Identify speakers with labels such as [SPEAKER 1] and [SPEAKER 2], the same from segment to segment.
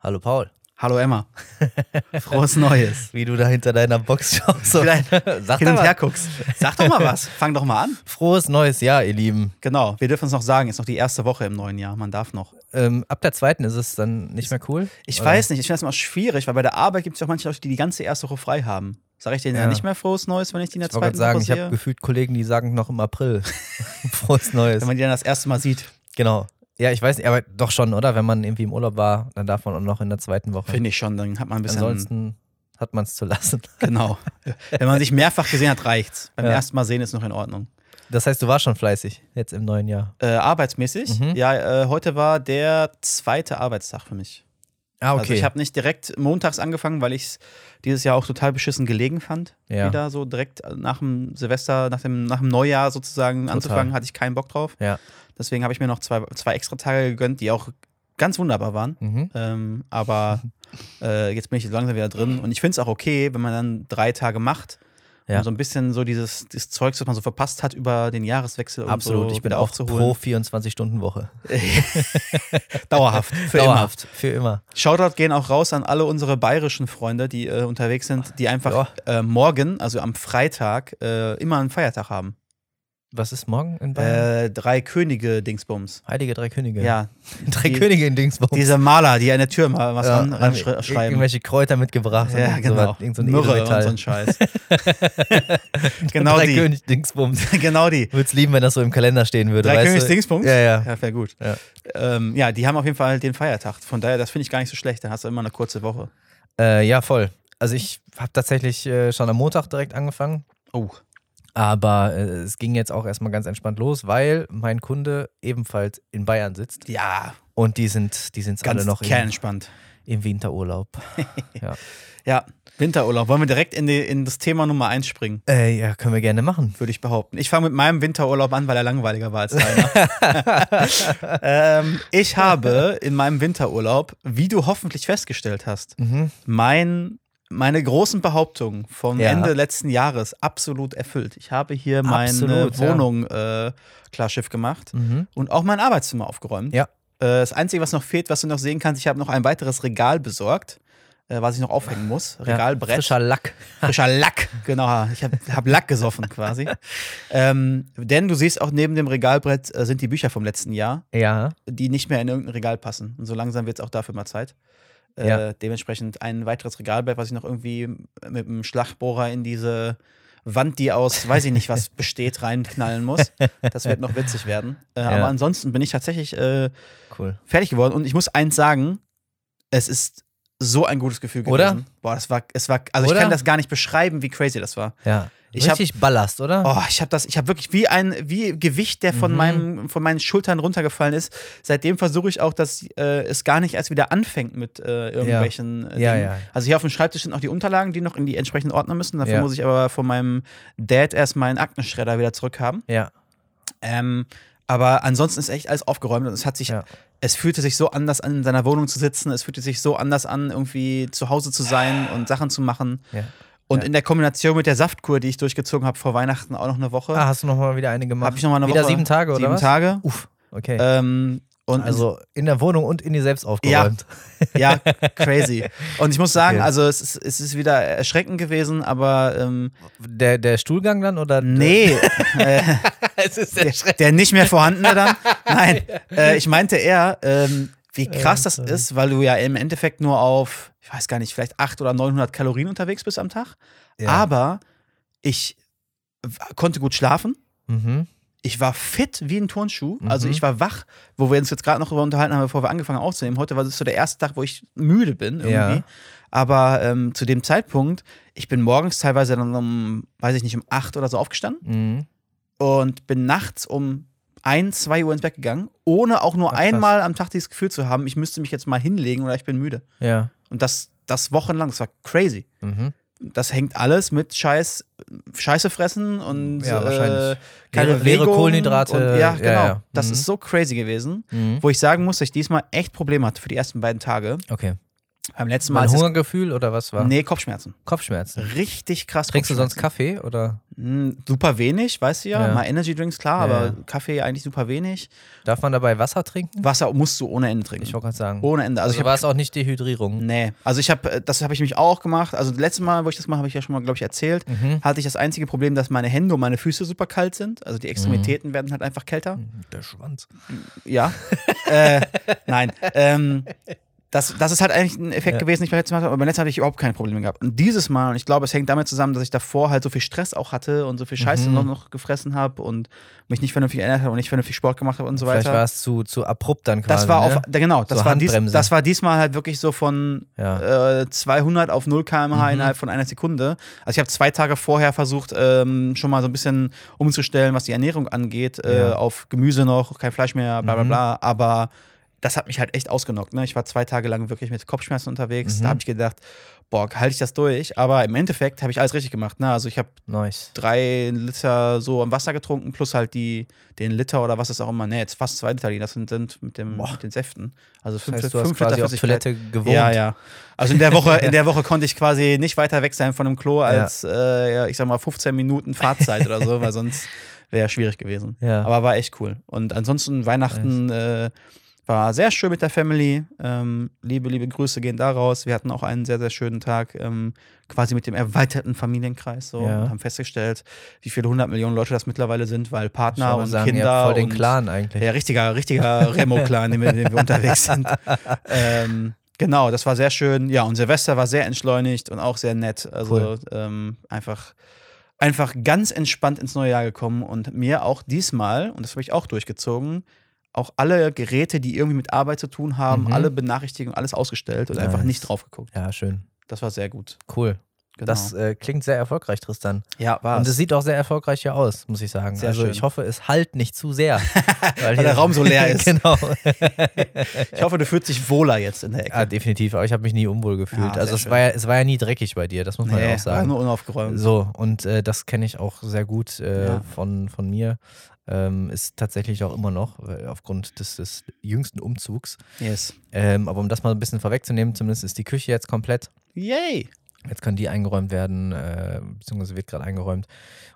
[SPEAKER 1] Hallo Paul.
[SPEAKER 2] Hallo Emma. Frohes Neues.
[SPEAKER 1] Wie du da hinter deiner Box schaust. und-
[SPEAKER 2] Vielleicht
[SPEAKER 1] Sag
[SPEAKER 2] hin
[SPEAKER 1] doch
[SPEAKER 2] und her
[SPEAKER 1] mal.
[SPEAKER 2] guckst. Sag doch mal was. Fang doch mal an.
[SPEAKER 1] Frohes neues Jahr, ihr Lieben.
[SPEAKER 2] Genau, wir dürfen es noch sagen. Ist noch die erste Woche im neuen Jahr. Man darf noch.
[SPEAKER 1] Ähm, ab der zweiten ist es dann nicht mehr cool.
[SPEAKER 2] Ich
[SPEAKER 1] Oder?
[SPEAKER 2] weiß nicht, ich finde das immer schwierig, weil bei der Arbeit gibt es ja auch manche Leute, die die ganze erste Woche frei haben. Sag ich denen ja.
[SPEAKER 1] Ja.
[SPEAKER 2] nicht mehr frohes Neues, wenn ich die in der
[SPEAKER 1] Ich wollte gerade
[SPEAKER 2] zweiten
[SPEAKER 1] sagen,
[SPEAKER 2] Woche
[SPEAKER 1] ich habe
[SPEAKER 2] sehe?
[SPEAKER 1] gefühlt Kollegen, die sagen noch im April. Frohes Neues.
[SPEAKER 2] Wenn man die dann das erste Mal sieht,
[SPEAKER 1] Genau. Ja, ich weiß nicht, aber doch schon, oder? Wenn man irgendwie im Urlaub war, dann darf man auch noch in der zweiten Woche.
[SPEAKER 2] finde ich schon, dann hat man ein bisschen.
[SPEAKER 1] Ansonsten hat man es zu lassen.
[SPEAKER 2] Genau. wenn man sich mehrfach gesehen hat, reicht's. Beim
[SPEAKER 1] Ja.
[SPEAKER 2] ersten Mal sehen ist noch in Ordnung.
[SPEAKER 1] Das heißt, du warst schon fleißig jetzt im neuen Jahr.
[SPEAKER 2] Äh, arbeitsmäßig,
[SPEAKER 1] Mhm.
[SPEAKER 2] ja, äh, heute war der zweite Arbeitstag für mich.
[SPEAKER 1] Ah,
[SPEAKER 2] Also ich habe nicht direkt montags angefangen, weil ich es dieses Jahr auch total beschissen gelegen fand.
[SPEAKER 1] Ja.
[SPEAKER 2] Wieder so direkt äh, nach dem Silvester, nach dem, nach dem Neujahr sozusagen anzufangen, hatte ich keinen Bock drauf.
[SPEAKER 1] ja.
[SPEAKER 2] Deswegen habe ich mir noch zwei, zwei extra Tage gegönnt, die auch ganz wunderbar waren.
[SPEAKER 1] Mhm.
[SPEAKER 2] Ähm, aber äh, jetzt bin ich langsam wieder drin. Und ich finde es auch okay, wenn man dann drei Tage macht.
[SPEAKER 1] Ja.
[SPEAKER 2] Um so ein bisschen so dieses, dieses Zeugs, das man so verpasst hat über den Jahreswechsel. und
[SPEAKER 1] Absolut.
[SPEAKER 2] so
[SPEAKER 1] ich bin
[SPEAKER 2] Um wieder
[SPEAKER 1] auch pro
[SPEAKER 2] aufzuholen.
[SPEAKER 1] 24-Stunden-Woche.
[SPEAKER 2] Dauerhaft. Für immer.
[SPEAKER 1] Dauerhaft. Für immer.
[SPEAKER 2] Shoutout gehen auch raus an alle unsere bayerischen Freunde, die äh, unterwegs sind, die einfach äh, morgen, also am Freitag, äh, immer einen Feiertag haben.
[SPEAKER 1] Was ist morgen in Bayern?
[SPEAKER 2] Äh, drei Könige Dingsbums.
[SPEAKER 1] Heilige Drei Könige.
[SPEAKER 2] Ja.
[SPEAKER 1] Drei
[SPEAKER 2] Die-
[SPEAKER 1] Könige in Dingsburg.
[SPEAKER 2] diese Maler, die an der Tür mal was
[SPEAKER 1] Ja,
[SPEAKER 2] ran,
[SPEAKER 1] haben ir-
[SPEAKER 2] ranschreiben.
[SPEAKER 1] Irgendwelche Kräuter mitgebracht. und
[SPEAKER 2] Ja,
[SPEAKER 1] irgend so
[SPEAKER 2] genau.
[SPEAKER 1] was, Irgend so ein
[SPEAKER 2] Myrrhe und so
[SPEAKER 1] Edelmetall.
[SPEAKER 2] ein Scheiß. genau
[SPEAKER 1] Drei
[SPEAKER 2] die.
[SPEAKER 1] König Dingsbums.
[SPEAKER 2] genau die.
[SPEAKER 1] Würde es lieben, wenn das so im Kalender stehen würde.
[SPEAKER 2] Drei
[SPEAKER 1] weißt
[SPEAKER 2] Königs
[SPEAKER 1] du?
[SPEAKER 2] Dingsbums?
[SPEAKER 1] Ja, ja.
[SPEAKER 2] Ja, wäre gut.
[SPEAKER 1] Ja.
[SPEAKER 2] Ähm, ja, die haben auf jeden Fall den Feiertag. Von daher, das finde ich gar nicht so schlecht. Dann hast du immer eine kurze Woche.
[SPEAKER 1] Äh, ja, voll. Also ich habe tatsächlich äh, schon am Montag direkt angefangen.
[SPEAKER 2] Oh.
[SPEAKER 1] Aber äh, es ging jetzt auch erstmal ganz entspannt los, weil mein Kunde ebenfalls in Bayern sitzt.
[SPEAKER 2] Ja,
[SPEAKER 1] Und die sind die sind's alle
[SPEAKER 2] ganz
[SPEAKER 1] noch im,
[SPEAKER 2] kernentspannt.
[SPEAKER 1] im Winterurlaub. ja.
[SPEAKER 2] Ja, Winterurlaub. Wollen wir direkt in, die, in das Thema Nummer 1 springen?
[SPEAKER 1] Äh, ja, können wir gerne machen.
[SPEAKER 2] würde ich behaupten. Ich fange mit meinem Winterurlaub an, weil er langweiliger war als deiner. ähm, ich habe in meinem Winterurlaub, wie du hoffentlich festgestellt hast,
[SPEAKER 1] Mhm,
[SPEAKER 2] mein, meine großen Behauptungen vom
[SPEAKER 1] Ja.
[SPEAKER 2] Ende letzten Jahres absolut erfüllt. Ich habe hier meine
[SPEAKER 1] Absolut, ja.
[SPEAKER 2] Wohnung äh, klarschiff gemacht
[SPEAKER 1] Mhm.
[SPEAKER 2] und auch mein Arbeitszimmer aufgeräumt.
[SPEAKER 1] Ja.
[SPEAKER 2] Äh, das Einzige, was noch fehlt, was du noch sehen kannst, ich habe noch ein weiteres Regal besorgt, äh, was ich noch aufhängen muss.
[SPEAKER 1] Ja,
[SPEAKER 2] Regalbrett.
[SPEAKER 1] frischer Lack.
[SPEAKER 2] Frischer Lack, genau. Ich habe hab Lack gesoffen quasi. ähm, denn du siehst auch neben dem Regalbrett äh, sind die Bücher vom letzten Jahr,
[SPEAKER 1] Ja.
[SPEAKER 2] die nicht mehr in irgendein Regal passen. Und so langsam wird es auch dafür mal Zeit. Äh,
[SPEAKER 1] Ja.
[SPEAKER 2] Dementsprechend ein weiteres Regalbrett, was ich noch irgendwie mit einem Schlagbohrer in diese Wand, die aus weiß ich nicht was besteht, reinknallen muss. Das wird noch witzig werden. Äh, Aber ansonsten bin ich tatsächlich äh,
[SPEAKER 1] Cool.
[SPEAKER 2] fertig geworden. Und ich muss eins sagen, es ist so ein gutes Gefühl gewesen.
[SPEAKER 1] Oder?
[SPEAKER 2] Boah, das war, es war, also
[SPEAKER 1] Oder?
[SPEAKER 2] ich kann das gar nicht beschreiben, wie crazy das war.
[SPEAKER 1] Ja.
[SPEAKER 2] Ich hab-
[SPEAKER 1] Richtig Ballast, oder?
[SPEAKER 2] Oh, ich habe das, ich habe wirklich wie ein, wie Gewicht, der von
[SPEAKER 1] Ah. Mhm.
[SPEAKER 2] meinem, von meinen Schultern runtergefallen ist. Seitdem versuche ich auch, dass äh, es gar nicht erst wieder anfängt mit äh, irgendwelchen. äh,
[SPEAKER 1] Ja,
[SPEAKER 2] Dingen.
[SPEAKER 1] ja.
[SPEAKER 2] Also hier auf dem Schreibtisch sind auch die Unterlagen, die noch in die entsprechenden Ordner müssen. Dafür
[SPEAKER 1] Ja.
[SPEAKER 2] muss ich aber von meinem Dad erst meinen Aktenschredder wieder zurückhaben.
[SPEAKER 1] Ja.
[SPEAKER 2] Ähm, aber ansonsten ist echt alles aufgeräumt und es hat sich,
[SPEAKER 1] Ja.
[SPEAKER 2] es fühlte sich so anders an, in seiner Wohnung zu sitzen, es fühlte sich so anders an, irgendwie zu Hause zu sein und Sachen zu machen.
[SPEAKER 1] ja.
[SPEAKER 2] Und
[SPEAKER 1] Ja.
[SPEAKER 2] in der Kombination mit der Saftkur, die ich durchgezogen habe vor Weihnachten, auch noch eine Woche,
[SPEAKER 1] Ah, hast du nochmal wieder eine gemacht?
[SPEAKER 2] habe ich noch mal eine
[SPEAKER 1] wieder
[SPEAKER 2] Woche.
[SPEAKER 1] sieben Tage, oder
[SPEAKER 2] Sieben
[SPEAKER 1] was?
[SPEAKER 2] Tage.
[SPEAKER 1] Uff, okay.
[SPEAKER 2] Ähm, und
[SPEAKER 1] also in der Wohnung und in dir selbst aufgeräumt.
[SPEAKER 2] ja, crazy. Und ich muss sagen,
[SPEAKER 1] Okay.
[SPEAKER 2] also es ist, es ist wieder erschreckend gewesen, aber ähm,
[SPEAKER 1] Der, der Stuhlgang dann oder?
[SPEAKER 2] nee,
[SPEAKER 1] es ist der Schreck.
[SPEAKER 2] der nicht mehr vorhandene dann. Nein, äh, ich meinte eher, ähm, wie krass das ist, weil du ja im Endeffekt nur auf, ich weiß gar nicht, vielleicht 800 oder 900 Kalorien unterwegs bist am Tag.
[SPEAKER 1] Ja.
[SPEAKER 2] Aber ich w- konnte gut schlafen.
[SPEAKER 1] Mhm.
[SPEAKER 2] Ich war fit wie ein Turnschuh. Also
[SPEAKER 1] Mhm.
[SPEAKER 2] ich war wach, wo wir uns jetzt gerade noch darüber unterhalten haben, bevor wir angefangen haben aufzunehmen. Heute war das so der erste Tag, wo ich müde bin irgendwie.
[SPEAKER 1] Ja.
[SPEAKER 2] Aber ähm, zu dem Zeitpunkt, ich bin morgens teilweise dann um, weiß ich nicht, um 8 oder so aufgestanden
[SPEAKER 1] Mhm.
[SPEAKER 2] und bin nachts um ein, zwei Uhr ins Bett gegangen, ohne auch nur
[SPEAKER 1] Ach, krass.
[SPEAKER 2] einmal am Tag dieses Gefühl zu haben, ich müsste mich jetzt mal hinlegen oder ich bin müde.
[SPEAKER 1] Ja.
[SPEAKER 2] Und das, das wochenlang, das war crazy.
[SPEAKER 1] Mhm.
[SPEAKER 2] Das hängt alles mit Scheiß, Scheiße fressen und
[SPEAKER 1] Ja,
[SPEAKER 2] äh,
[SPEAKER 1] wahrscheinlich.
[SPEAKER 2] keine
[SPEAKER 1] Leere- leere
[SPEAKER 2] Bewegung
[SPEAKER 1] Kohlenhydrate,
[SPEAKER 2] Und, ja,
[SPEAKER 1] ja,
[SPEAKER 2] genau.
[SPEAKER 1] ja.
[SPEAKER 2] Das
[SPEAKER 1] Mhm.
[SPEAKER 2] ist so crazy gewesen,
[SPEAKER 1] Mhm.
[SPEAKER 2] wo ich sagen muss, dass ich diesmal echt Probleme hatte für die ersten beiden Tage.
[SPEAKER 1] Okay.
[SPEAKER 2] Beim letzten
[SPEAKER 1] Mal
[SPEAKER 2] Mal ist
[SPEAKER 1] Hungergefühl oder was war?
[SPEAKER 2] nee, Kopfschmerzen.
[SPEAKER 1] Kopfschmerzen.
[SPEAKER 2] Richtig krass.
[SPEAKER 1] Trinkst du sonst
[SPEAKER 2] Kopfschmerzen.
[SPEAKER 1] Kaffee oder?
[SPEAKER 2] Hm, Super wenig, weißt du ja.
[SPEAKER 1] Ja.
[SPEAKER 2] Mal Energy Drinks, klar,
[SPEAKER 1] Ja,
[SPEAKER 2] aber
[SPEAKER 1] ja.
[SPEAKER 2] Kaffee eigentlich super wenig.
[SPEAKER 1] Darf man dabei Wasser trinken?
[SPEAKER 2] Wasser musst du ohne Ende trinken.
[SPEAKER 1] Ich wollte gerade sagen.
[SPEAKER 2] Ohne Ende. Also,
[SPEAKER 1] Also
[SPEAKER 2] ich
[SPEAKER 1] war
[SPEAKER 2] hab,
[SPEAKER 1] es auch nicht Dehydrierung.
[SPEAKER 2] nee, also ich habe, das habe ich mich auch gemacht. Also das letzte Mal, wo ich das gemacht habe, habe ich ja schon mal, glaube ich, erzählt,
[SPEAKER 1] Mhm.
[SPEAKER 2] hatte ich das einzige Problem, dass meine Hände und meine Füße super kalt sind. Also die
[SPEAKER 1] Mhm.
[SPEAKER 2] Extremitäten werden halt einfach kälter.
[SPEAKER 1] Der Schwanz.
[SPEAKER 2] Ja. äh, nein. Ähm, das, das ist halt eigentlich ein Effekt gewesen, den ich beim letzten Mal hatte, aber beim letzten Mal hatte ich überhaupt keine Probleme gehabt. Und dieses Mal, und ich glaube, es hängt damit zusammen, dass ich davor halt so viel Stress auch hatte und so viel Scheiße
[SPEAKER 1] Mhm.
[SPEAKER 2] noch, noch gefressen habe und mich nicht vernünftig ernährt habe und nicht vernünftig Sport gemacht habe und so
[SPEAKER 1] Vielleicht war
[SPEAKER 2] weiter.
[SPEAKER 1] es zu, zu abrupt dann quasi.
[SPEAKER 2] Das war
[SPEAKER 1] ne?
[SPEAKER 2] auf, da- genau, das,
[SPEAKER 1] So
[SPEAKER 2] war dies,
[SPEAKER 1] Handbremse.
[SPEAKER 2] das war diesmal halt wirklich so von
[SPEAKER 1] Ja. Mhm.
[SPEAKER 2] äh, 200 auf 0 km/h innerhalb von einer Sekunde. Also ich habe zwei Tage vorher versucht, ähm, schon mal so ein bisschen umzustellen, was die Ernährung angeht, äh,
[SPEAKER 1] Ja. Mhm.
[SPEAKER 2] auf Gemüse noch, kein Fleisch mehr, bla bla bla. Aber das hat mich halt echt ausgenockt. Ne? Ich war zwei Tage lang wirklich mit Kopfschmerzen unterwegs.
[SPEAKER 1] Mhm.
[SPEAKER 2] Da habe ich gedacht, boah, halte ich das durch? Aber im Endeffekt habe ich alles richtig gemacht. Ne? Also ich habe
[SPEAKER 1] Nice.
[SPEAKER 2] drei Liter so am Wasser getrunken, plus halt die, den Liter oder was es auch immer. Ne, jetzt fast zwei Liter, die das sind, sind mit, dem, mit den Säften. Also fünf,
[SPEAKER 1] Das heißt, du
[SPEAKER 2] fünf
[SPEAKER 1] hast quasi
[SPEAKER 2] Liter
[SPEAKER 1] auf
[SPEAKER 2] Flüssigkeit.
[SPEAKER 1] Toilette gewohnt.
[SPEAKER 2] Ja, ja. Also in der Woche, in der Woche konnte ich quasi nicht weiter weg sein von dem Klo als, äh, ja, ich sag mal, 15 Minuten Fahrzeit oder so, weil sonst wäre schwierig gewesen.
[SPEAKER 1] Ja.
[SPEAKER 2] Aber war echt cool. Und ansonsten Weihnachten äh, war sehr schön mit der Family. Ähm, liebe, liebe Grüße gehen da raus. Wir hatten auch einen sehr, sehr schönen Tag, ähm, quasi mit dem erweiterten Familienkreis so
[SPEAKER 1] Ja.
[SPEAKER 2] und haben festgestellt, wie viele hundert Millionen Leute das mittlerweile sind, weil
[SPEAKER 1] Ich
[SPEAKER 2] Partner
[SPEAKER 1] würde
[SPEAKER 2] und
[SPEAKER 1] sagen, ihr habt
[SPEAKER 2] Kinder
[SPEAKER 1] voll den
[SPEAKER 2] und
[SPEAKER 1] Clan eigentlich.
[SPEAKER 2] ja, richtiger, richtiger Remo-Clan, in dem wir den wir unterwegs sind. Ähm, genau, das war sehr schön. Ja, und Silvester war sehr entschleunigt und auch sehr nett. Also
[SPEAKER 1] Cool.
[SPEAKER 2] ähm, einfach, einfach ganz entspannt ins neue Jahr gekommen und mir auch diesmal, und das habe ich auch durchgezogen, auch alle Geräte, die irgendwie mit Arbeit zu tun haben,
[SPEAKER 1] Mhm.
[SPEAKER 2] alle Benachrichtigungen, alles ausgestellt und einfach
[SPEAKER 1] Nice.
[SPEAKER 2] nicht drauf geguckt.
[SPEAKER 1] Ja, schön.
[SPEAKER 2] Das war sehr gut.
[SPEAKER 1] Cool.
[SPEAKER 2] Genau.
[SPEAKER 1] Das äh, klingt sehr erfolgreich, Tristan.
[SPEAKER 2] ja, war
[SPEAKER 1] Und
[SPEAKER 2] es.
[SPEAKER 1] es sieht auch sehr erfolgreich hier aus, muss ich sagen.
[SPEAKER 2] Sehr
[SPEAKER 1] also
[SPEAKER 2] schön.
[SPEAKER 1] ich hoffe, es halt nicht zu sehr. weil,
[SPEAKER 2] der Raum so leer ist.
[SPEAKER 1] genau.
[SPEAKER 2] Ich hoffe, du fühlst dich wohler jetzt in der Ecke.
[SPEAKER 1] Ja, Ah, definitiv. Aber ich habe mich nie unwohl gefühlt.
[SPEAKER 2] Ja,
[SPEAKER 1] also
[SPEAKER 2] sehr
[SPEAKER 1] es
[SPEAKER 2] schön.
[SPEAKER 1] war, ja, es war ja nie dreckig bei dir, das muss man ja auch
[SPEAKER 2] war
[SPEAKER 1] sagen.
[SPEAKER 2] nur unaufgeräumt.
[SPEAKER 1] So, und äh, das kenne ich auch sehr gut äh,
[SPEAKER 2] Ja.
[SPEAKER 1] von, von mir. Ähm, ist tatsächlich auch immer noch, äh, aufgrund des, des jüngsten Umzugs.
[SPEAKER 2] Yes.
[SPEAKER 1] Ähm, aber um das mal ein bisschen vorwegzunehmen, zumindest ist die Küche jetzt komplett.
[SPEAKER 2] Yay!
[SPEAKER 1] Jetzt kann die eingeräumt werden, äh, beziehungsweise wird gerade eingeräumt.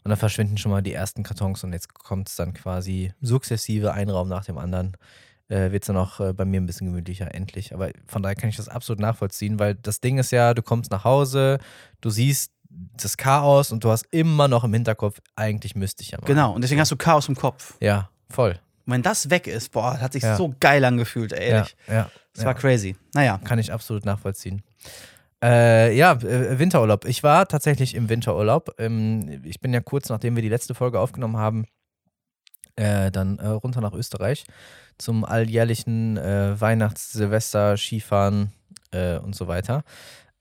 [SPEAKER 1] Und dann verschwinden schon mal die ersten Kartons und jetzt kommt es dann quasi sukzessive, ein Raum nach dem anderen. Äh, wird es dann auch äh, bei mir ein bisschen gemütlicher, endlich. Aber von daher kann ich das absolut nachvollziehen, weil das Ding ist ja, du kommst nach Hause, du siehst das Chaos und du hast immer noch im Hinterkopf, eigentlich müsste ich ja mal.
[SPEAKER 2] Genau, und deswegen hast du Chaos im Kopf.
[SPEAKER 1] Ja, voll.
[SPEAKER 2] Und wenn das weg ist, boah, das hat sich
[SPEAKER 1] Ja.
[SPEAKER 2] so geil angefühlt, ey,
[SPEAKER 1] Ja,
[SPEAKER 2] ehrlich.
[SPEAKER 1] ja.
[SPEAKER 2] Das
[SPEAKER 1] ja.
[SPEAKER 2] war crazy. Naja,
[SPEAKER 1] Kann ich absolut nachvollziehen. Äh, ja, äh, Winterurlaub. Ich war tatsächlich im Winterurlaub. Ähm, ich bin ja kurz nachdem wir die letzte Folge aufgenommen haben, äh, dann äh, runter nach Österreich zum alljährlichen äh, Weihnachts-, Silvester-, Skifahren äh, und so weiter.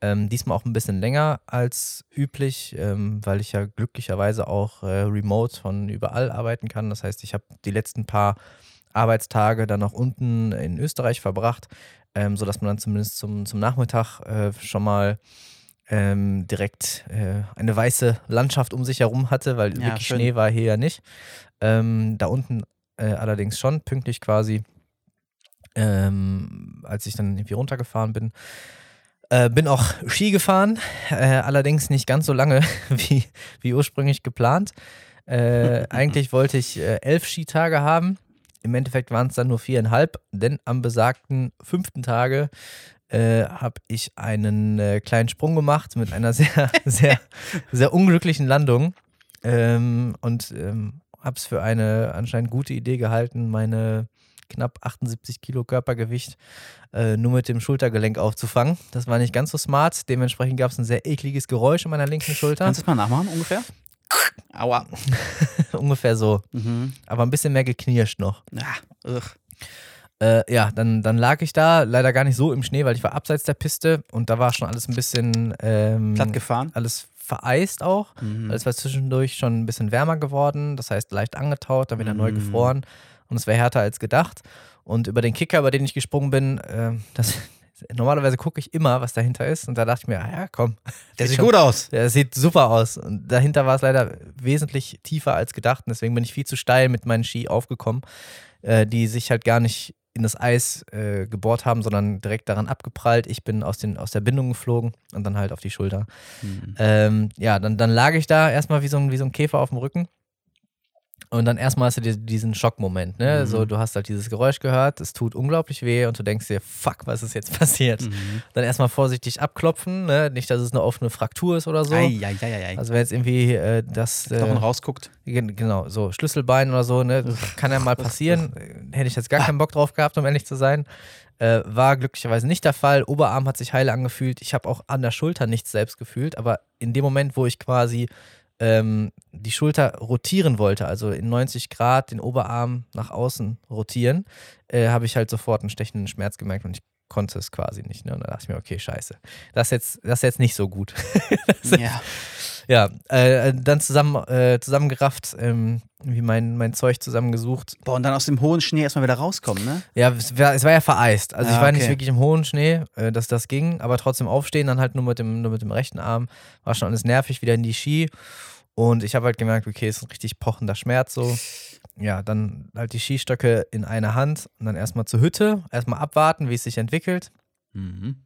[SPEAKER 1] Ähm, diesmal auch ein bisschen länger als üblich, ähm, weil ich ja glücklicherweise auch äh, remote von überall arbeiten kann. Das heißt, ich habe die letzten paar Arbeitstage dann noch unten in Österreich verbracht, ähm, sodass man dann zumindest zum, zum Nachmittag äh, schon mal ähm, direkt äh, eine weiße Landschaft um sich herum hatte, weil
[SPEAKER 2] Ja,
[SPEAKER 1] wirklich
[SPEAKER 2] schön.
[SPEAKER 1] Schnee war hier ja nicht. Ähm, da unten äh, allerdings schon, pünktlich quasi, ähm, als ich dann irgendwie runtergefahren bin. Äh, bin auch Ski gefahren, äh, allerdings nicht ganz so lange wie, wie ursprünglich geplant. Äh, eigentlich wollte ich äh, elf Skitage haben. Im Endeffekt waren es dann nur viereinhalb, denn am besagten fünften Tage äh, habe ich einen äh, kleinen Sprung gemacht mit einer sehr, sehr, sehr unglücklichen Landung ähm, und ähm, habe es für eine anscheinend gute Idee gehalten, meine knapp 78 Kilo Körpergewicht äh, nur mit dem Schultergelenk aufzufangen. Das war nicht ganz so smart. Dementsprechend gab es ein sehr ekliges Geräusch in meiner linken Schulter.
[SPEAKER 2] kannst du das mal nachmachen ungefähr? Aua.
[SPEAKER 1] Ungefähr so.
[SPEAKER 2] Mhm.
[SPEAKER 1] Aber ein bisschen mehr geknirscht noch.
[SPEAKER 2] Ja, ugh.
[SPEAKER 1] Äh, ja, dann, dann lag ich da, leider gar nicht so im Schnee, weil ich war abseits der Piste und da war schon alles ein bisschen ähm,
[SPEAKER 2] platt gefahren.
[SPEAKER 1] alles vereist auch. Also
[SPEAKER 2] Mhm.
[SPEAKER 1] Es war zwischendurch schon ein bisschen wärmer geworden, das heißt leicht angetaut, dann wieder neu
[SPEAKER 2] Mhm.
[SPEAKER 1] gefroren und es wäre härter als gedacht. Und über den Kicker, über den ich gesprungen bin, ähm, das, normalerweise gucke ich immer, was dahinter ist und da dachte ich mir, ah ja, komm. wird
[SPEAKER 2] Der sieht
[SPEAKER 1] schon-
[SPEAKER 2] gut aus.
[SPEAKER 1] ja, Das sieht super aus. Und dahinter war es leider wesentlich tiefer als gedacht. Und deswegen bin ich viel zu steil mit meinen Ski aufgekommen, äh, die sich halt gar nicht in das Eis äh, gebohrt haben, sondern direkt daran abgeprallt. Ich bin aus, den, aus der Bindung geflogen und dann halt auf die Schulter.
[SPEAKER 2] Hm.
[SPEAKER 1] Ähm, ja, dann, dann lag ich da erstmal wie so, ein, wie so ein Käfer auf dem Rücken. Und dann erstmal hast du dir diesen Schockmoment, ne?
[SPEAKER 2] Mhm.
[SPEAKER 1] So, du hast halt dieses Geräusch gehört, es tut unglaublich weh und du denkst dir, fuck, was ist jetzt passiert?
[SPEAKER 2] Mhm.
[SPEAKER 1] Dann erstmal vorsichtig abklopfen, ne? Nicht, dass es eine offene Fraktur ist oder so.
[SPEAKER 2] Eieieiei.
[SPEAKER 1] Also wenn jetzt irgendwie äh, das
[SPEAKER 2] Knochen
[SPEAKER 1] äh,
[SPEAKER 2] rausguckt.
[SPEAKER 1] gen- genau so Schlüsselbein oder so, ne, kann ja mal passieren. Äh, Hätte ich jetzt gar keinen Bock drauf gehabt, um ehrlich zu sein. Äh, war glücklicherweise nicht der Fall. Oberarm hat sich heil angefühlt. Ich habe auch an der Schulter nichts selbst gefühlt, aber in dem Moment, wo ich quasi ähm, die Schulter rotieren wollte, also in 90 Grad den Oberarm nach außen rotieren, äh, habe ich halt sofort einen stechenden Schmerz gemerkt und ich konnte es quasi nicht. Ne? Und da dachte ich mir, okay, scheiße. Das ist jetzt, das ist jetzt nicht so gut.
[SPEAKER 2] Ja.
[SPEAKER 1] Ja, äh, dann zusammen, äh, zusammengerafft, ähm, wie mein, mein Zeug zusammengesucht.
[SPEAKER 2] Boah, und dann aus dem hohen Schnee erstmal wieder rauskommen, ne?
[SPEAKER 1] Ja, es war, es war ja vereist. Also
[SPEAKER 2] Ah,
[SPEAKER 1] ich war nicht
[SPEAKER 2] okay.
[SPEAKER 1] wirklich im hohen Schnee, äh, dass das ging, aber trotzdem aufstehen, dann halt nur mit dem, nur mit dem rechten Arm. War schon alles nervig, wieder in die Ski. Und ich habe halt gemerkt, okay, ist ein richtig pochender Schmerz so. Ja, dann halt die Skistöcke in einer Hand und dann erstmal zur Hütte, erstmal abwarten, wie es sich entwickelt.
[SPEAKER 2] Mhm.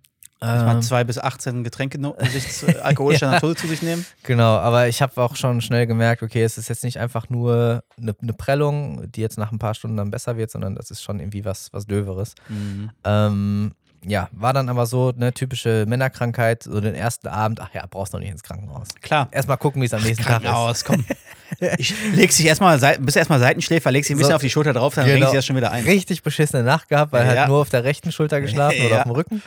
[SPEAKER 1] Ähm,
[SPEAKER 2] Mal zwei bis 18 Getränke no- sich zu, alkoholischer
[SPEAKER 1] Ja.
[SPEAKER 2] Natur zu sich nehmen.
[SPEAKER 1] Genau, aber ich habe auch schon schnell gemerkt, okay, es ist jetzt nicht einfach nur eine ne Prellung, die jetzt nach ein paar Stunden dann besser wird, sondern das ist schon irgendwie was, was Döveres. Ähm, ja, war dann aber so eine typische Männerkrankheit, so den ersten Abend, ach ja, brauchst noch nicht ins Krankenhaus.
[SPEAKER 2] Klar.
[SPEAKER 1] Erstmal gucken, wie es am nächsten Tag ist.
[SPEAKER 2] Krankenhaus, komm. Ich leg sich erstmal, Sei- bist erstmal Seitenschläfer, legst dich ein bisschen
[SPEAKER 1] So.
[SPEAKER 2] auf die Schulter drauf, dann
[SPEAKER 1] Genau.
[SPEAKER 2] regst du das schon wieder ein.
[SPEAKER 1] Richtig beschissene Nacht gehabt, weil
[SPEAKER 2] Ja.
[SPEAKER 1] halt nur auf der rechten Schulter geschlafen oder
[SPEAKER 2] Ja.
[SPEAKER 1] auf dem Rücken.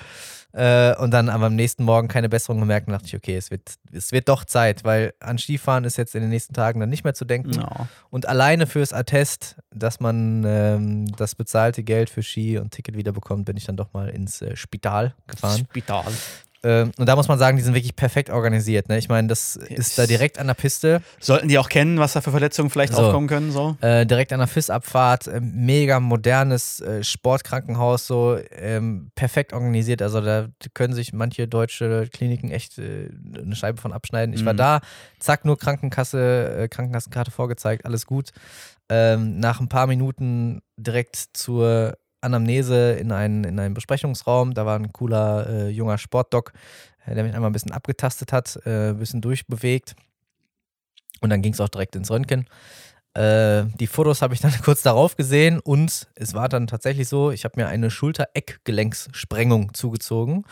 [SPEAKER 1] Äh, und dann aber am nächsten Morgen keine Besserung gemerkt und dachte ich, okay, es wird, es wird doch Zeit, weil an Skifahren ist jetzt in den nächsten Tagen dann nicht mehr zu denken.
[SPEAKER 2] No.
[SPEAKER 1] Und alleine fürs Attest, dass man ähm, das bezahlte Geld für Ski und Ticket wiederbekommt, bin ich dann doch mal ins äh, Spital gefahren.
[SPEAKER 2] Spital.
[SPEAKER 1] Ähm, und da muss man sagen, die sind wirklich perfekt organisiert. Ne? Ich meine, das ist da direkt an der Piste,
[SPEAKER 2] Sollten die auch kennen, was da für Verletzungen vielleicht
[SPEAKER 1] So.
[SPEAKER 2] aufkommen können, so?
[SPEAKER 1] äh, direkt an der FIS-Abfahrt, äh, mega modernes äh, Sportkrankenhaus, so ähm, perfekt organisiert. Also da können sich manche deutsche Kliniken echt äh, eine Scheibe von abschneiden. Ich war
[SPEAKER 2] Mhm.
[SPEAKER 1] da, zack, nur Krankenkasse, äh, Krankenkassenkarte vorgezeigt, alles gut. ähm, nach ein paar Minuten direkt zur Anamnese in einen, in einen Besprechungsraum. Da war ein cooler äh, junger Sportdoc, äh, der mich einmal ein bisschen abgetastet hat, äh, ein bisschen durchbewegt. Und dann ging es auch direkt ins Röntgen. Äh, die Fotos habe ich dann kurz darauf gesehen und es war dann tatsächlich so, ich habe mir eine Schulter-Eckgelenkssprengung zugezogen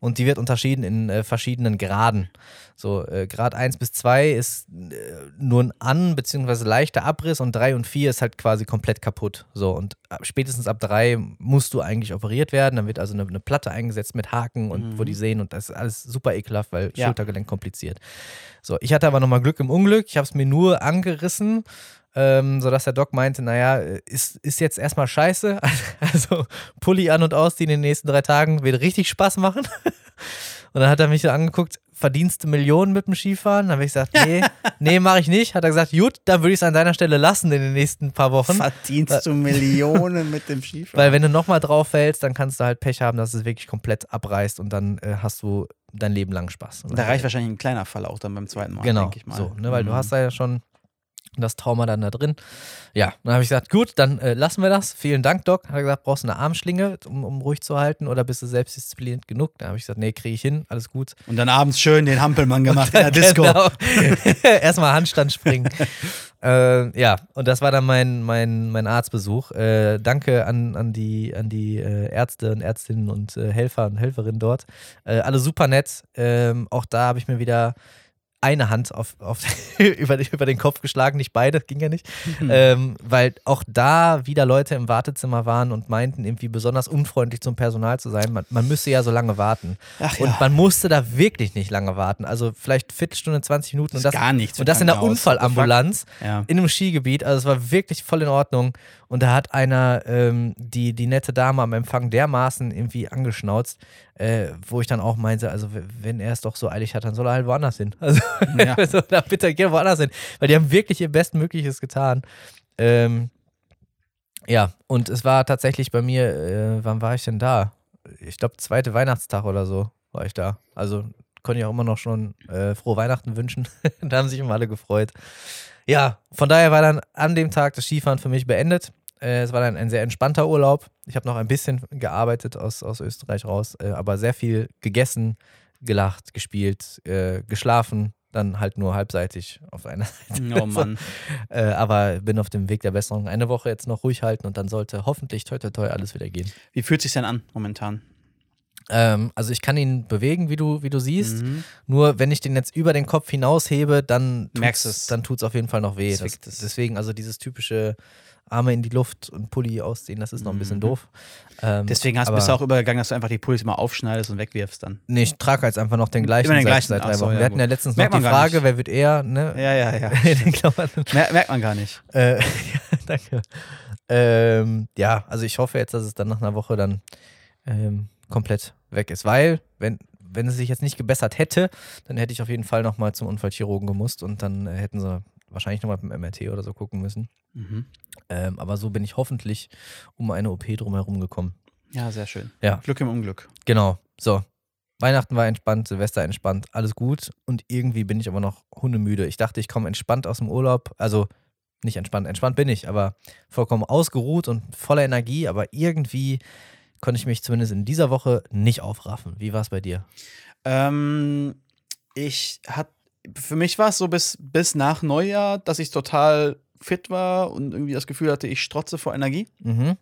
[SPEAKER 1] und die wird unterschieden in äh, verschiedenen Graden. So, äh, Grad 1 bis 2 ist äh, nur ein An- bzw. leichter Abriss und 3 und 4 ist halt quasi komplett kaputt. So, und ab, spätestens ab 3 musst du eigentlich operiert werden. Dann wird also eine, eine Platte eingesetzt mit Haken und wo die sehen und das ist alles super ekelhaft, weil
[SPEAKER 2] Ja.
[SPEAKER 1] Schultergelenk kompliziert. So, ich hatte aber nochmal Glück im Unglück. Ich habe es mir nur angerissen. Ähm, sodass der Doc meinte, naja, äh, ist, ist jetzt erstmal scheiße. Also Pulli an und ausziehen in den nächsten drei Tagen wird richtig Spaß machen. Und dann hat er mich so angeguckt, verdienst du Millionen mit dem Skifahren? Dann habe ich gesagt, nee, nee, mache ich nicht. Hat er gesagt, gut, dann würde ich es an deiner Stelle lassen in den nächsten paar Wochen.
[SPEAKER 2] Verdienst du Millionen mit dem Skifahren?
[SPEAKER 1] Weil wenn du nochmal drauf fällst, dann kannst du halt Pech haben, dass es wirklich komplett abreißt und dann äh, hast du dein Leben lang Spaß. Und
[SPEAKER 2] Da
[SPEAKER 1] dann-
[SPEAKER 2] reicht wahrscheinlich ein kleiner Fall auch dann beim zweiten Mal,
[SPEAKER 1] genau,
[SPEAKER 2] denke ich mal.
[SPEAKER 1] So, ne, weil du
[SPEAKER 2] Mhm.
[SPEAKER 1] hast da ja schon das Trauma dann da drin. Ja, dann habe ich gesagt, gut, dann äh, lassen wir das. Vielen Dank, Doc. Hat er gesagt, brauchst du eine Armschlinge, um, um ruhig zu halten oder bist du selbstdiszipliniert genug? Da habe ich gesagt, nee, kriege ich hin, alles gut.
[SPEAKER 2] Und dann abends schön den Hampelmann gemacht in der Disco.
[SPEAKER 1] Genau. Erstmal Handstand springen. äh, ja, und das war dann mein, mein, mein Arztbesuch. Äh, danke an, an die, an die äh, Ärzte und Ärztinnen und äh, Helfer und Helferinnen dort. Äh, alle super nett. Ähm, auch da habe ich mir wieder eine Hand auf, auf über, den- über den Kopf geschlagen, nicht beide, ging ja nicht.
[SPEAKER 2] Mhm.
[SPEAKER 1] Ähm, weil auch da wieder Leute im Wartezimmer waren und meinten, irgendwie besonders unfreundlich zum Personal zu sein. Man, man müsse ja so lange warten.
[SPEAKER 2] Ach
[SPEAKER 1] Und
[SPEAKER 2] ja.
[SPEAKER 1] man musste da wirklich nicht lange warten. Also vielleicht Viertelstunde, 20 Minuten und
[SPEAKER 2] Ist
[SPEAKER 1] das,
[SPEAKER 2] gar nichts
[SPEAKER 1] und das in der
[SPEAKER 2] Krankenhaus.
[SPEAKER 1] Unfallambulanz
[SPEAKER 2] Ja.
[SPEAKER 1] in einem Skigebiet. Also es war wirklich voll in Ordnung. Und da hat einer ähm, die, die nette Dame am Empfang dermaßen irgendwie angeschnauzt, äh, wo ich dann auch meinte, also w- wenn er es doch so eilig hat, dann soll er halt woanders hin. Also
[SPEAKER 2] Ja.
[SPEAKER 1] so, dann bitte geh woanders hin. Weil die haben wirklich ihr Bestmögliches getan. Ähm, ja, und es war tatsächlich bei mir, äh, wann war ich denn da? Ich glaube, zweite Weihnachtstag oder so war ich da. Also konnte ich auch immer noch schon äh, frohe Weihnachten wünschen. da haben sich immer alle gefreut. Ja, von daher war dann an dem Tag das Skifahren für mich beendet. Äh, es war dann ein sehr entspannter Urlaub. Ich habe noch ein bisschen gearbeitet aus, aus Österreich raus, äh, aber sehr viel gegessen, gelacht, gespielt, äh, geschlafen, dann halt nur halbseitig auf einer Seite.
[SPEAKER 2] Oh Mann.
[SPEAKER 1] Äh, aber bin auf dem Weg der Besserung. Eine Woche jetzt noch ruhig halten und dann sollte hoffentlich toi toi toi alles wieder gehen.
[SPEAKER 2] Wie fühlt sich denn an momentan?
[SPEAKER 1] Ähm, also ich kann ihn bewegen, wie du, wie du siehst.
[SPEAKER 2] Mhm.
[SPEAKER 1] Nur wenn ich den jetzt über den Kopf hinaushebe, dann tut's,
[SPEAKER 2] Merkst es.
[SPEAKER 1] dann tut's auf jeden Fall noch weh.
[SPEAKER 2] Das
[SPEAKER 1] Das,
[SPEAKER 2] fickt es.
[SPEAKER 1] deswegen, also dieses typische Arme in die Luft und Pulli ausziehen, das ist noch ein
[SPEAKER 2] Mhm.
[SPEAKER 1] bisschen doof. Ähm,
[SPEAKER 2] Deswegen hast,
[SPEAKER 1] aber-
[SPEAKER 2] bist du auch übergegangen, dass du einfach die Pullis mal aufschneidest und wegwirfst dann.
[SPEAKER 1] Nee, ich trage jetzt einfach noch den gleichen,
[SPEAKER 2] Immer den
[SPEAKER 1] seit-
[SPEAKER 2] gleichen.
[SPEAKER 1] seit drei
[SPEAKER 2] Ach so,
[SPEAKER 1] Wochen.
[SPEAKER 2] ja,
[SPEAKER 1] Wir hatten
[SPEAKER 2] gut.
[SPEAKER 1] ja letztens
[SPEAKER 2] Merkt
[SPEAKER 1] noch die
[SPEAKER 2] man gar
[SPEAKER 1] Frage, wer wird eher, ne?
[SPEAKER 2] Ja, ja, ja.
[SPEAKER 1] In den Klammern.
[SPEAKER 2] Mer merkt man gar nicht.
[SPEAKER 1] Äh, ja, danke. Ähm, ja, also ich hoffe jetzt, dass es dann nach einer Woche dann ähm, komplett weg ist, weil wenn, wenn es sich jetzt nicht gebessert hätte, dann hätte ich auf jeden Fall nochmal zum Unfallchirurgen gemusst und dann äh, hätten sie wahrscheinlich nochmal mit dem MRT oder so gucken müssen.
[SPEAKER 2] Mhm.
[SPEAKER 1] Ähm, aber so bin ich hoffentlich um eine OP drumherum gekommen.
[SPEAKER 2] Ja, sehr schön.
[SPEAKER 1] Ja.
[SPEAKER 2] Glück im Unglück.
[SPEAKER 1] Genau, so. Weihnachten war entspannt, Silvester entspannt, alles gut. Und irgendwie bin ich aber noch hundemüde. Ich dachte, ich komme entspannt aus dem Urlaub. Also nicht entspannt, entspannt bin ich, aber vollkommen ausgeruht und voller Energie. Aber irgendwie konnte ich mich zumindest in dieser Woche nicht aufraffen. Wie war es bei dir?
[SPEAKER 2] Ähm, ich hat, für mich war es so bis, bis nach Neujahr, dass ich total fit war und irgendwie das Gefühl hatte, ich strotze vor Energie.
[SPEAKER 1] Mhm,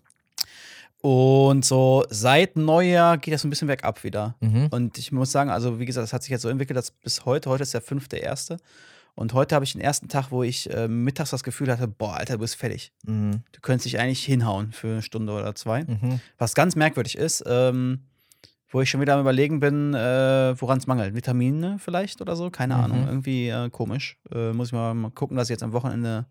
[SPEAKER 2] Und so seit Neujahr geht das ein bisschen bergab wieder.
[SPEAKER 1] mhm,
[SPEAKER 2] Und ich muss sagen, also wie gesagt, das hat sich jetzt so entwickelt, dass bis heute, heute ist der fünfte erste. Und heute habe ich den ersten Tag, wo ich äh, mittags das Gefühl hatte, boah, Alter, du bist fertig.
[SPEAKER 1] mhm,
[SPEAKER 2] Du könntest dich eigentlich hinhauen für eine Stunde oder zwei.
[SPEAKER 1] mhm.
[SPEAKER 2] Was ganz merkwürdig ist, ähm, wo ich schon wieder am Überlegen bin, äh, woran es mangelt. Vitamine vielleicht oder so? Keine
[SPEAKER 1] Mhm.
[SPEAKER 2] Ahnung. Irgendwie äh, komisch. Äh, muss ich mal, mal gucken, dass ich jetzt am Wochenende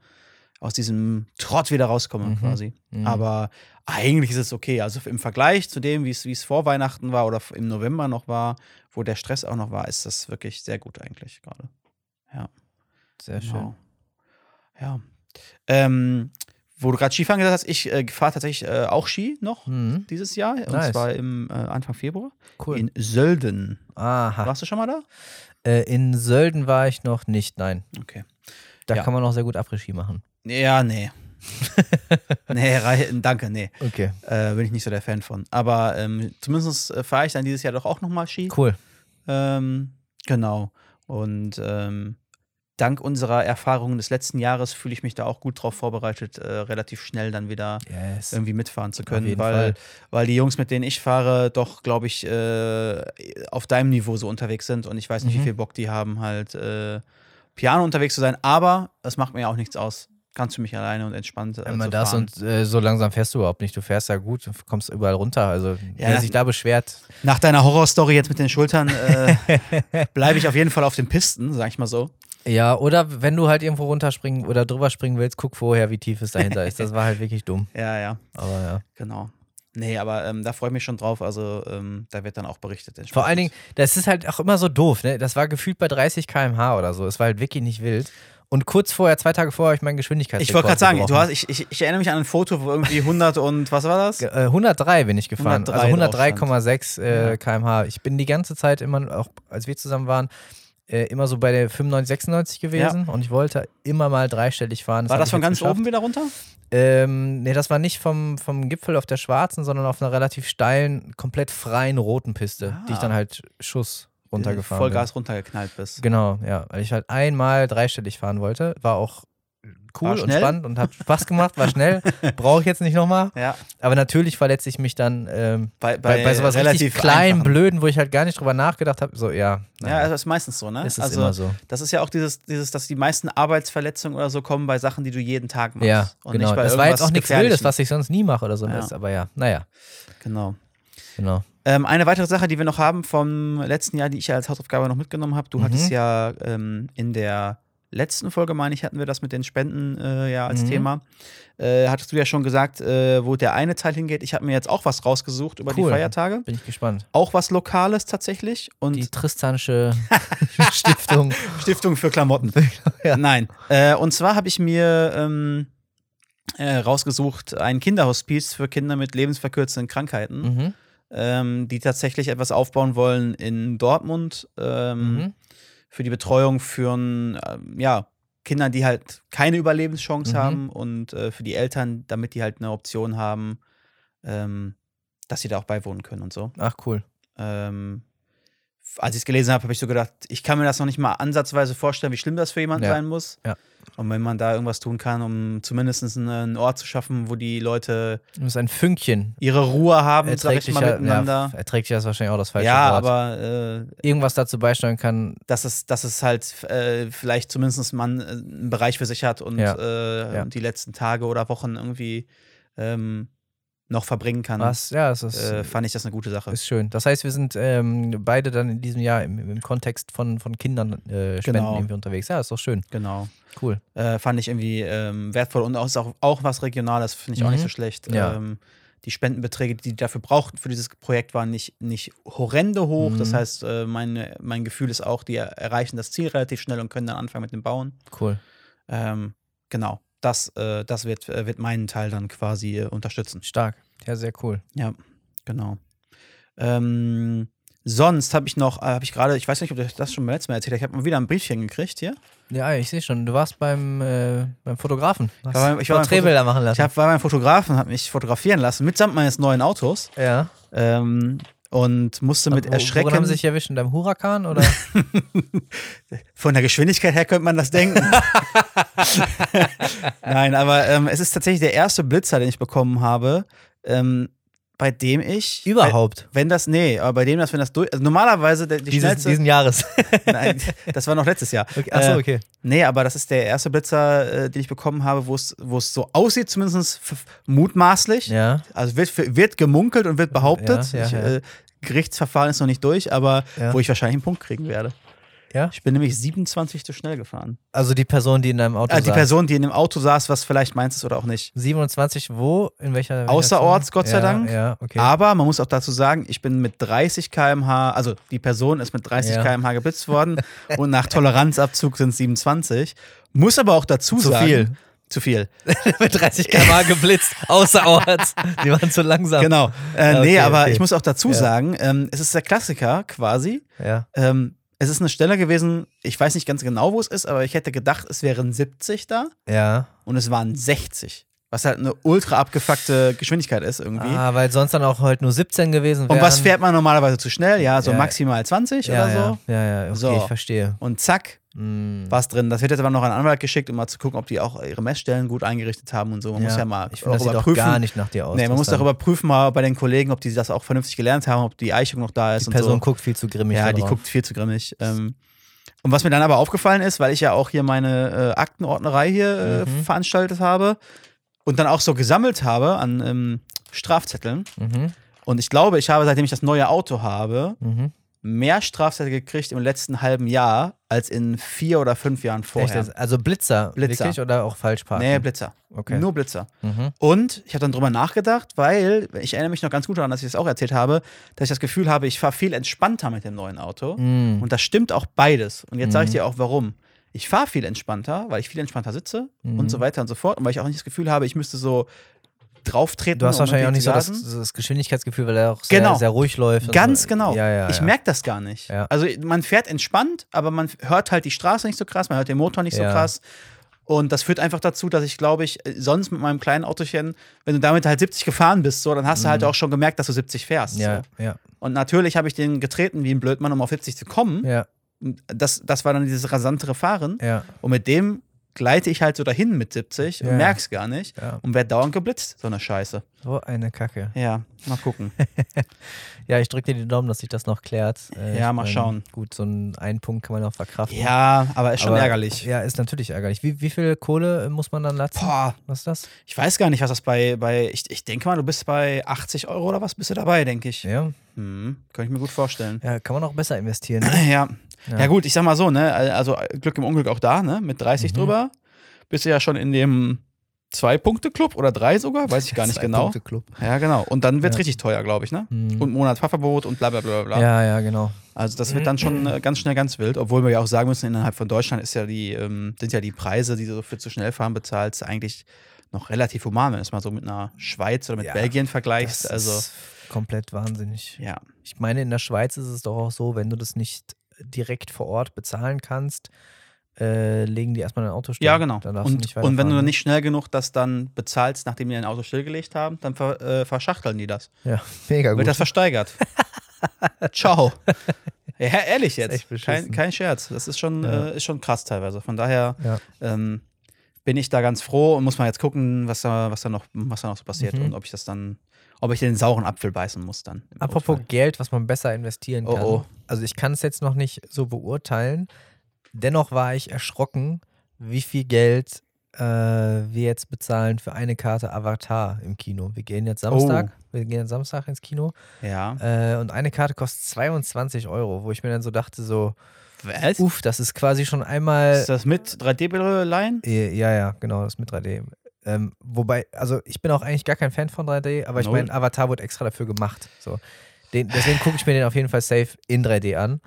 [SPEAKER 2] aus diesem Trott wieder rauskomme
[SPEAKER 1] Mhm.
[SPEAKER 2] quasi.
[SPEAKER 1] mhm.
[SPEAKER 2] Aber eigentlich ist es okay. Also im Vergleich zu dem, wie es wie es vor Weihnachten war oder im November noch war, wo der Stress auch noch war, ist das wirklich sehr gut eigentlich gerade.
[SPEAKER 1] Sehr schön.
[SPEAKER 2] Genau. Ja. Ähm, wo du gerade Skifahren gesagt hast, ich äh, fahre tatsächlich äh, auch Ski noch
[SPEAKER 1] Mhm,
[SPEAKER 2] dieses Jahr. Und
[SPEAKER 1] Nice.
[SPEAKER 2] zwar im äh, Anfang Februar.
[SPEAKER 1] cool. Ah.
[SPEAKER 2] In Sölden.
[SPEAKER 1] Aha.
[SPEAKER 2] Warst du schon mal da?
[SPEAKER 1] Äh, in Sölden war ich noch nicht, nein.
[SPEAKER 2] Okay.
[SPEAKER 1] Da
[SPEAKER 2] Ja.
[SPEAKER 1] kann man noch sehr gut Après-Ski machen.
[SPEAKER 2] Ja, nee. nee, rei- danke, nee.
[SPEAKER 1] Okay.
[SPEAKER 2] Äh, bin ich nicht so der Fan von. Aber ähm, zumindest äh, fahre ich dann dieses Jahr doch auch nochmal Ski.
[SPEAKER 1] Cool.
[SPEAKER 2] Ähm, genau. Und ähm, dank unserer Erfahrungen des letzten Jahres fühle ich mich da auch gut drauf vorbereitet, äh, relativ schnell dann wieder
[SPEAKER 1] Yes.
[SPEAKER 2] irgendwie mitfahren zu können,
[SPEAKER 1] jeden
[SPEAKER 2] weil,
[SPEAKER 1] Fall.
[SPEAKER 2] weil die Jungs, mit denen ich fahre, doch, glaube ich, äh, auf deinem Niveau so unterwegs sind und ich weiß nicht,
[SPEAKER 1] Mhm.
[SPEAKER 2] wie viel Bock die haben, halt äh, Piano unterwegs zu sein, aber das macht mir ja auch nichts aus. Kannst du mich alleine und entspannt äh,
[SPEAKER 1] Immer
[SPEAKER 2] zu
[SPEAKER 1] das
[SPEAKER 2] fahren.
[SPEAKER 1] und äh, so langsam fährst du überhaupt nicht. Du fährst ja gut, du kommst überall runter. Also wer
[SPEAKER 2] das-
[SPEAKER 1] sich da beschwert,
[SPEAKER 2] Nach deiner Horrorstory jetzt mit den Schultern äh, bleibe ich auf jeden Fall auf den Pisten, sag ich mal so.
[SPEAKER 1] ja, oder wenn du halt irgendwo runterspringen oder drüber springen willst, guck vorher, wie tief es dahinter ist. Das war halt wirklich dumm.
[SPEAKER 2] Ja, ja.
[SPEAKER 1] Aber ja.
[SPEAKER 2] Genau. Nee, aber ähm, da freue ich mich schon drauf. Also ähm, da wird dann auch berichtet. entsprechend.
[SPEAKER 1] Vor allen Dingen, das ist halt auch immer so doof, ne? Das war gefühlt bei 30 km/h oder so. Es war halt wirklich nicht wild. Und kurz vorher, zwei Tage vorher, habe ich meinen Geschwindigkeitsrekord
[SPEAKER 2] Ich wollte gerade sagen, du
[SPEAKER 1] gebrochen.
[SPEAKER 2] hast, ich, ich, ich erinnere mich an ein Foto, wo irgendwie 100 und was war das?
[SPEAKER 1] Ge- äh, 103 bin ich gefahren.
[SPEAKER 2] 103
[SPEAKER 1] also
[SPEAKER 2] drauf
[SPEAKER 1] 103,6 äh, km/h. Ich bin die ganze Zeit immer, auch als wir zusammen waren, äh, immer so bei der 95, 96 gewesen und ich wollte immer mal dreistellig fahren.
[SPEAKER 2] War
[SPEAKER 1] hab
[SPEAKER 2] das
[SPEAKER 1] ich
[SPEAKER 2] von
[SPEAKER 1] jetzt
[SPEAKER 2] ganz
[SPEAKER 1] geschafft.
[SPEAKER 2] oben wieder runter?
[SPEAKER 1] Ähm, nee, das war nicht vom, vom Gipfel auf der schwarzen, sondern auf einer relativ steilen, komplett freien roten Piste, die ich
[SPEAKER 2] Ah.
[SPEAKER 1] dann halt Schuss runtergefahren
[SPEAKER 2] Vollgas runtergeknallt bist.
[SPEAKER 1] bin. Genau, ja. Weil ich halt einmal dreistellig fahren wollte. War auch cool
[SPEAKER 2] War
[SPEAKER 1] und
[SPEAKER 2] schnell.
[SPEAKER 1] spannend und hat Spaß gemacht, war schnell. Brauche ich jetzt nicht nochmal.
[SPEAKER 2] Ja,
[SPEAKER 1] Aber natürlich verletze ich mich dann ähm,
[SPEAKER 2] bei,
[SPEAKER 1] bei, bei sowas relativ kleinen,
[SPEAKER 2] einfachen.
[SPEAKER 1] blöden, wo ich halt gar nicht drüber nachgedacht habe. So, ja.
[SPEAKER 2] Ja, also das ist meistens so, ne?
[SPEAKER 1] es ist
[SPEAKER 2] also,
[SPEAKER 1] immer so.
[SPEAKER 2] Das ist ja auch dieses, dieses, dass die meisten Arbeitsverletzungen oder so kommen bei Sachen, die du jeden Tag machst.
[SPEAKER 1] Ja,
[SPEAKER 2] und
[SPEAKER 1] genau.
[SPEAKER 2] nicht bei
[SPEAKER 1] Das war jetzt
[SPEAKER 2] irgendwas
[SPEAKER 1] auch nichts
[SPEAKER 2] Gefährlichem.
[SPEAKER 1] Wildes, was ich sonst nie mache oder so.
[SPEAKER 2] Ja.
[SPEAKER 1] Mist, Aber ja, naja,
[SPEAKER 2] Genau.
[SPEAKER 1] genau.
[SPEAKER 2] Ähm, eine weitere Sache, die wir noch haben vom letzten Jahr, die ich ja als Hausaufgabe noch mitgenommen habe, du
[SPEAKER 1] Mhm.
[SPEAKER 2] hattest ja ähm, in der letzten Folge, meine ich, hatten wir das mit den Spenden äh, ja als
[SPEAKER 1] Mhm.
[SPEAKER 2] Thema. Äh, hattest du ja schon gesagt, äh, wo der eine Teil hingeht. Ich habe mir jetzt auch was rausgesucht über die
[SPEAKER 1] Cool.
[SPEAKER 2] Feiertage.
[SPEAKER 1] Bin ich gespannt.
[SPEAKER 2] Auch was Lokales tatsächlich und
[SPEAKER 1] Die Tristanische Stiftung.
[SPEAKER 2] Stiftung für Klamotten.
[SPEAKER 1] Ja.
[SPEAKER 2] Nein. Äh, und zwar habe ich mir ähm, äh, rausgesucht ein Kinderhospiz für Kinder mit lebensverkürzenden Krankheiten.
[SPEAKER 1] Mhm.
[SPEAKER 2] ähm, die tatsächlich etwas aufbauen wollen in Dortmund ähm,
[SPEAKER 1] Mhm.
[SPEAKER 2] für die Betreuung für ein, ähm, ja, Kindern, die halt keine Überlebenschance haben und äh, für die Eltern, damit die halt eine Option haben, ähm, dass sie da auch beiwohnen können und so.
[SPEAKER 1] Ach, cool.
[SPEAKER 2] Ähm, als ich es gelesen habe, habe ich so gedacht, ich kann mir das noch nicht mal ansatzweise vorstellen, wie schlimm das für jemanden
[SPEAKER 1] Ja.
[SPEAKER 2] sein muss.
[SPEAKER 1] Ja.
[SPEAKER 2] Und wenn man da irgendwas tun kann, um zumindest einen Ort zu schaffen, wo die Leute
[SPEAKER 1] Das ist ein Fünkchen.
[SPEAKER 2] ihre Ruhe haben, sag ich mal,
[SPEAKER 1] Erträglicher, ja,
[SPEAKER 2] miteinander.
[SPEAKER 1] erträglicher ist wahrscheinlich auch das
[SPEAKER 2] Ja,
[SPEAKER 1] falsche Wort.
[SPEAKER 2] aber äh,
[SPEAKER 1] Irgendwas dazu beisteuern kann,
[SPEAKER 2] dass, es, dass es halt äh, vielleicht zumindest man äh, einen Bereich für sich hat und
[SPEAKER 1] Ja.
[SPEAKER 2] Äh,
[SPEAKER 1] Ja.
[SPEAKER 2] die letzten Tage oder Wochen irgendwie ähm, noch verbringen kann.
[SPEAKER 1] was, ja, es ist,
[SPEAKER 2] Äh, fand ich das eine gute Sache.
[SPEAKER 1] ist schön. Das heißt, wir sind ähm, beide dann in diesem Jahr im, im Kontext von, von Kindern äh, spenden
[SPEAKER 2] Genau.
[SPEAKER 1] irgendwie unterwegs. Ja, ist doch schön.
[SPEAKER 2] Genau.
[SPEAKER 1] Cool.
[SPEAKER 2] äh, fand ich irgendwie ähm, wertvoll und auch, ist auch, auch was Regionales, finde ich auch
[SPEAKER 1] Mhm.
[SPEAKER 2] nicht so schlecht.
[SPEAKER 1] Ja.
[SPEAKER 2] Ähm, die Spendenbeträge, die die dafür brauchten für dieses Projekt, waren nicht, nicht horrende hoch. Das
[SPEAKER 1] Mhm.
[SPEAKER 2] heißt, äh, meine, mein Gefühl ist auch, die er- erreichen das Ziel relativ schnell und können dann anfangen mit dem Bauen.
[SPEAKER 1] Cool.
[SPEAKER 2] Ähm, genau, das, äh, das wird, äh, wird meinen Teil dann quasi äh, unterstützen.
[SPEAKER 1] Stark. Ja, sehr cool.
[SPEAKER 2] Ja, genau. Ähm, sonst habe ich noch, äh, habe ich gerade, ich weiß nicht, ob ich das schon beim letzten Mal erzählt habe, ich habe mal wieder ein Briefchen gekriegt hier.
[SPEAKER 1] Ja, ich sehe schon, du warst beim, äh, beim Fotografen. Du hast
[SPEAKER 2] war beim- ich war beim
[SPEAKER 1] Porträtbilder machen
[SPEAKER 2] Ich
[SPEAKER 1] lassen.
[SPEAKER 2] habe bei meinem Fotografen, habe mich fotografieren lassen, mitsamt meines neuen Autos.
[SPEAKER 1] ja.
[SPEAKER 2] Ähm, und musste mit
[SPEAKER 1] Wo-
[SPEAKER 2] Erschrecken.
[SPEAKER 1] Woran haben sie sich erwischt? In deinem Huracan? Oder?
[SPEAKER 2] Von der Geschwindigkeit her könnte man das denken. Nein, aber ähm, es ist tatsächlich der erste Blitzer, den ich bekommen habe, ähm, bei dem ich.
[SPEAKER 1] Überhaupt.
[SPEAKER 2] Wenn das, nee, aber bei dem das, wenn das durch. Also normalerweise der, die
[SPEAKER 1] Dieses,
[SPEAKER 2] schnellste.
[SPEAKER 1] diesen Jahres.
[SPEAKER 2] nein, das war noch letztes Jahr.
[SPEAKER 1] Okay, achso,
[SPEAKER 2] Äh,
[SPEAKER 1] okay.
[SPEAKER 2] Nee, aber das ist der erste Blitzer, äh, den ich bekommen habe, wo es wo es so aussieht, zumindest f- mutmaßlich.
[SPEAKER 1] Ja.
[SPEAKER 2] Also wird, wird gemunkelt und wird behauptet.
[SPEAKER 1] Ja, ja,
[SPEAKER 2] ich,
[SPEAKER 1] ja.
[SPEAKER 2] Äh, Gerichtsverfahren ist noch nicht durch, aber
[SPEAKER 1] Ja.
[SPEAKER 2] wo ich wahrscheinlich einen Punkt kriegen werde.
[SPEAKER 1] Ja?
[SPEAKER 2] Ich bin nämlich 27 zu schnell gefahren.
[SPEAKER 1] Also die Person, die in deinem Auto
[SPEAKER 2] Äh, die
[SPEAKER 1] saß.
[SPEAKER 2] Person, die in dem Auto saß, was vielleicht meins ist oder auch nicht.
[SPEAKER 1] 27 wo? In welcher? welcher
[SPEAKER 2] Außerorts,
[SPEAKER 1] Zone?
[SPEAKER 2] Gott sei
[SPEAKER 1] ja,
[SPEAKER 2] Dank. Ah.
[SPEAKER 1] Ja, okay.
[SPEAKER 2] Aber man muss auch dazu sagen, ich bin mit 30 km/h, also die Person ist mit 30
[SPEAKER 1] Ja.
[SPEAKER 2] km/h geblitzt worden und nach Toleranzabzug sind es 27. Muss aber auch dazu
[SPEAKER 1] Zu
[SPEAKER 2] sagen.
[SPEAKER 1] viel.
[SPEAKER 2] Zu viel.
[SPEAKER 1] Mit 30 km/h geblitzt. Außerorts. Die waren zu langsam.
[SPEAKER 2] Genau. Äh,
[SPEAKER 1] Ja, Ah. okay,
[SPEAKER 2] nee, aber
[SPEAKER 1] okay.
[SPEAKER 2] ich muss auch dazu
[SPEAKER 1] Ja.
[SPEAKER 2] sagen, ähm, es ist der Klassiker quasi.
[SPEAKER 1] Ja.
[SPEAKER 2] Ähm, es ist eine Stelle gewesen, ich weiß nicht ganz genau, wo es ist, aber ich hätte gedacht, es wären 70 da
[SPEAKER 1] Ja.
[SPEAKER 2] und es waren 60. Was halt eine ultra abgefuckte Geschwindigkeit ist irgendwie.
[SPEAKER 1] Ah, weil sonst dann auch heute nur 17 gewesen wären.
[SPEAKER 2] und was fährt man normalerweise zu schnell? Ja, so
[SPEAKER 1] Ja.
[SPEAKER 2] maximal 20
[SPEAKER 1] ja,
[SPEAKER 2] oder so.
[SPEAKER 1] Ja, ja, ja okay,
[SPEAKER 2] So.
[SPEAKER 1] ich verstehe.
[SPEAKER 2] Und zack,
[SPEAKER 1] Hm.
[SPEAKER 2] war es drin. Das wird jetzt aber noch an einen Anwalt geschickt, um mal zu gucken, ob die auch ihre Messstellen gut eingerichtet haben und so. Man muss ja mal
[SPEAKER 1] ich finde, das sieht auch gar nicht nach dir aus.
[SPEAKER 2] Nee, man
[SPEAKER 1] das
[SPEAKER 2] muss
[SPEAKER 1] dann-
[SPEAKER 2] darüber prüfen, mal bei den Kollegen, ob die das auch vernünftig gelernt haben, ob die Eichung noch da ist
[SPEAKER 1] Die
[SPEAKER 2] und so.
[SPEAKER 1] Person guckt viel zu grimmig.
[SPEAKER 2] Ja,
[SPEAKER 1] da
[SPEAKER 2] die
[SPEAKER 1] drauf.
[SPEAKER 2] guckt viel zu grimmig. Ähm, und was mir dann aber aufgefallen ist, weil ich ja auch hier meine äh, Aktenordnerei hier äh,
[SPEAKER 1] Mhm.
[SPEAKER 2] veranstaltet habe und dann auch so gesammelt habe an ähm, Strafzetteln.
[SPEAKER 1] Mhm,
[SPEAKER 2] Und ich glaube, ich habe, seitdem ich das neue Auto habe,
[SPEAKER 1] mhm.
[SPEAKER 2] mehr Strafzettel gekriegt im letzten halben Jahr als in vier oder fünf Jahren
[SPEAKER 1] Echt,
[SPEAKER 2] vorher.
[SPEAKER 1] das- also Blitzer,
[SPEAKER 2] Blitzer.
[SPEAKER 1] wirklich oder auch Falschparken?
[SPEAKER 2] nee, Blitzer.
[SPEAKER 1] Okay.
[SPEAKER 2] Nur Blitzer.
[SPEAKER 1] Mhm.
[SPEAKER 2] Und ich habe dann drüber nachgedacht, weil ich erinnere mich noch ganz gut daran, dass ich das auch erzählt habe, dass ich das Gefühl habe, ich fahre viel entspannter mit dem neuen Auto.
[SPEAKER 1] Mhm.
[SPEAKER 2] Und das stimmt auch beides. Und jetzt sage ich dir auch, warum. Ich fahre viel entspannter, weil ich viel entspannter sitze und
[SPEAKER 1] Mhm.
[SPEAKER 2] so weiter und so fort. Und weil ich auch nicht das Gefühl habe, ich müsste so drauftreten.
[SPEAKER 1] Du hast
[SPEAKER 2] um
[SPEAKER 1] wahrscheinlich auch nicht so
[SPEAKER 2] irgendwie
[SPEAKER 1] das,
[SPEAKER 2] zu gasen.
[SPEAKER 1] das Geschwindigkeitsgefühl, weil er auch sehr,
[SPEAKER 2] Genau.
[SPEAKER 1] sehr ruhig läuft. und
[SPEAKER 2] Ganz
[SPEAKER 1] so.
[SPEAKER 2] genau.
[SPEAKER 1] Ja, ja,
[SPEAKER 2] ich
[SPEAKER 1] ja.
[SPEAKER 2] merke das gar nicht.
[SPEAKER 1] Ja.
[SPEAKER 2] Also man fährt entspannt, aber man hört halt die Straße nicht so krass, man hört den Motor nicht
[SPEAKER 1] Ja.
[SPEAKER 2] so krass. Und das führt einfach dazu, dass ich, glaube ich, äh, sonst mit meinem kleinen Autochen, wenn du damit halt 70 gefahren bist, so, dann hast du halt auch schon gemerkt, dass du 70 fährst.
[SPEAKER 1] Mhm. Ja,
[SPEAKER 2] So.
[SPEAKER 1] ja,
[SPEAKER 2] Und natürlich habe ich den getreten wie ein Blödmann, um auf 70 zu kommen.
[SPEAKER 1] ja,
[SPEAKER 2] Das, das war dann dieses rasantere Fahren.
[SPEAKER 1] ja.
[SPEAKER 2] Und mit dem gleite ich halt so dahin mit 70
[SPEAKER 1] Ja.
[SPEAKER 2] und merk's gar nicht
[SPEAKER 1] Ja.
[SPEAKER 2] und werd dauernd geblitzt. So eine Scheiße.
[SPEAKER 1] So eine Kacke.
[SPEAKER 2] Ja, mal gucken.
[SPEAKER 1] Ja, ich drücke dir die Daumen, dass sich das noch klärt. Äh,
[SPEAKER 2] Ja,
[SPEAKER 1] ich
[SPEAKER 2] mal
[SPEAKER 1] mein,
[SPEAKER 2] schauen.
[SPEAKER 1] Gut, so einen, einen Punkt kann man auch verkraften.
[SPEAKER 2] ja, aber ist schon
[SPEAKER 1] Aber-
[SPEAKER 2] ärgerlich.
[SPEAKER 1] Ja, ist natürlich ärgerlich. Wie, wie viel Kohle äh, muss man dann latzen?
[SPEAKER 2] Boah,
[SPEAKER 1] Was ist das?
[SPEAKER 2] ich weiß gar nicht, was das bei, bei ich, ich denke mal, du bist bei 80 Euro oder was bist du dabei, denke ich.
[SPEAKER 1] Ja.
[SPEAKER 2] Hm, könnte ich mir gut vorstellen.
[SPEAKER 1] ja, kann man auch besser investieren. Ne?
[SPEAKER 2] Ja.
[SPEAKER 1] Ja.
[SPEAKER 2] ja. gut, ich sag mal so, ne, also Glück im Unglück auch da, ne, mit 30
[SPEAKER 1] Mhm.
[SPEAKER 2] drüber bist du ja schon in dem Zwei-Punkte-Club oder drei sogar, weiß ich gar nicht genau.
[SPEAKER 1] Club.
[SPEAKER 2] Ja, genau. Und dann wird's richtig teuer, glaube ich, ne?
[SPEAKER 1] Mhm.
[SPEAKER 2] Und Monat Fahrverbot und bla bla bla bla.
[SPEAKER 1] Ja, ja, genau.
[SPEAKER 2] Also das wird dann schon äh, ganz schnell ganz wild, obwohl wir ja auch sagen müssen, innerhalb von Deutschland ist ja die, ähm, sind ja die Preise, die du für zu schnell fahren bezahlst, eigentlich noch relativ human, wenn du es mal so mit einer Schweiz oder mit
[SPEAKER 1] Ja,
[SPEAKER 2] Belgien
[SPEAKER 1] Das
[SPEAKER 2] vergleichst. Also
[SPEAKER 1] ist komplett wahnsinnig.
[SPEAKER 2] ja,
[SPEAKER 1] Ich meine, in der Schweiz ist es doch auch so, wenn du das nicht direkt vor Ort bezahlen kannst, äh, legen die erstmal dein Auto still.
[SPEAKER 2] Ja, genau.
[SPEAKER 1] Dann darfst du
[SPEAKER 2] und,
[SPEAKER 1] nicht
[SPEAKER 2] und wenn du
[SPEAKER 1] weiterfahren,
[SPEAKER 2] dann
[SPEAKER 1] ne?
[SPEAKER 2] nicht schnell genug das dann bezahlst, nachdem die dein Auto stillgelegt haben, dann ver, äh, verschachteln die das.
[SPEAKER 1] Ja, mega gut.
[SPEAKER 2] Wird das versteigert. Ciao. Ja, ehrlich
[SPEAKER 1] ist echt
[SPEAKER 2] jetzt.
[SPEAKER 1] beschissen.
[SPEAKER 2] Kein, kein Scherz. Das ist schon,
[SPEAKER 1] Ja.
[SPEAKER 2] äh, ist schon krass teilweise. Von daher
[SPEAKER 1] Ja.
[SPEAKER 2] ähm, bin ich da ganz froh und muss mal jetzt gucken, was da, was da, noch, was da noch so passiert
[SPEAKER 1] Mhm.
[SPEAKER 2] und ob ich das dann, ob ich den sauren Apfel beißen muss dann. im
[SPEAKER 1] Apropos
[SPEAKER 2] Notfall.
[SPEAKER 1] Geld, was man besser investieren
[SPEAKER 2] Oh,
[SPEAKER 1] kann.
[SPEAKER 2] oh.
[SPEAKER 1] Also ich kann es jetzt noch nicht so beurteilen. Dennoch war ich erschrocken, wie viel Geld äh, wir jetzt bezahlen für eine Karte Avatar im Kino. Wir gehen jetzt Samstag.
[SPEAKER 2] Oh.
[SPEAKER 1] Wir gehen jetzt Samstag ins Kino.
[SPEAKER 2] Ja.
[SPEAKER 1] Äh, und eine Karte kostet 22 Euro, wo ich mir dann so dachte, so,
[SPEAKER 2] Was?
[SPEAKER 1] uff, das ist quasi schon einmal.
[SPEAKER 2] Ist das mit 3D-Brille leihen?
[SPEAKER 1] Äh, Ja, ja, genau, das mit 3D. Ähm, wobei, also ich bin auch eigentlich gar kein Fan von 3D, aber ich
[SPEAKER 2] Null.
[SPEAKER 1] meine, Avatar wurde extra dafür gemacht. So. Den, deswegen gucke ich mir den auf jeden Fall safe in 3D an.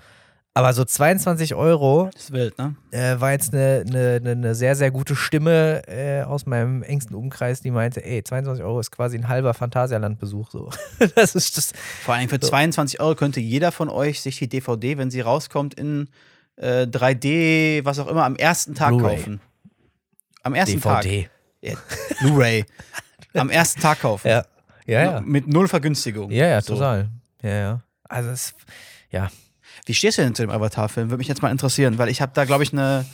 [SPEAKER 1] Aber so 22 Euro
[SPEAKER 2] Ist wild, ne?
[SPEAKER 1] äh, war jetzt eine ne, ne, ne sehr, sehr gute Stimme äh, aus meinem engsten Umkreis, die meinte, ey, 22 Euro ist quasi ein halber Phantasialand-Besuch. So. das ist das.
[SPEAKER 2] Vor allem für 22 Euro könnte jeder von euch sich die DVD, wenn sie rauskommt, in äh, 3D, was auch immer, am ersten Tag
[SPEAKER 1] Blu-ray.
[SPEAKER 2] kaufen. Am ersten Tag.
[SPEAKER 1] DVD.
[SPEAKER 2] Ja, Blu-ray. am ersten Tag kaufen.
[SPEAKER 1] Ja. Ja, ja.
[SPEAKER 2] Mit null Vergünstigung.
[SPEAKER 1] Ja, ja,
[SPEAKER 2] So.
[SPEAKER 1] total. Ja, ja. Also es, ja.
[SPEAKER 2] Wie stehst du denn zu dem Avatar-Film? Würde mich jetzt mal interessieren, weil ich habe da, glaube ich, eine,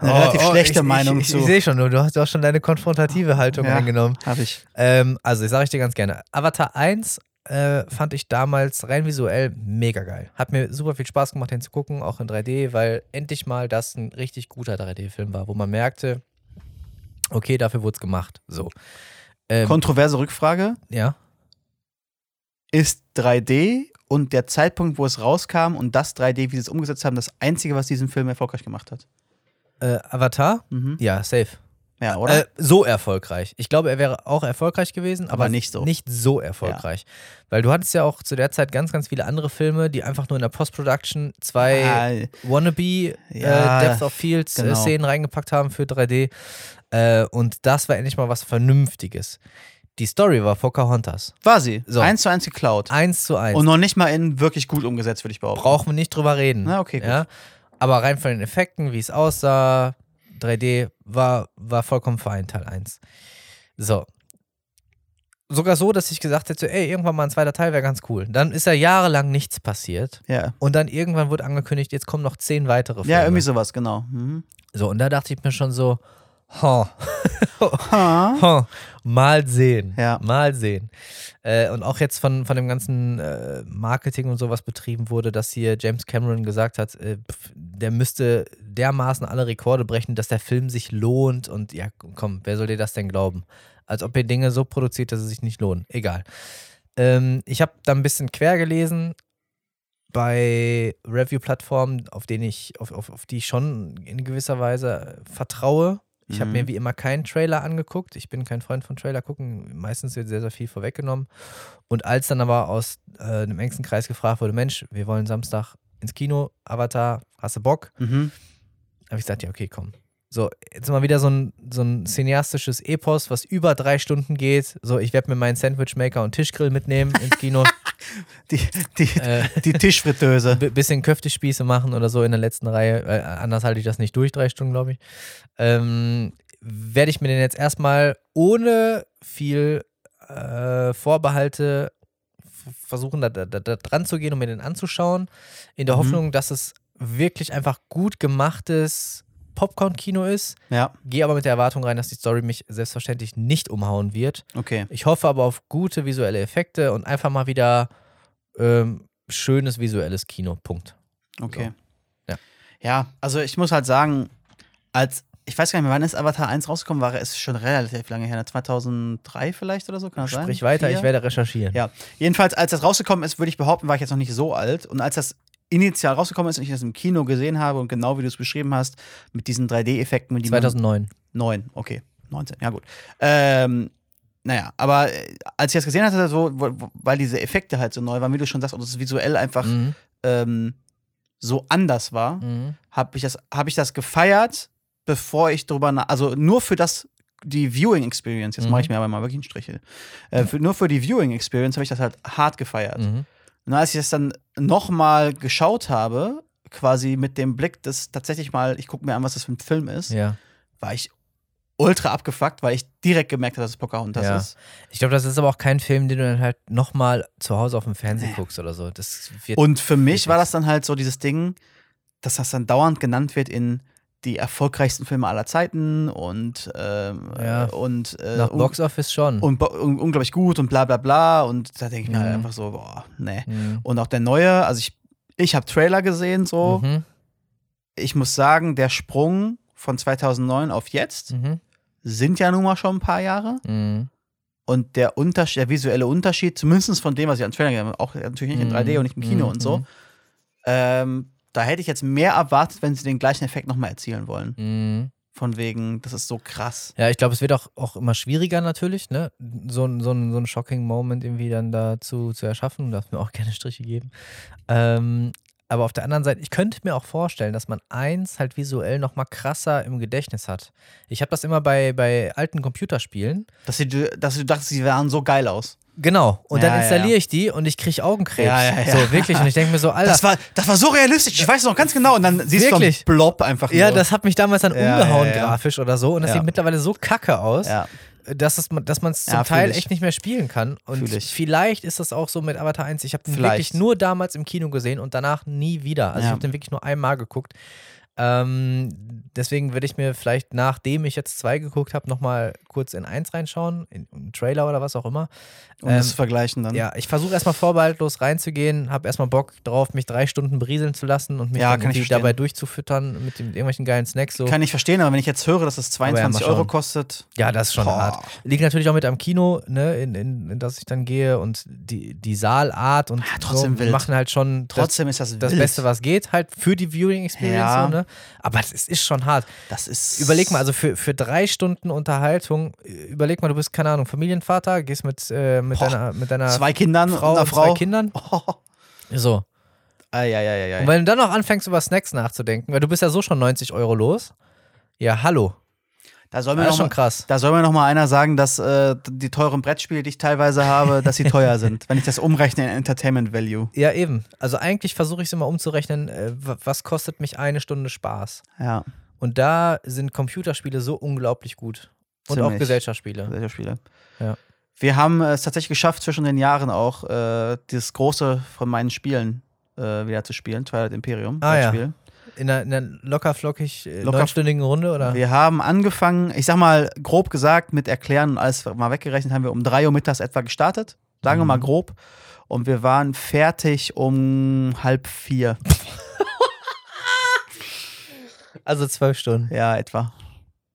[SPEAKER 2] eine
[SPEAKER 1] Oh,
[SPEAKER 2] relativ
[SPEAKER 1] oh,
[SPEAKER 2] schlechte
[SPEAKER 1] ich,
[SPEAKER 2] Meinung
[SPEAKER 1] ich, ich,
[SPEAKER 2] zu. Ah,
[SPEAKER 1] Ich sehe schon, du hast, du hast schon deine konfrontative Haltung
[SPEAKER 2] Ja.
[SPEAKER 1] eingenommen.
[SPEAKER 2] Habe ich.
[SPEAKER 1] Ähm, also, ich sage ich dir ganz gerne. Avatar 1 äh, fand ich damals rein visuell mega geil. Hat mir super viel Spaß gemacht, den zu gucken, auch in 3D, weil endlich mal das ein richtig guter 3D-Film war, wo man merkte, okay, dafür wurde es gemacht. So. Ähm,
[SPEAKER 2] Kontroverse Rückfrage.
[SPEAKER 1] ja.
[SPEAKER 2] Ist 3D und der Zeitpunkt, wo es rauskam und das 3D, wie sie es umgesetzt haben, das Einzige, was diesen Film erfolgreich gemacht hat?
[SPEAKER 1] Äh, Avatar?
[SPEAKER 2] Mhm.
[SPEAKER 1] Ja, safe.
[SPEAKER 2] Ja, oder?
[SPEAKER 1] Äh, so erfolgreich. Ich glaube, er wäre auch erfolgreich gewesen, aber,
[SPEAKER 2] Aber nicht so.
[SPEAKER 1] Nicht so erfolgreich. Weil du hattest ja auch zu der Zeit ganz, ganz viele andere Filme, die einfach nur in der Post-Production zwei
[SPEAKER 2] Ah,
[SPEAKER 1] Wannabe
[SPEAKER 2] Ja,
[SPEAKER 1] äh, Depth of Fields äh,
[SPEAKER 2] genau.
[SPEAKER 1] Szenen reingepackt haben für 3D. Äh, und das war endlich mal was Vernünftiges. Die Story war Pocahontas.
[SPEAKER 2] War sie.
[SPEAKER 1] So.
[SPEAKER 2] Eins zu eins geklaut.
[SPEAKER 1] Eins zu eins.
[SPEAKER 2] Und noch nicht mal in wirklich gut umgesetzt, würde ich behaupten.
[SPEAKER 1] Brauchen wir nicht drüber reden.
[SPEAKER 2] Na, okay, gut.
[SPEAKER 1] Ja? Aber rein von den Effekten, wie es aussah, 3D war, war vollkommen fein, Teil 1. So. Sogar so, dass ich gesagt hätte, ey, irgendwann mal ein zweiter Teil wäre ganz cool. Dann ist ja jahrelang nichts passiert.
[SPEAKER 2] Ja.
[SPEAKER 1] Und dann irgendwann wurde angekündigt, jetzt kommen noch zehn weitere Filme.
[SPEAKER 2] ja, irgendwie sowas, genau. Mhm.
[SPEAKER 1] So, und da dachte ich mir schon so, ho,
[SPEAKER 2] Ha.
[SPEAKER 1] ho, mal sehen.
[SPEAKER 2] Ja.
[SPEAKER 1] Mal sehen. Äh, und auch jetzt von, von dem ganzen äh, Marketing und sowas betrieben wurde, dass hier James Cameron gesagt hat, äh, pf, der müsste dermaßen alle Rekorde brechen, dass der Film sich lohnt. Und ja, komm, wer soll dir das denn glauben? Als ob ihr Dinge so produziert, dass sie sich nicht lohnen. Egal. Ähm, ich habe da ein bisschen quer gelesen bei Review-Plattformen, auf denen ich, auf, auf, auf die ich schon in gewisser Weise äh, vertraue. Ich habe
[SPEAKER 2] Mhm.
[SPEAKER 1] mir wie immer keinen Trailer angeguckt. Ich bin kein Freund von Trailer gucken. Meistens wird sehr, sehr viel vorweggenommen. Und als dann aber aus äh, einem engsten Kreis gefragt wurde, Mensch, wir wollen Samstag ins Kino, Avatar, hast du Bock?
[SPEAKER 2] Mhm.
[SPEAKER 1] habe ich gesagt, ja, okay, komm. So, jetzt mal wieder so ein, so ein cineastisches Epos, was über drei Stunden geht. So, ich werde mir meinen Sandwichmaker und Tischgrill mitnehmen ins Kino.
[SPEAKER 2] Die, die,
[SPEAKER 1] äh,
[SPEAKER 2] die Tischfritteuse.
[SPEAKER 1] bi- bisschen Köftespieße machen oder so in der letzten Reihe. Äh, anders halte ich das nicht durch, drei Stunden, glaube ich. Ähm, werde ich mir den jetzt erstmal ohne viel äh, Vorbehalte f- versuchen, da, da, da dran zu gehen und mir den anzuschauen, in der
[SPEAKER 2] Mhm.
[SPEAKER 1] Hoffnung, dass es wirklich einfach gut gemachtes Popcorn-Kino ist.
[SPEAKER 2] Ja,
[SPEAKER 1] Gehe aber mit der Erwartung rein, dass die Story mich selbstverständlich nicht umhauen wird.
[SPEAKER 2] okay.
[SPEAKER 1] Ich hoffe aber auf gute visuelle Effekte und einfach mal wieder ähm, schönes visuelles Kino. Punkt.
[SPEAKER 2] Okay.
[SPEAKER 1] So. Ja.
[SPEAKER 2] Ja, also ich muss halt sagen, als ich weiß gar nicht mehr, wann ist Avatar 1 rausgekommen, war es schon relativ lange her, 2003 vielleicht oder so, kann das sein?
[SPEAKER 1] Sprich weiter, ich
[SPEAKER 2] Vier?
[SPEAKER 1] werde recherchieren.
[SPEAKER 2] Ja, jedenfalls, als das rausgekommen ist, würde ich behaupten, war ich jetzt noch nicht so alt. Und als das initial rausgekommen ist und ich das im Kino gesehen habe und genau wie du es beschrieben hast, mit diesen 3D-Effekten, mit die man-
[SPEAKER 1] 2009.
[SPEAKER 2] Neun, okay. 19, ja gut. Ähm, naja, aber äh, als ich das gesehen hatte, so, wo- wo- weil diese Effekte halt so neu waren, wie du schon sagst, und es visuell einfach
[SPEAKER 1] Mhm.
[SPEAKER 2] ähm, so anders war,
[SPEAKER 1] Mhm.
[SPEAKER 2] habe ich, das- hab ich das gefeiert, bevor ich drüber nach. Also nur für das, die Viewing Experience, jetzt
[SPEAKER 1] Mhm.
[SPEAKER 2] mache ich mir aber mal wirklich einen Strich. hier. Äh, für, nur für die Viewing Experience habe ich das halt hart gefeiert.
[SPEAKER 1] Mhm.
[SPEAKER 2] Und als ich das dann nochmal geschaut habe, quasi mit dem Blick des tatsächlich mal, ich gucke mir an, was das für ein Film ist,
[SPEAKER 1] Ja.
[SPEAKER 2] war ich ultra abgefuckt, weil ich direkt gemerkt habe, dass es Pocahontas
[SPEAKER 1] Ja.
[SPEAKER 2] ist.
[SPEAKER 1] Ich glaube, das ist aber auch kein Film, den du dann halt nochmal zu Hause auf dem Fernseher guckst oder so. Das wird.
[SPEAKER 2] Und für mich
[SPEAKER 1] Richtig.
[SPEAKER 2] war das dann halt so dieses Ding, dass das dann dauernd genannt wird in die erfolgreichsten Filme aller Zeiten und, ähm,
[SPEAKER 1] Ja.
[SPEAKER 2] und, äh,
[SPEAKER 1] nach
[SPEAKER 2] un-
[SPEAKER 1] Box Office schon.
[SPEAKER 2] und bo- un unglaublich gut und bla bla bla. Und da denke ich mir halt
[SPEAKER 1] Mhm.
[SPEAKER 2] einfach so, boah, nee.
[SPEAKER 1] Mhm.
[SPEAKER 2] Und auch der neue, also ich, ich habe Trailer gesehen, so.
[SPEAKER 1] Mhm.
[SPEAKER 2] Ich muss sagen, der Sprung von 2009 auf jetzt
[SPEAKER 1] Mhm.
[SPEAKER 2] sind ja nun mal schon ein paar Jahre.
[SPEAKER 1] Mhm.
[SPEAKER 2] Und der, Unterschied, der visuelle Unterschied, zumindest von dem, was ich an Trailer gesehen habe, auch natürlich nicht in
[SPEAKER 1] Mhm.
[SPEAKER 2] 3D und nicht im Kino
[SPEAKER 1] Mhm.
[SPEAKER 2] und so, ähm, da hätte ich jetzt mehr erwartet, wenn sie den gleichen Effekt nochmal erzielen wollen.
[SPEAKER 1] Mhm.
[SPEAKER 2] Von wegen, das ist so krass.
[SPEAKER 1] Ja, ich glaube, es wird auch, auch immer schwieriger natürlich, ne? So, ein- so, ein- so ein shocking Moment irgendwie dann dazu zu erschaffen. Du darfst mir auch gerne Striche geben. Ähm, aber auf der anderen Seite, ich könnte mir auch vorstellen, dass man eins halt visuell nochmal krasser im Gedächtnis hat. Ich habe das immer bei, bei alten Computerspielen.
[SPEAKER 2] Dass, sie, dass du dachtest, sie sahen so geil aus.
[SPEAKER 1] Genau. Und
[SPEAKER 2] Ja,
[SPEAKER 1] dann
[SPEAKER 2] ja,
[SPEAKER 1] installiere
[SPEAKER 2] ja.
[SPEAKER 1] ich die und ich kriege Augenkrebs.
[SPEAKER 2] Ja, ja, ja.
[SPEAKER 1] So, wirklich. Und ich denke mir so, Alter.
[SPEAKER 2] Das war, das war so realistisch, ich weiß es noch ganz genau. Und dann siehst
[SPEAKER 1] Also Wirklich?
[SPEAKER 2] du so einen Blob einfach
[SPEAKER 1] ja,
[SPEAKER 2] nur.
[SPEAKER 1] das hat mich damals dann
[SPEAKER 2] Ja,
[SPEAKER 1] umgehauen,
[SPEAKER 2] ja, ja.
[SPEAKER 1] grafisch oder so. Und das
[SPEAKER 2] Ja.
[SPEAKER 1] sieht mittlerweile so kacke aus.
[SPEAKER 2] Ja.
[SPEAKER 1] dass es- dass man es zum
[SPEAKER 2] Ja, fühl
[SPEAKER 1] Teil
[SPEAKER 2] ich.
[SPEAKER 1] echt nicht mehr spielen kann. Und
[SPEAKER 2] Fühl ich.
[SPEAKER 1] vielleicht ist das auch so mit Avatar 1. Ich habe den
[SPEAKER 2] Vielleicht.
[SPEAKER 1] wirklich nur damals im Kino gesehen und danach nie wieder. Also ich
[SPEAKER 2] Ja.
[SPEAKER 1] habe den wirklich nur einmal geguckt. Ähm, deswegen würde ich mir vielleicht, nachdem ich jetzt zwei geguckt habe, nochmal kurz in eins reinschauen, in, in einen Trailer oder was auch immer.
[SPEAKER 2] Um das
[SPEAKER 1] Ähm,
[SPEAKER 2] zu vergleichen dann.
[SPEAKER 1] Ja, ich versuche erstmal vorbehaltlos reinzugehen, habe erstmal Bock drauf, mich drei Stunden berieseln zu lassen und mich
[SPEAKER 2] Ja,
[SPEAKER 1] dann
[SPEAKER 2] kann ich
[SPEAKER 1] irgendwie
[SPEAKER 2] verstehen.
[SPEAKER 1] dabei durchzufüttern mit, dem, mit irgendwelchen geilen Snacks. So.
[SPEAKER 2] Kann ich verstehen, aber wenn ich jetzt höre, dass es
[SPEAKER 1] ja, mal
[SPEAKER 2] 22 Euro
[SPEAKER 1] schauen.
[SPEAKER 2] kostet.
[SPEAKER 1] Ja, das ist schon
[SPEAKER 2] Boah.
[SPEAKER 1] hart. Liegt natürlich auch mit am Kino, ne, in, in, in das ich dann gehe und die, die Saalart und
[SPEAKER 2] Ah, trotzdem
[SPEAKER 1] so
[SPEAKER 2] wild.
[SPEAKER 1] machen halt schon
[SPEAKER 2] Trotzdem ist das
[SPEAKER 1] das, das
[SPEAKER 2] wild.
[SPEAKER 1] Beste, was geht, halt für die Viewing Experience.
[SPEAKER 2] Ja.
[SPEAKER 1] So, ne? Aber es ist schon hart.
[SPEAKER 2] Das ist.
[SPEAKER 1] Überleg mal, also für, für drei Stunden Unterhaltung, äh, überleg mal, du bist, keine Ahnung, Familienvater, gehst mit, äh, mit
[SPEAKER 2] Boah.
[SPEAKER 1] deiner, mit deiner
[SPEAKER 2] Zwei Kindern
[SPEAKER 1] Frau
[SPEAKER 2] und einer
[SPEAKER 1] und
[SPEAKER 2] Frau.
[SPEAKER 1] zwei Kindern.
[SPEAKER 2] Oh.
[SPEAKER 1] So.
[SPEAKER 2] Ei, ei, ei, ei,
[SPEAKER 1] Und
[SPEAKER 2] ei.
[SPEAKER 1] wenn du dann noch anfängst, über Snacks nachzudenken, weil du bist ja so schon 90 Euro los. Ja, hallo.
[SPEAKER 2] Da soll mir
[SPEAKER 1] Das ist
[SPEAKER 2] noch
[SPEAKER 1] schon
[SPEAKER 2] mal,
[SPEAKER 1] krass.
[SPEAKER 2] da soll mir noch mal einer sagen, dass äh, die teuren Brettspiele, die ich teilweise habe, dass sie teuer sind, wenn ich das umrechne in Entertainment Value.
[SPEAKER 1] Ja, eben. Also eigentlich versuche ich es immer umzurechnen, äh, wa- was kostet mich eine Stunde Spaß.
[SPEAKER 2] Ja,
[SPEAKER 1] Und da sind Computerspiele so unglaublich gut. Und
[SPEAKER 2] Ziemlich.
[SPEAKER 1] auch Gesellschaftsspiele.
[SPEAKER 2] Computerspiele.
[SPEAKER 1] Ja.
[SPEAKER 2] Wir haben es tatsächlich geschafft, zwischen den Jahren auch äh, dieses große von meinen Spielen äh, wieder zu spielen, Twilight Imperium.
[SPEAKER 1] Ah, ja.
[SPEAKER 2] Brettspiel.
[SPEAKER 1] In einer, in einer locker flockig äh,
[SPEAKER 2] Locker-
[SPEAKER 1] neunstündigen Runde, oder?
[SPEAKER 2] Wir haben angefangen, ich sag mal grob gesagt, mit Erklären und alles mal weggerechnet, haben wir um 3 Uhr mittags etwa gestartet. Sagen wir
[SPEAKER 1] Mhm.
[SPEAKER 2] mal grob. Und wir waren fertig um halb vier.
[SPEAKER 1] Also zwölf Stunden.
[SPEAKER 2] Ja, etwa.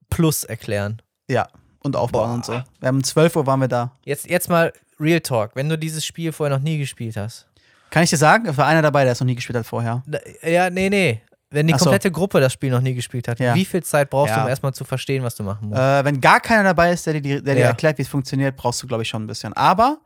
[SPEAKER 1] Plus erklären.
[SPEAKER 2] Ja. Und aufbauen
[SPEAKER 1] Boah.
[SPEAKER 2] und so. Wir haben um 12 Uhr waren wir da.
[SPEAKER 1] Jetzt, jetzt mal Real Talk. Wenn du dieses Spiel vorher noch nie gespielt hast.
[SPEAKER 2] Kann ich dir sagen? Es war einer dabei, der es noch nie gespielt hat vorher.
[SPEAKER 1] Da, ja, nee, nee. Wenn die
[SPEAKER 2] Ach so.
[SPEAKER 1] komplette Gruppe das Spiel noch nie gespielt hat,
[SPEAKER 2] Ja.
[SPEAKER 1] wie viel Zeit brauchst du,
[SPEAKER 2] Ja.
[SPEAKER 1] um erstmal zu verstehen, was du machen musst?
[SPEAKER 2] Äh, wenn gar keiner dabei ist, der dir, der dir
[SPEAKER 1] Ja.
[SPEAKER 2] erklärt, wie es funktioniert, brauchst du, glaube ich, schon ein bisschen. Aber,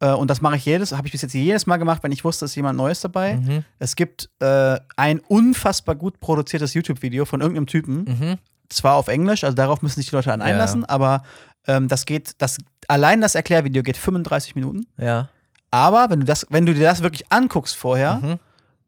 [SPEAKER 2] äh, und das mache ich jedes, habe ich bis jetzt jedes Mal gemacht, wenn ich wusste, es ist jemand Neues dabei.
[SPEAKER 1] Mhm.
[SPEAKER 2] Es gibt äh, ein unfassbar gut produziertes YouTube-Video von irgendeinem Typen.
[SPEAKER 1] Mhm.
[SPEAKER 2] zwar auf Englisch, also darauf müssen sich die Leute dann
[SPEAKER 1] Ja.
[SPEAKER 2] einlassen, aber ähm, das geht, das, allein das Erklärvideo geht 35 Minuten.
[SPEAKER 1] Ja.
[SPEAKER 2] Aber wenn du das, wenn du dir das wirklich anguckst vorher
[SPEAKER 1] Mhm.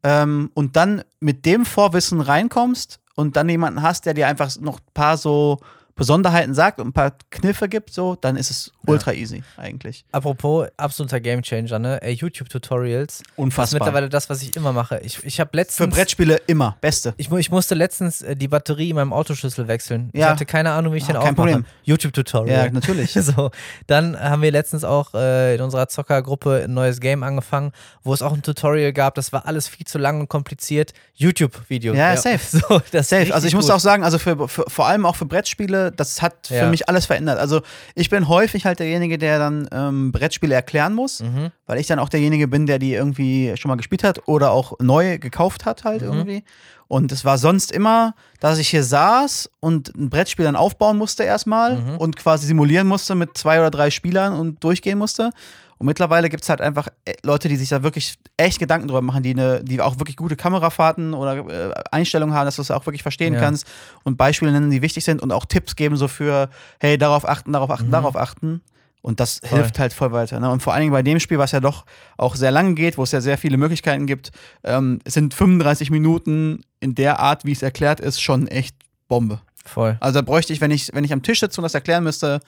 [SPEAKER 2] ähm, und dann mit dem Vorwissen reinkommst und dann jemanden hast, der dir einfach noch ein paar so Besonderheiten sagt und ein paar Kniffe gibt, so, dann ist es ultra easy eigentlich.
[SPEAKER 1] Apropos absoluter Gamechanger, ne? Ey, YouTube-Tutorials. Das ist
[SPEAKER 2] Unfassbar.
[SPEAKER 1] mittlerweile das, was ich immer mache. Ich, ich habe letztens.
[SPEAKER 2] Für Brettspiele immer beste.
[SPEAKER 1] Ich, mu- ich musste letztens äh, die Batterie in meinem Autoschlüssel wechseln. Ich
[SPEAKER 2] Ja.
[SPEAKER 1] hatte keine Ahnung, wie ich
[SPEAKER 2] Ah,
[SPEAKER 1] den
[SPEAKER 2] kein
[SPEAKER 1] aufmache.
[SPEAKER 2] Problem. Ja,
[SPEAKER 1] YouTube-Tutorial.
[SPEAKER 2] natürlich.
[SPEAKER 1] so, dann haben wir letztens auch äh, in unserer Zockergruppe ein neues Game angefangen, wo es auch ein Tutorial gab. Das war alles viel zu lang und kompliziert. YouTube-Video.
[SPEAKER 2] Ja, safe.
[SPEAKER 1] So, das ist
[SPEAKER 2] Safe. Also
[SPEAKER 1] richtig
[SPEAKER 2] ich muss
[SPEAKER 1] gut.
[SPEAKER 2] auch sagen, also für, für, vor allem auch für Brettspiele, das hat für
[SPEAKER 1] Ja.
[SPEAKER 2] mich alles verändert. Also ich bin häufig halt derjenige, der dann ähm, Brettspiele erklären muss,
[SPEAKER 1] Mhm.
[SPEAKER 2] weil ich dann auch derjenige bin, der die irgendwie schon mal gespielt hat oder auch neu gekauft hat halt irgendwie. Und es war sonst immer, dass ich hier saß und ein Brettspiel dann aufbauen musste erstmal und quasi simulieren musste mit zwei oder drei Spielern und durchgehen musste. Und mittlerweile gibt es halt einfach äh, Leute, die sich da wirklich echt Gedanken drüber machen, die, ne, die auch wirklich gute Kamerafahrten oder äh, Einstellungen haben, dass du es auch wirklich verstehen
[SPEAKER 1] Ja.
[SPEAKER 2] kannst und Beispiele nennen, die wichtig sind und auch Tipps geben so für, hey, darauf achten, darauf achten, darauf achten. Und das hilft halt voll weiter. Ne? Und vor allen Dingen bei dem Spiel, was ja doch auch sehr lange geht, wo es ja sehr viele Möglichkeiten gibt, ähm, es sind 35 Minuten in der Art, wie es erklärt ist, schon echt Bombe.
[SPEAKER 1] Voll.
[SPEAKER 2] Also da bräuchte ich, wenn ich, wenn ich am Tisch sitze und das erklären müsste,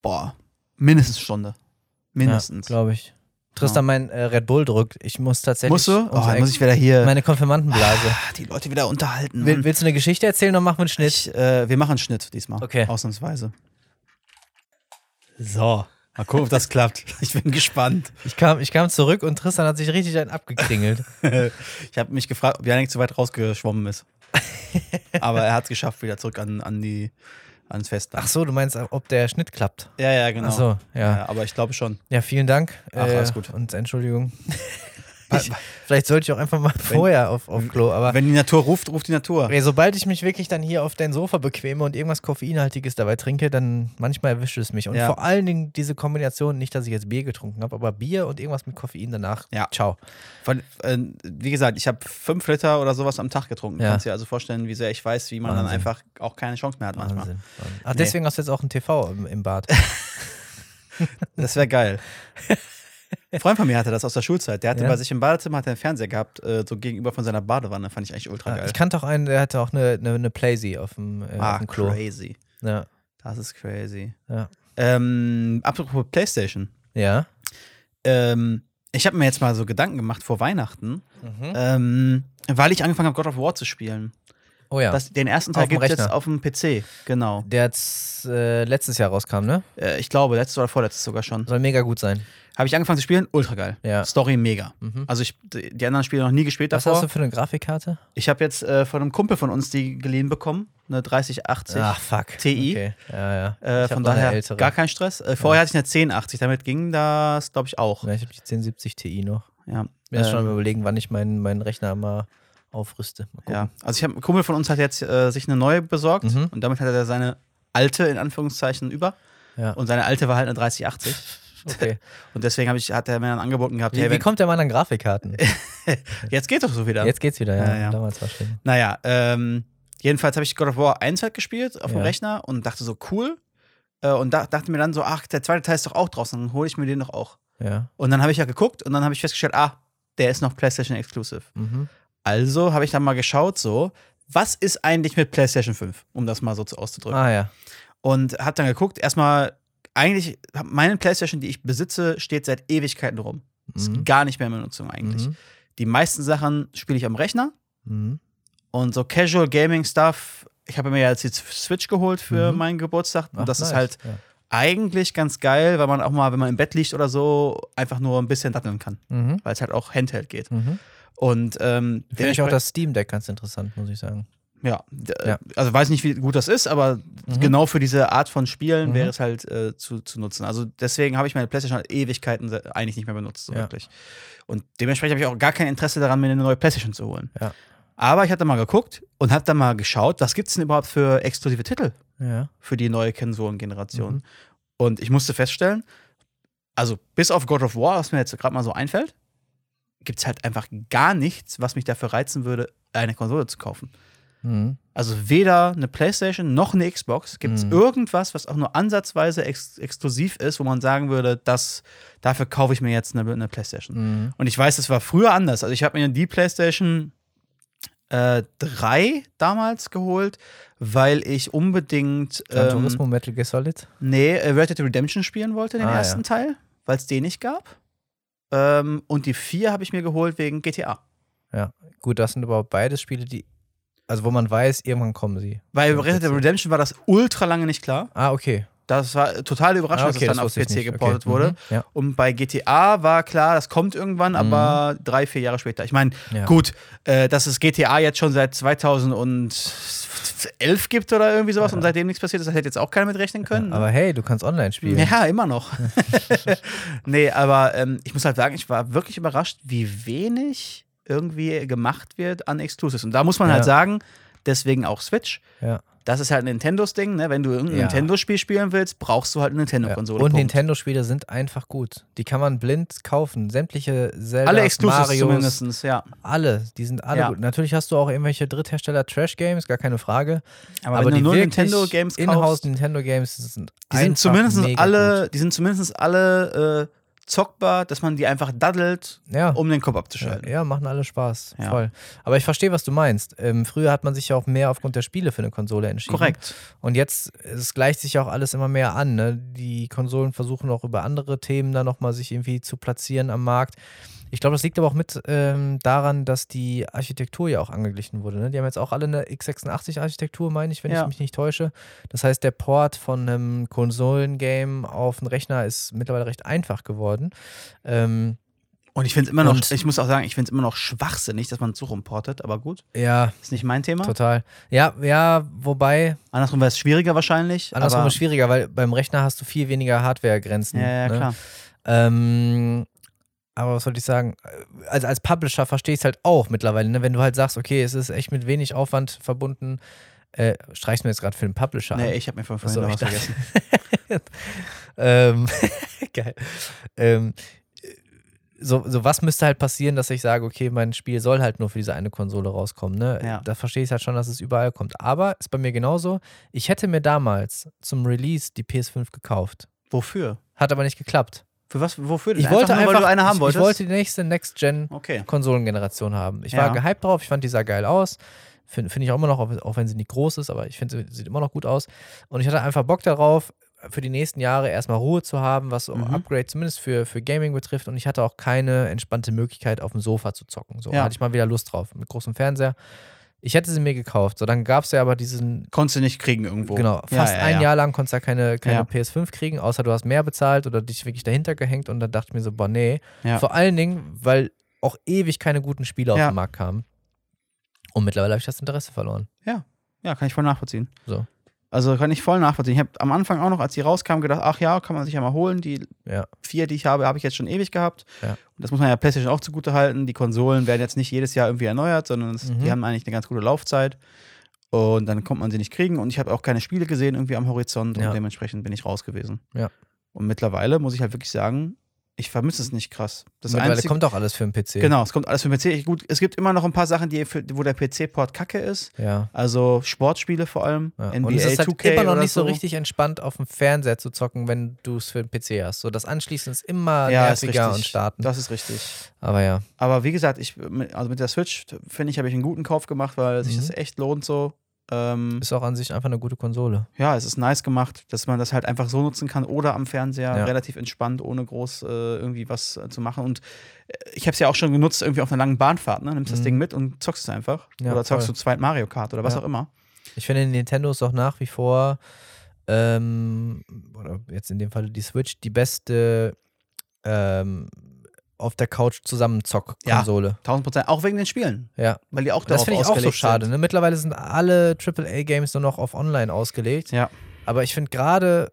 [SPEAKER 2] boah, mindestens Stunde. Mindestens. Genau.
[SPEAKER 1] Glaube ich. Tristan, mein äh, Red Bull drückt. Ich muss tatsächlich.
[SPEAKER 2] Musst du? Oh,
[SPEAKER 1] unsere
[SPEAKER 2] dann
[SPEAKER 1] Ex-
[SPEAKER 2] muss ich wieder hier
[SPEAKER 1] meine Konfirmandenblase.
[SPEAKER 2] die Leute wieder unterhalten.
[SPEAKER 1] Will,
[SPEAKER 2] Mann.
[SPEAKER 1] willst du eine Geschichte erzählen oder machen wir einen Schnitt?
[SPEAKER 2] ich, äh, wir machen einen Schnitt diesmal.
[SPEAKER 1] Okay.
[SPEAKER 2] Ausnahmsweise. So. Mal gucken, ob das klappt. Ich bin gespannt.
[SPEAKER 1] Ich kam, ich kam zurück und Tristan hat sich richtig einen abgekringelt.
[SPEAKER 2] Ich habe mich gefragt, ob Janik zu weit rausgeschwommen ist. Aber er hat es geschafft, wieder zurück an, an die, ans Festland.
[SPEAKER 1] Ach so, du meinst, ob der Schnitt klappt?
[SPEAKER 2] Ja, ja, genau.
[SPEAKER 1] Ach so, ja.
[SPEAKER 2] Ja, aber ich glaube schon.
[SPEAKER 1] Ja, vielen Dank. äh,
[SPEAKER 2] Ach, alles gut.
[SPEAKER 1] Und Entschuldigung. Ich, vielleicht sollte ich auch einfach mal vorher auf, auf Klo, aber
[SPEAKER 2] Wenn die Natur ruft, ruft die Natur.
[SPEAKER 1] ey, sobald ich mich wirklich dann hier auf dein Sofa bequeme und irgendwas Koffeinhaltiges dabei trinke, dann manchmal erwischt es mich. Und
[SPEAKER 2] Ja.
[SPEAKER 1] vor allen Dingen diese Kombination, nicht, dass ich jetzt Bier getrunken habe, aber Bier und irgendwas mit Koffein danach.
[SPEAKER 2] Ja.
[SPEAKER 1] Ciao.
[SPEAKER 2] Von, äh, wie gesagt, ich habe fünf Liter oder sowas am Tag getrunken.
[SPEAKER 1] Ja.
[SPEAKER 2] Du kannst dir also vorstellen, wie sehr ich weiß, wie man dann
[SPEAKER 1] Wahnsinn.
[SPEAKER 2] einfach auch keine Chance mehr hat manchmal.
[SPEAKER 1] Wahnsinn. Ach, deswegen hast du jetzt auch ein TV im, im Bad.
[SPEAKER 2] Das wäre geil. Ein Freund von mir hatte das aus der Schulzeit. Der hatte
[SPEAKER 1] Ja?
[SPEAKER 2] bei sich im Badezimmer hat er einen Fernseher gehabt, äh, so gegenüber von seiner Badewanne. Fand ich eigentlich ultra
[SPEAKER 1] Ja,
[SPEAKER 2] geil.
[SPEAKER 1] Äh, ich kannte auch einen, der hatte auch eine, eine, eine Playsee auf dem, äh, auf
[SPEAKER 2] ah,
[SPEAKER 1] dem Klo.
[SPEAKER 2] crazy.
[SPEAKER 1] Ja.
[SPEAKER 2] Das ist crazy.
[SPEAKER 1] Ja.
[SPEAKER 2] Ähm, apropos Playstation.
[SPEAKER 1] ja.
[SPEAKER 2] Ähm, ich habe mir jetzt mal so Gedanken gemacht vor Weihnachten,
[SPEAKER 1] Mhm.
[SPEAKER 2] ähm, weil ich angefangen habe, God of War zu spielen.
[SPEAKER 1] Oh ja.
[SPEAKER 2] Das, den ersten
[SPEAKER 1] Auf
[SPEAKER 2] Teil
[SPEAKER 1] dem
[SPEAKER 2] gibt es jetzt
[SPEAKER 1] Rechner.
[SPEAKER 2] auf dem PC. Genau.
[SPEAKER 1] der jetzt, äh, letztes Jahr rauskam, ne?
[SPEAKER 2] Äh, ich glaube, letztes oder vorletztes sogar schon.
[SPEAKER 1] Soll mega gut sein.
[SPEAKER 2] Habe ich angefangen zu spielen, ultra geil.
[SPEAKER 1] Ja.
[SPEAKER 2] Story mega.
[SPEAKER 1] Mhm.
[SPEAKER 2] Also ich die die anderen Spiele noch nie gespielt
[SPEAKER 1] Was
[SPEAKER 2] davor.
[SPEAKER 1] hast du für eine Grafikkarte?
[SPEAKER 2] Ich habe jetzt äh, von einem Kumpel von uns die geliehen bekommen, eine 3080.
[SPEAKER 1] Ach, Ah, fuck.
[SPEAKER 2] TI.
[SPEAKER 1] Okay. Ja, ja.
[SPEAKER 2] Äh,
[SPEAKER 1] Ich hab
[SPEAKER 2] von
[SPEAKER 1] noch eine
[SPEAKER 2] daher
[SPEAKER 1] ältere.
[SPEAKER 2] gar kein Stress. Äh, vorher hatte ich eine 1080, damit ging das, glaube ich, auch.
[SPEAKER 1] Ja, ich habe die 1070 Ti noch.
[SPEAKER 2] Ja.
[SPEAKER 1] Mir ist schon am
[SPEAKER 2] Ähm,
[SPEAKER 1] überlegen, wann ich meinen meinen Rechner mal aufrüste. Mal gucken.
[SPEAKER 2] ja. Also ich hab, ein Kumpel von uns hat jetzt äh, sich eine neue besorgt
[SPEAKER 1] Mhm.
[SPEAKER 2] und damit hat er seine alte in Anführungszeichen über.
[SPEAKER 1] Ja.
[SPEAKER 2] Und seine alte war halt eine 3080.
[SPEAKER 1] Okay.
[SPEAKER 2] Und deswegen hab ich, hat er mir dann angeboten gehabt,
[SPEAKER 1] Wie,
[SPEAKER 2] hey,
[SPEAKER 1] wie
[SPEAKER 2] wenn,
[SPEAKER 1] kommt der Mann an Grafikkarten?
[SPEAKER 2] jetzt geht doch so wieder.
[SPEAKER 1] Jetzt geht's wieder, ja.
[SPEAKER 2] Ja, ja.
[SPEAKER 1] Damals war schlimm.
[SPEAKER 2] Naja, ähm, jedenfalls habe ich God of War 1 halt gespielt auf dem
[SPEAKER 1] Ja.
[SPEAKER 2] Rechner und dachte so, cool. Äh, und da, dachte mir dann so, ach, der zweite Teil ist doch auch draußen, dann hole ich mir den doch auch.
[SPEAKER 1] Ja.
[SPEAKER 2] Und dann habe ich ja geguckt und dann habe ich festgestellt, ah, der ist noch PlayStation Exclusive.
[SPEAKER 1] Mhm.
[SPEAKER 2] Also habe ich dann mal geschaut, so, was ist eigentlich mit PlayStation 5, um das mal so zu- auszudrücken.
[SPEAKER 1] Ah ja.
[SPEAKER 2] Und habe dann geguckt, erstmal, eigentlich, hab- meine PlayStation, die ich besitze, steht seit Ewigkeiten rum.
[SPEAKER 1] Mhm.
[SPEAKER 2] Ist gar nicht mehr in Benutzung eigentlich.
[SPEAKER 1] Mhm.
[SPEAKER 2] Die meisten Sachen spiele ich am Rechner
[SPEAKER 1] Mhm.
[SPEAKER 2] und so Casual Gaming Stuff. Ich habe mir ja jetzt die Switch geholt für
[SPEAKER 1] Mhm.
[SPEAKER 2] meinen Geburtstag. Und
[SPEAKER 1] Ach,
[SPEAKER 2] das ist
[SPEAKER 1] nice.
[SPEAKER 2] halt
[SPEAKER 1] Ja.
[SPEAKER 2] eigentlich ganz geil, weil man auch mal, wenn man im Bett liegt oder so, einfach nur ein bisschen datteln kann.
[SPEAKER 1] Mhm.
[SPEAKER 2] Weil es halt auch Handheld geht.
[SPEAKER 1] Mhm.
[SPEAKER 2] Und ähm,
[SPEAKER 1] Finde ich auch das Steam Deck ganz interessant, muss ich sagen.
[SPEAKER 2] Ja, d- äh,
[SPEAKER 1] Ja.
[SPEAKER 2] also weiß nicht, wie gut das ist, aber genau für diese Art von Spielen
[SPEAKER 1] Mhm.
[SPEAKER 2] wäre es halt äh, zu, zu nutzen. Also deswegen habe ich meine PlayStation halt Ewigkeiten se- eigentlich nicht mehr benutzt, so
[SPEAKER 1] Ja.
[SPEAKER 2] wirklich. Und dementsprechend habe ich auch gar kein Interesse daran, mir eine neue PlayStation zu holen.
[SPEAKER 1] Ja.
[SPEAKER 2] Aber ich habe dann mal geguckt und habe dann mal geschaut, was gibt es denn überhaupt für exklusive Titel
[SPEAKER 1] Mhm. Ja.
[SPEAKER 2] für die neue Konsolengeneration?
[SPEAKER 1] Mhm.
[SPEAKER 2] Und ich musste feststellen, also bis auf God of War, was mir jetzt gerade mal so einfällt, gibt es halt einfach gar nichts, was mich dafür reizen würde, eine Konsole zu kaufen.
[SPEAKER 1] Mhm.
[SPEAKER 2] Also weder eine PlayStation noch eine Xbox. Gibt es
[SPEAKER 1] Mhm.
[SPEAKER 2] irgendwas, was auch nur ansatzweise ex exklusiv ist, wo man sagen würde, das, dafür kaufe ich mir jetzt eine, eine PlayStation?
[SPEAKER 1] Mhm.
[SPEAKER 2] Und ich weiß, das war früher anders. Also ich habe mir die PlayStation äh, 3 damals geholt, weil ich unbedingt
[SPEAKER 1] Gran
[SPEAKER 2] ähm,
[SPEAKER 1] Turismo Metal Gear Solid.
[SPEAKER 2] nee, äh, Red Dead Redemption spielen wollte, den
[SPEAKER 1] Ah, ja.
[SPEAKER 2] ersten Teil, weil es den nicht gab. Ähm, und die 4 habe ich mir geholt wegen GTA.
[SPEAKER 1] Gut, das sind überhaupt beides Spiele, die. Also, wo man weiß, irgendwann kommen sie.
[SPEAKER 2] Weil
[SPEAKER 1] Ja,
[SPEAKER 2] Red Dead
[SPEAKER 1] witzig.
[SPEAKER 2] Redemption war das ultra lange nicht klar.
[SPEAKER 1] Ah, okay.
[SPEAKER 2] Das war total überraschend,
[SPEAKER 1] ah, okay,
[SPEAKER 2] dass es
[SPEAKER 1] wusste
[SPEAKER 2] dann
[SPEAKER 1] ich
[SPEAKER 2] auf PC
[SPEAKER 1] nicht.
[SPEAKER 2] geportet
[SPEAKER 1] okay.
[SPEAKER 2] wurde.
[SPEAKER 1] Mhm. Ja.
[SPEAKER 2] Und bei GTA war klar, das kommt irgendwann, aber drei, vier Jahre später. Ich meine,
[SPEAKER 1] Mhm. Ja.
[SPEAKER 2] gut, äh, dass es GTA jetzt schon seit 2011 gibt oder irgendwie sowas und seitdem nichts passiert ist, das hätte jetzt auch keiner mit rechnen können.
[SPEAKER 1] Aber hey, du kannst online spielen.
[SPEAKER 2] ja, immer noch. nee, aber ähm, ich muss halt sagen, ich war wirklich überrascht, wie wenig irgendwie gemacht wird an Exclusives. Und da muss man
[SPEAKER 1] Ja.
[SPEAKER 2] halt sagen, deswegen auch Switch.
[SPEAKER 1] Ja.
[SPEAKER 2] Das ist halt Nintendos Ding, ne? Wenn du irgendein
[SPEAKER 1] Ja.
[SPEAKER 2] Nintendo-Spiel spielen willst, brauchst du halt eine Nintendo-Konsole.
[SPEAKER 1] Und
[SPEAKER 2] Punkt.
[SPEAKER 1] Nintendo-Spiele sind einfach gut. Die kann man blind kaufen. Sämtliche Zelda,
[SPEAKER 2] Alle Exclusives
[SPEAKER 1] Marios,
[SPEAKER 2] zumindest, ja.
[SPEAKER 1] Alle, die sind alle
[SPEAKER 2] Ja.
[SPEAKER 1] gut. Natürlich hast du auch irgendwelche Dritthersteller-Trash-Games, gar keine Frage.
[SPEAKER 2] Aber, wenn du
[SPEAKER 1] die
[SPEAKER 2] nur
[SPEAKER 1] wirklich
[SPEAKER 2] Nintendo-Games
[SPEAKER 1] Inhouse
[SPEAKER 2] kaufst,
[SPEAKER 1] Nintendo-Games sind
[SPEAKER 2] die sind
[SPEAKER 1] einfach
[SPEAKER 2] zumindest
[SPEAKER 1] mega
[SPEAKER 2] alle, die sind zumindest alle äh, zockbar, dass man die einfach daddelt,
[SPEAKER 1] gut. Ja.
[SPEAKER 2] um den Kopf abzuschalten.
[SPEAKER 1] Ja, machen alle Spaß.
[SPEAKER 2] Ja.
[SPEAKER 1] Voll. Aber ich verstehe, was du meinst. Ähm, früher hat man sich ja auch mehr aufgrund der Spiele für eine Konsole entschieden.
[SPEAKER 2] Korrekt.
[SPEAKER 1] Und jetzt es gleicht sich auch alles immer mehr an. Ne? Die Konsolen versuchen auch über andere Themen dann nochmal sich irgendwie zu platzieren am Markt. Ich glaube, das liegt aber auch mit ähm, daran, dass die Architektur ja auch angeglichen wurde. Ne? Die haben jetzt auch alle eine x86-Architektur, meine ich, wenn
[SPEAKER 2] Ja.
[SPEAKER 1] ich mich nicht täusche. Das heißt, der Port von einem Konsolengame auf einen Rechner ist mittlerweile recht einfach geworden. Ähm,
[SPEAKER 2] Und ich finde es immer noch,
[SPEAKER 1] Und-
[SPEAKER 2] ich muss auch sagen, ich finde es immer noch schwachsinnig, dass man so rumportet, aber gut,
[SPEAKER 1] ja,
[SPEAKER 2] ist nicht mein Thema.
[SPEAKER 1] total. Ja, ja, wobei,
[SPEAKER 2] Andersrum wäre es schwieriger wahrscheinlich.
[SPEAKER 1] andersrum
[SPEAKER 2] aber,
[SPEAKER 1] ist schwieriger, weil beim Rechner hast du viel weniger Hardwaregrenzen.
[SPEAKER 2] ja, ja,
[SPEAKER 1] ne?
[SPEAKER 2] klar.
[SPEAKER 1] Ähm, aber was soll ich sagen? Also als Publisher verstehe ich es halt auch mittlerweile, ne? wenn du halt sagst, okay, es ist echt mit wenig Aufwand verbunden. Äh, streichst mir jetzt gerade für den Publisher
[SPEAKER 2] Nee,
[SPEAKER 1] an.
[SPEAKER 2] ich habe mir von
[SPEAKER 1] Achso,
[SPEAKER 2] vorhin noch
[SPEAKER 1] ich
[SPEAKER 2] was
[SPEAKER 1] dachte-
[SPEAKER 2] vergessen.
[SPEAKER 1] Ähm, geil. Ähm, so, so, was müsste halt passieren, dass ich sage, okay, mein Spiel soll halt nur für diese eine Konsole rauskommen. Ne?
[SPEAKER 2] Ja.
[SPEAKER 1] Da verstehe ich halt schon, dass es überall kommt. Aber ist bei mir genauso. Ich hätte mir damals zum Release die PS5 gekauft.
[SPEAKER 2] Wofür?
[SPEAKER 1] Hat aber nicht geklappt.
[SPEAKER 2] Für was? Wofür denn?
[SPEAKER 1] Ich wollte
[SPEAKER 2] nur,
[SPEAKER 1] einfach,
[SPEAKER 2] weil du eine haben
[SPEAKER 1] ich, ich
[SPEAKER 2] wolltest.
[SPEAKER 1] wollte die nächste Next-Gen
[SPEAKER 2] okay.
[SPEAKER 1] Konsolengeneration haben. Ich
[SPEAKER 2] Ja.
[SPEAKER 1] war gehypt drauf, ich fand die sah geil aus. Finde find ich auch immer noch, auch auch wenn sie nicht groß ist, aber ich finde, sie sieht immer noch gut aus. Und ich hatte einfach Bock darauf, für die nächsten Jahre erstmal Ruhe zu haben, was um
[SPEAKER 2] Mhm.
[SPEAKER 1] Upgrade zumindest für, für Gaming betrifft. Und ich hatte auch keine entspannte Möglichkeit, auf dem Sofa zu zocken. So
[SPEAKER 2] Ja.
[SPEAKER 1] hatte ich mal wieder Lust drauf, mit großem Fernseher. Ich hätte sie mir gekauft. So, dann gab es ja aber diesen.
[SPEAKER 2] Konntest du nicht kriegen irgendwo.
[SPEAKER 1] Genau,
[SPEAKER 2] Ja,
[SPEAKER 1] fast
[SPEAKER 2] ja,
[SPEAKER 1] ein
[SPEAKER 2] ja.
[SPEAKER 1] Jahr lang konntest du ja keine, keine
[SPEAKER 2] Ja.
[SPEAKER 1] PS5 kriegen, außer du hast mehr bezahlt oder dich wirklich dahinter gehängt. Und dann dachte ich mir so, boah, nee,
[SPEAKER 2] Ja.
[SPEAKER 1] vor allen Dingen, weil auch ewig keine guten Spiele auf
[SPEAKER 2] Ja.
[SPEAKER 1] den Markt kamen. Und mittlerweile habe ich das Interesse verloren.
[SPEAKER 2] Ja, kann ich voll nachvollziehen.
[SPEAKER 1] So.
[SPEAKER 2] Also kann ich voll nachvollziehen. Ich habe am Anfang auch noch, als die rauskam, gedacht, ach ja, kann man sich ja mal holen. Die
[SPEAKER 1] Ja.
[SPEAKER 2] vier, die ich habe, habe ich jetzt schon ewig gehabt.
[SPEAKER 1] Ja.
[SPEAKER 2] Und das muss man ja PlayStation auch zugute halten. Die Konsolen werden jetzt nicht jedes Jahr irgendwie erneuert, sondern es,
[SPEAKER 1] Mhm.
[SPEAKER 2] die haben eigentlich eine ganz gute Laufzeit. Und dann konnte man sie nicht kriegen. Und ich habe auch keine Spiele gesehen irgendwie am Horizont.
[SPEAKER 1] Ja.
[SPEAKER 2] Und dementsprechend bin ich raus gewesen.
[SPEAKER 1] Ja.
[SPEAKER 2] Und mittlerweile muss ich halt wirklich sagen, ich vermisse es nicht krass. Das
[SPEAKER 1] mittlerweile
[SPEAKER 2] Einzige,
[SPEAKER 1] kommt auch alles für den PC.
[SPEAKER 2] Genau, es kommt alles für den PC. Ich- Gut, es gibt immer noch ein paar Sachen, die für, wo der PC-Port kacke ist.
[SPEAKER 1] Ja.
[SPEAKER 2] Also Sportspiele vor allem.
[SPEAKER 1] ja.
[SPEAKER 2] NBA
[SPEAKER 1] Und es ist halt
[SPEAKER 2] 2K
[SPEAKER 1] immer noch
[SPEAKER 2] oder
[SPEAKER 1] nicht so
[SPEAKER 2] so
[SPEAKER 1] richtig entspannt, auf dem Fernseher zu zocken, wenn du es für den PC hast. So, das Anschließen ist immer
[SPEAKER 2] ja, ist richtig.
[SPEAKER 1] nerviger und starten.
[SPEAKER 2] Das ist richtig.
[SPEAKER 1] Aber ja.
[SPEAKER 2] Aber wie gesagt, ich, mit- also mit der Switch, finde ich, habe ich einen guten Kauf gemacht, weil sich
[SPEAKER 1] Mhm.
[SPEAKER 2] das echt lohnt so. Ähm,
[SPEAKER 1] Ist auch an sich einfach eine gute Konsole.
[SPEAKER 2] ja, es ist nice gemacht, dass man das halt einfach so nutzen kann oder am Fernseher
[SPEAKER 1] Ja.
[SPEAKER 2] relativ entspannt, ohne groß äh, irgendwie was äh, zu machen. Und äh, ich habe es ja auch schon genutzt, irgendwie auf einer langen Bahnfahrt. Ne? Nimmst das
[SPEAKER 1] Mhm.
[SPEAKER 2] Ding mit und zockst es einfach.
[SPEAKER 1] Ja,
[SPEAKER 2] oder zockst
[SPEAKER 1] voll.
[SPEAKER 2] du zweit Mario Kart oder was
[SPEAKER 1] Ja.
[SPEAKER 2] auch immer.
[SPEAKER 1] Ich finde, Nintendo ist auch nach wie vor, ähm, oder jetzt in dem Fall die Switch, die beste ähm, auf der Couch zusammenzock-Konsole.
[SPEAKER 2] 1000 Prozent. Auch wegen den Spielen,
[SPEAKER 1] ja.
[SPEAKER 2] weil die auch
[SPEAKER 1] Das
[SPEAKER 2] darauf
[SPEAKER 1] finde ich auch so
[SPEAKER 2] ausgelegt
[SPEAKER 1] schade.
[SPEAKER 2] Sind.
[SPEAKER 1] Ne? Mittlerweile sind alle AAA-Games nur noch auf Online ausgelegt.
[SPEAKER 2] Ja.
[SPEAKER 1] Aber ich finde gerade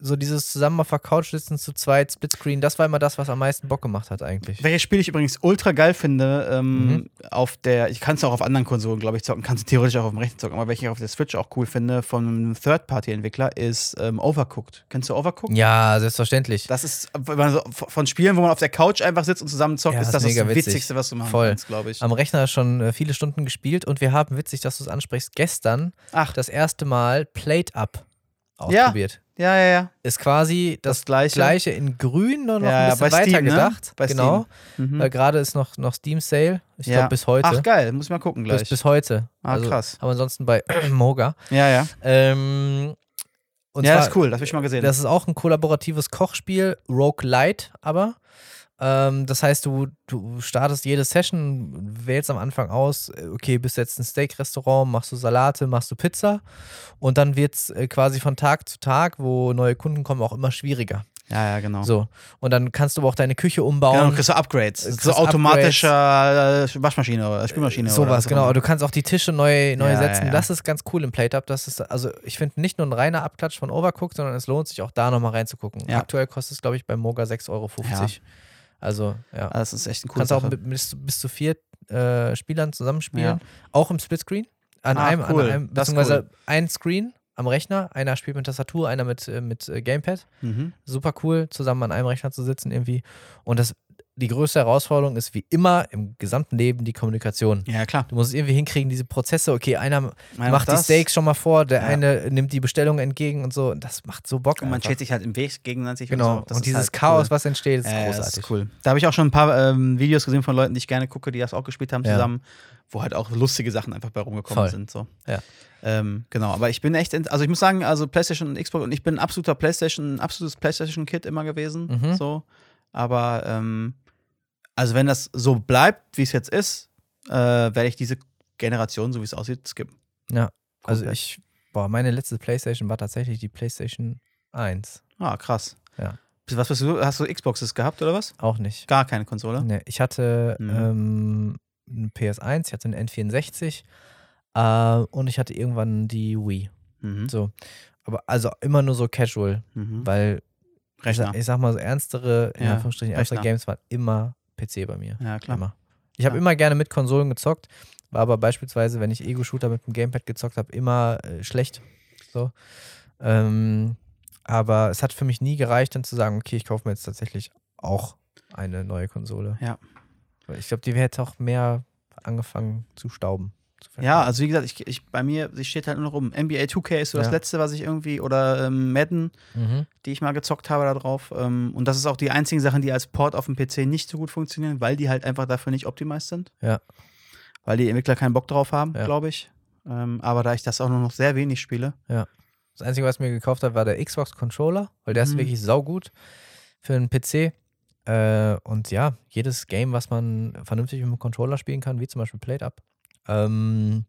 [SPEAKER 1] so dieses zusammen auf der Couch sitzen zu zweit, Splitscreen, das war immer das, was am meisten Bock gemacht hat eigentlich.
[SPEAKER 2] Welches Spiel ich übrigens ultra geil finde, ähm,
[SPEAKER 1] Mhm.
[SPEAKER 2] auf der, ich kann es auch auf anderen Konsolen, glaube ich, zocken, kann es theoretisch auch auf dem Rechner zocken, aber welches ich auf der Switch auch cool finde, von einem Third-Party-Entwickler, ist ähm, Overcooked. Kennst du Overcooked?
[SPEAKER 1] Ja, selbstverständlich.
[SPEAKER 2] Das ist, wenn man so, von Spielen, wo man auf der Couch einfach sitzt und zusammen zockt,
[SPEAKER 1] Ja,
[SPEAKER 2] ist
[SPEAKER 1] ist
[SPEAKER 2] das das
[SPEAKER 1] mega witzig.
[SPEAKER 2] Witzigste, was du machen
[SPEAKER 1] Voll.
[SPEAKER 2] kannst, glaube ich.
[SPEAKER 1] Am Rechner schon äh, viele Stunden gespielt und wir haben, witzig, dass du es ansprichst, gestern
[SPEAKER 2] Ach,
[SPEAKER 1] das erste Mal Plate Up ausprobiert.
[SPEAKER 2] ja, ja, ja.
[SPEAKER 1] Ist quasi das,
[SPEAKER 2] Das Gleiche.
[SPEAKER 1] gleiche in grün, nur noch
[SPEAKER 2] Ja,
[SPEAKER 1] ein
[SPEAKER 2] ja,
[SPEAKER 1] bisschen
[SPEAKER 2] bei
[SPEAKER 1] weiter
[SPEAKER 2] Steam, ne?
[SPEAKER 1] gedacht.
[SPEAKER 2] Bei Steam.
[SPEAKER 1] genau,
[SPEAKER 2] Mhm.
[SPEAKER 1] weil gerade ist noch, noch Steam Sale, ich
[SPEAKER 2] Ja.
[SPEAKER 1] glaube bis heute.
[SPEAKER 2] Ach, geil, muss ich mal gucken
[SPEAKER 1] bis,
[SPEAKER 2] gleich.
[SPEAKER 1] bis heute. Also,
[SPEAKER 2] Ah, krass.
[SPEAKER 1] Aber ansonsten bei Moga.
[SPEAKER 2] ja, ja.
[SPEAKER 1] Ähm, und
[SPEAKER 2] ja,
[SPEAKER 1] zwar,
[SPEAKER 2] das ist cool, das habe ich schon mal gesehen.
[SPEAKER 1] Das ist auch ein kollaboratives Kochspiel, Rogue Light aber. Ähm, das heißt, du, du startest jede Session, wählst am Anfang aus, äh, okay, bist jetzt ein Steak-Restaurant, machst du Salate, machst du Pizza. Und dann wird es äh, quasi von Tag zu Tag, wo neue Kunden kommen, auch immer schwieriger.
[SPEAKER 2] ja, ja, genau.
[SPEAKER 1] So. Und dann kannst du aber auch deine Küche
[SPEAKER 2] Genau,
[SPEAKER 1] umbauen.
[SPEAKER 2] dann kriegst du Upgrades.
[SPEAKER 1] Ähm, äh, kriegst
[SPEAKER 2] so
[SPEAKER 1] du Upgrades.
[SPEAKER 2] automatischer äh, Waschmaschine oder Spülmaschine. oder
[SPEAKER 1] Sowas,
[SPEAKER 2] was auch
[SPEAKER 1] genau.
[SPEAKER 2] immer.
[SPEAKER 1] Du kannst auch die Tische neu, neu
[SPEAKER 2] Ja,
[SPEAKER 1] setzen.
[SPEAKER 2] ja, ja.
[SPEAKER 1] Das ist ganz cool im Plate-Up. Das ist, also ich finde nicht nur ein reiner Abklatsch von Overcooked, sondern es lohnt sich auch da nochmal reinzugucken.
[SPEAKER 2] Ja.
[SPEAKER 1] Aktuell kostet es, glaube ich, bei Moga 6,50 Euro.
[SPEAKER 2] Ja.
[SPEAKER 1] Also, ja.
[SPEAKER 2] Ah, Das ist echt ein
[SPEAKER 1] du
[SPEAKER 2] cooles
[SPEAKER 1] kannst auch mit, bis, zu- bis zu vier äh, Spielern zusammenspielen.
[SPEAKER 2] Ja.
[SPEAKER 1] Auch im Splitscreen. An
[SPEAKER 2] Ah,
[SPEAKER 1] einem,
[SPEAKER 2] cool.
[SPEAKER 1] an einem
[SPEAKER 2] Das ist
[SPEAKER 1] beziehungsweise ein Screen am Rechner, einer spielt mit Tastatur, einer mit, äh, mit äh, Gamepad.
[SPEAKER 2] Mhm.
[SPEAKER 1] Super cool, zusammen an einem Rechner zu sitzen irgendwie. Und das, die größte Herausforderung ist wie immer im gesamten Leben die Kommunikation.
[SPEAKER 2] Ja, klar.
[SPEAKER 1] Du musst es irgendwie hinkriegen, diese Prozesse, okay, einer
[SPEAKER 2] Einer
[SPEAKER 1] macht die
[SPEAKER 2] das.
[SPEAKER 1] Steaks schon mal vor, der
[SPEAKER 2] Ja.
[SPEAKER 1] eine nimmt die Bestellung entgegen und so. Und das macht so Bock.
[SPEAKER 2] Und man
[SPEAKER 1] einfach.
[SPEAKER 2] steht sich halt im Weg gegenseitig.
[SPEAKER 1] Genau.
[SPEAKER 2] Und, so.
[SPEAKER 1] Und,
[SPEAKER 2] Das ist
[SPEAKER 1] dieses
[SPEAKER 2] halt
[SPEAKER 1] Chaos,
[SPEAKER 2] cool.
[SPEAKER 1] was entsteht, ist
[SPEAKER 2] Ja, ja,
[SPEAKER 1] großartig.
[SPEAKER 2] Äh, Das ist cool. Da habe ich auch schon ein paar ähm, Videos gesehen von Leuten, die ich gerne gucke, die das auch gespielt haben
[SPEAKER 1] Ja.
[SPEAKER 2] zusammen, wo halt auch lustige Sachen einfach bei rumgekommen
[SPEAKER 1] Voll.
[SPEAKER 2] sind. So.
[SPEAKER 1] Ja.
[SPEAKER 2] Ähm, genau, aber ich bin echt, ent- also ich muss sagen, also PlayStation und Xbox und ich bin ein absoluter PlayStation, ein absolutes PlayStation-Kid immer gewesen.
[SPEAKER 1] Mhm.
[SPEAKER 2] So. Aber ähm, also wenn das so bleibt, wie es jetzt ist, äh, werde ich diese Generation, so wie es aussieht, skippen.
[SPEAKER 1] Ja. Also
[SPEAKER 2] Komplett.
[SPEAKER 1] ich, boah, meine letzte Playstation war tatsächlich die Playstation 1.
[SPEAKER 2] Ah, krass.
[SPEAKER 1] Ja.
[SPEAKER 2] Was bist du, hast du Xboxes gehabt oder was?
[SPEAKER 1] Auch nicht.
[SPEAKER 2] Gar keine Konsole.
[SPEAKER 1] Nee, ich hatte
[SPEAKER 2] Mhm.
[SPEAKER 1] ähm, ein PS1, ich hatte ein N64 äh, und ich hatte irgendwann die Wii.
[SPEAKER 2] Mhm.
[SPEAKER 1] So. Aber also immer nur so casual,
[SPEAKER 2] Mhm.
[SPEAKER 1] weil ich,
[SPEAKER 2] Rechner.
[SPEAKER 1] sag- ich sag mal so ernstere, in
[SPEAKER 2] Ja,
[SPEAKER 1] Anführungsstrichen, ernstere
[SPEAKER 2] Rechner.
[SPEAKER 1] Games waren immer PC bei mir.
[SPEAKER 2] Ja, klar.
[SPEAKER 1] Immer. Ich habe
[SPEAKER 2] Ja.
[SPEAKER 1] immer gerne mit Konsolen gezockt, war aber beispielsweise, wenn ich Ego-Shooter mit dem Gamepad gezockt habe, immer äh, schlecht. So. Ähm, aber es hat für mich nie gereicht, dann zu sagen, okay, ich kaufe mir jetzt tatsächlich auch eine neue Konsole.
[SPEAKER 2] Ja.
[SPEAKER 1] Weil Ich glaube, die hätte auch mehr angefangen zu stauben. zu verkaufen.
[SPEAKER 2] Ja, also wie gesagt, ich, ich, bei mir, sie steht halt nur noch rum. NBA 2K ist so das
[SPEAKER 1] Ja.
[SPEAKER 2] letzte, was ich irgendwie, oder ähm, Madden,
[SPEAKER 1] Mhm.
[SPEAKER 2] die ich mal gezockt habe da drauf. Ähm, und das ist auch die einzigen Sachen, die als Port auf dem PC nicht so gut funktionieren, weil die halt einfach dafür nicht optimized sind.
[SPEAKER 1] Ja.
[SPEAKER 2] Weil die Entwickler keinen Bock drauf haben,
[SPEAKER 1] Ja.
[SPEAKER 2] glaube ich. Ähm, aber da ich das auch nur noch sehr wenig spiele.
[SPEAKER 1] Das Einzige, was ich mir gekauft habe, war der Xbox-Controller, weil der
[SPEAKER 2] Mhm.
[SPEAKER 1] ist wirklich saugut für einen PC. Äh, und ja, jedes Game, was man vernünftig mit dem Controller spielen kann, wie zum Beispiel Played Up, ähm,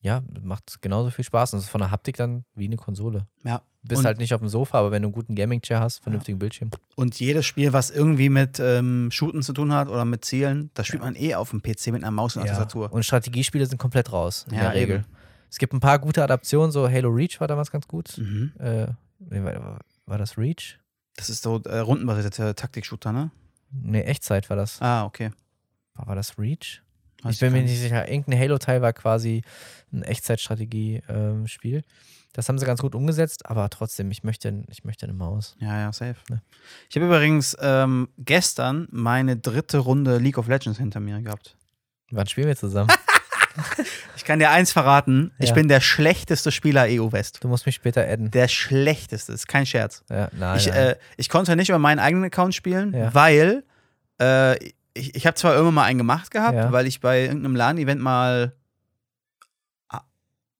[SPEAKER 1] ja, macht genauso viel Spaß. Und es ist von der Haptik dann wie eine Konsole.
[SPEAKER 2] Ja.
[SPEAKER 1] Du bist
[SPEAKER 2] Und-
[SPEAKER 1] halt nicht auf dem Sofa, aber wenn du einen guten Gaming-Chair hast, vernünftigen Bildschirm.
[SPEAKER 2] Und jedes Spiel, was irgendwie mit ähm, Shooten zu tun hat oder mit Zielen, das spielt man eh auf dem PC mit einer Maus und einer Tastatur.
[SPEAKER 1] Und Strategiespiele sind komplett raus. In
[SPEAKER 2] Ja,
[SPEAKER 1] der Regel.
[SPEAKER 2] eben.
[SPEAKER 1] Es gibt ein paar gute Adaptionen, so Halo Reach war damals ganz gut.
[SPEAKER 2] Mhm.
[SPEAKER 1] Äh, nee, war, war das Reach?
[SPEAKER 2] Das ist so äh, rundenbasierte Taktik-Shooter, ne?
[SPEAKER 1] Nee, Echtzeit war das.
[SPEAKER 2] Ah, okay.
[SPEAKER 1] War das Reach?
[SPEAKER 2] Weiß
[SPEAKER 1] ich bin
[SPEAKER 2] gar
[SPEAKER 1] mir nicht sicher. Irgendein Halo-Teil war quasi ein Echtzeitstrategie-Spiel. das haben sie ganz gut umgesetzt, aber trotzdem, ich möchte, ich möchte eine Maus.
[SPEAKER 2] Ja, ja, safe.
[SPEAKER 1] Ne.
[SPEAKER 2] Ich habe übrigens ähm, gestern meine dritte Runde League of Legends hinter mir gehabt.
[SPEAKER 1] Wann spielen wir zusammen?
[SPEAKER 2] Ich kann dir eins verraten: Ich
[SPEAKER 1] Ja.
[SPEAKER 2] bin der schlechteste Spieler EU West.
[SPEAKER 1] du musst mich später adden.
[SPEAKER 2] Der schlechteste, ist kein Scherz.
[SPEAKER 1] Ja, nein,
[SPEAKER 2] ich,
[SPEAKER 1] nein.
[SPEAKER 2] äh, ich konnte nicht über meinen eigenen Account spielen,
[SPEAKER 1] Ja.
[SPEAKER 2] weil äh, ich, ich habe zwar immer mal einen gemacht gehabt,
[SPEAKER 1] Ja.
[SPEAKER 2] weil ich bei irgendeinem LAN-Event mal A-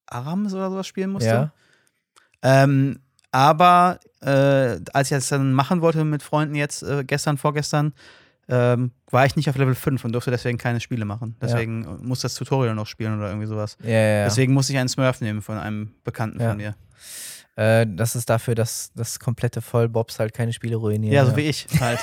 [SPEAKER 2] Arams oder sowas spielen musste.
[SPEAKER 1] ja,
[SPEAKER 2] Ähm, aber äh, als ich das dann machen wollte mit Freunden jetzt, äh, gestern, vorgestern, ähm, war ich nicht auf Level 5 und durfte deswegen keine Spiele machen. Deswegen äh, muss das Tutorial noch spielen oder irgendwie sowas.
[SPEAKER 1] ja, ja. ja.
[SPEAKER 2] Deswegen musste ich einen Smurf nehmen von einem Bekannten
[SPEAKER 1] Ja.
[SPEAKER 2] von mir.
[SPEAKER 1] Äh, das ist dafür, dass das komplette Vollbobs halt keine Spiele ruinieren.
[SPEAKER 2] Ja, so wie ich halt.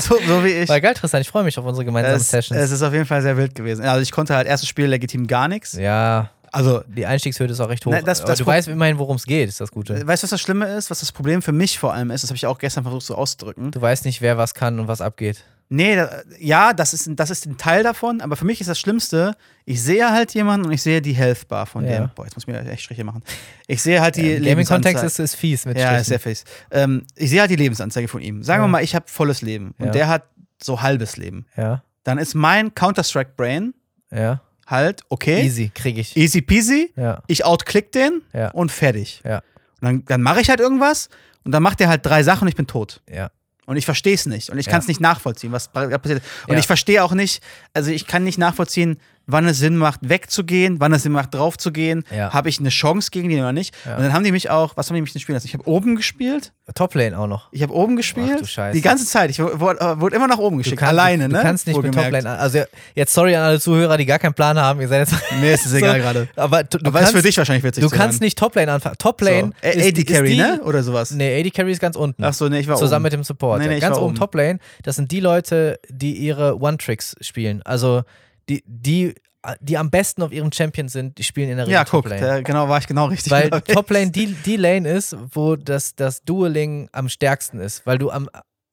[SPEAKER 2] so, so wie ich.
[SPEAKER 1] War geil, Tristan. Ich freue mich auf unsere gemeinsamen
[SPEAKER 2] Es, es
[SPEAKER 1] Sessions.
[SPEAKER 2] ist auf jeden Fall sehr wild gewesen. Also ich konnte halt erstes Spiel legitim gar nichts.
[SPEAKER 1] ja,
[SPEAKER 2] Also,
[SPEAKER 1] die Einstiegshürde ist auch recht hoch.
[SPEAKER 2] Nein, das-
[SPEAKER 1] aber
[SPEAKER 2] das
[SPEAKER 1] du
[SPEAKER 2] Pro- Äh,
[SPEAKER 1] weißt immerhin, worum es geht, ist das Gute.
[SPEAKER 2] weißt du, was das Schlimme ist? Was das Problem für mich vor allem ist, das habe ich auch gestern versucht so auszudrücken.
[SPEAKER 1] Du weißt nicht, wer was kann und was abgeht.
[SPEAKER 2] Nee, da, ja, das ist, das ist ein Teil davon, aber für mich ist das Schlimmste, ich sehe halt jemanden und ich sehe die Health Bar von
[SPEAKER 1] Ja.
[SPEAKER 2] dem. Boah, jetzt muss ich mir echt Striche machen. Ich sehe halt die
[SPEAKER 1] Im Gaming-Kontext
[SPEAKER 2] Lebensanzeige.
[SPEAKER 1] ist es fies mit
[SPEAKER 2] ja,
[SPEAKER 1] Strichen.
[SPEAKER 2] ist sehr fies. Ähm, ich sehe halt die Lebensanzeige von ihm. Sagen
[SPEAKER 1] Ja.
[SPEAKER 2] wir mal, ich habe volles Leben und
[SPEAKER 1] Ja.
[SPEAKER 2] der hat so halbes Leben.
[SPEAKER 1] ja,
[SPEAKER 2] Dann ist mein Counter-Strike-Brain
[SPEAKER 1] ja.
[SPEAKER 2] halt, okay,
[SPEAKER 1] Easy,
[SPEAKER 2] easy,
[SPEAKER 1] kriege ich.
[SPEAKER 2] peasy,
[SPEAKER 1] Ja,
[SPEAKER 2] ich outklick den
[SPEAKER 1] Ja.
[SPEAKER 2] und fertig.
[SPEAKER 1] Ja.
[SPEAKER 2] Und dann, dann mache ich halt irgendwas und dann macht der halt drei Sachen und ich bin tot.
[SPEAKER 1] ja.
[SPEAKER 2] Und ich verstehe es nicht. Und ich
[SPEAKER 1] Ja.
[SPEAKER 2] kann es nicht nachvollziehen, was da passiert. ist. Und
[SPEAKER 1] Ja.
[SPEAKER 2] ich verstehe auch nicht, also ich kann nicht nachvollziehen, wann es Sinn macht, wegzugehen, wann es Sinn macht, draufzugehen.
[SPEAKER 1] Ja.
[SPEAKER 2] Habe ich eine Chance gegen den oder nicht?
[SPEAKER 1] Ja.
[SPEAKER 2] Und dann haben die mich auch, was haben die mich denn spielen lassen? Ich habe oben gespielt.
[SPEAKER 1] Toplane auch noch.
[SPEAKER 2] Ich habe oben
[SPEAKER 1] du
[SPEAKER 2] gespielt.
[SPEAKER 1] Scheiße.
[SPEAKER 2] die ganze Zeit. Ich äh, wurde, wurde immer nach oben geschickt. Alleine,
[SPEAKER 1] du,
[SPEAKER 2] ne?
[SPEAKER 1] Du kannst nicht mit
[SPEAKER 2] Wohlgemerkt.
[SPEAKER 1] Toplane. an- Also jetzt sorry an alle Zuhörer, die gar keinen Plan haben. Ihr seid jetzt.
[SPEAKER 2] Mir ist es egal
[SPEAKER 1] So.
[SPEAKER 2] gerade.
[SPEAKER 1] Aber du, du
[SPEAKER 2] Aber
[SPEAKER 1] kannst,
[SPEAKER 2] ist für dich wahrscheinlich witzig.
[SPEAKER 1] du kannst nicht Toplane anfangen. Toplane
[SPEAKER 2] So. Äh, AD Carry, ne? Oder sowas.
[SPEAKER 1] Nee, AD Carry ist ganz unten.
[SPEAKER 2] Ach so, nee, ich war
[SPEAKER 1] Zusammen mit
[SPEAKER 2] oben.
[SPEAKER 1] dem Support.
[SPEAKER 2] Nee, nee,
[SPEAKER 1] ja.
[SPEAKER 2] ich
[SPEAKER 1] Ganz
[SPEAKER 2] war
[SPEAKER 1] oben
[SPEAKER 2] oben.
[SPEAKER 1] Toplane, das sind die Leute, die ihre One-Tricks spielen. Also die, die, die am besten auf ihrem Champion sind, die spielen in der Regel
[SPEAKER 2] Ja, guck,
[SPEAKER 1] Toplane.
[SPEAKER 2] da, genau, war ich genau richtig.
[SPEAKER 1] Weil
[SPEAKER 2] unterwegs.
[SPEAKER 1] Toplane die, die Lane ist, wo das, das Dueling am stärksten ist, weil du am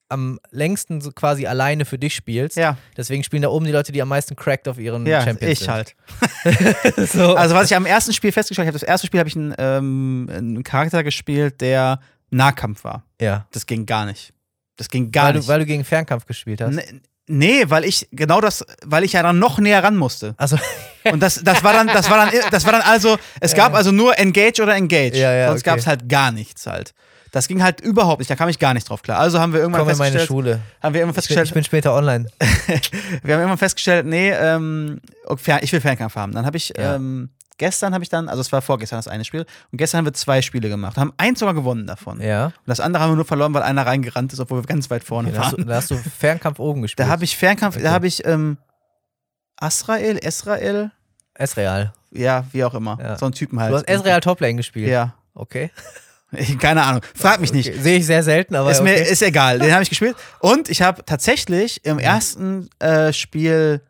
[SPEAKER 1] am längsten so quasi alleine für dich spielst.
[SPEAKER 2] Ja,
[SPEAKER 1] Deswegen spielen da oben die Leute, die am meisten cracked auf ihren
[SPEAKER 2] ja
[SPEAKER 1] Champions
[SPEAKER 2] ich
[SPEAKER 1] sind.
[SPEAKER 2] halt.
[SPEAKER 1] so.
[SPEAKER 2] Also was ich am ersten Spiel festgestellt habe, das erste Spiel habe ich einen, ähm, einen Charakter gespielt, der Nahkampf war.
[SPEAKER 1] ja.
[SPEAKER 2] Das ging gar nicht. Das ging gar
[SPEAKER 1] Weil du,
[SPEAKER 2] nicht.
[SPEAKER 1] weil du gegen Fernkampf gespielt hast.
[SPEAKER 2] N- Nee, weil ich genau das, weil ich ja dann noch näher ran musste.
[SPEAKER 1] Also,
[SPEAKER 2] Und das, das war dann, das war dann, das war dann also, es gab also nur Engage oder Engage.
[SPEAKER 1] Ja, ja,
[SPEAKER 2] Sonst
[SPEAKER 1] okay.
[SPEAKER 2] gab es halt gar nichts halt. Das ging halt überhaupt nicht, da kam ich gar nicht drauf klar. Also haben wir irgendwann
[SPEAKER 1] komm in meine
[SPEAKER 2] festgestellt,
[SPEAKER 1] Schule.
[SPEAKER 2] haben wir irgendwann
[SPEAKER 1] Ich bin,
[SPEAKER 2] festgestellt,
[SPEAKER 1] ich bin später online.
[SPEAKER 2] wir haben irgendwann festgestellt, nee, ähm, okay, Fer- ich will Fernkampf haben. Dann habe ich,
[SPEAKER 1] Ja.
[SPEAKER 2] ähm, gestern habe ich dann, also es war vorgestern das eine Spiel, und gestern haben wir zwei Spiele gemacht, haben eins sogar gewonnen davon.
[SPEAKER 1] Ja.
[SPEAKER 2] Und das andere haben wir nur verloren, weil einer reingerannt ist, obwohl wir ganz weit vorne
[SPEAKER 1] Da
[SPEAKER 2] waren.
[SPEAKER 1] hast, du, da hast du Fernkampf oben gespielt.
[SPEAKER 2] Da habe ich Fernkampf,
[SPEAKER 1] Okay.
[SPEAKER 2] da habe ich ähm, Asrael, Esrael,
[SPEAKER 1] Esreal.
[SPEAKER 2] ja, wie auch immer.
[SPEAKER 1] Ja.
[SPEAKER 2] So einen Typen halt.
[SPEAKER 1] Du hast Esreal Toplane gespielt.
[SPEAKER 2] Ja.
[SPEAKER 1] Okay.
[SPEAKER 2] Keine Ahnung. Frag mich nicht.
[SPEAKER 1] okay. Sehe ich sehr selten, aber.
[SPEAKER 2] Ist mir
[SPEAKER 1] okay.
[SPEAKER 2] ist egal. Den habe ich gespielt. Und ich habe tatsächlich im ersten äh, Spiel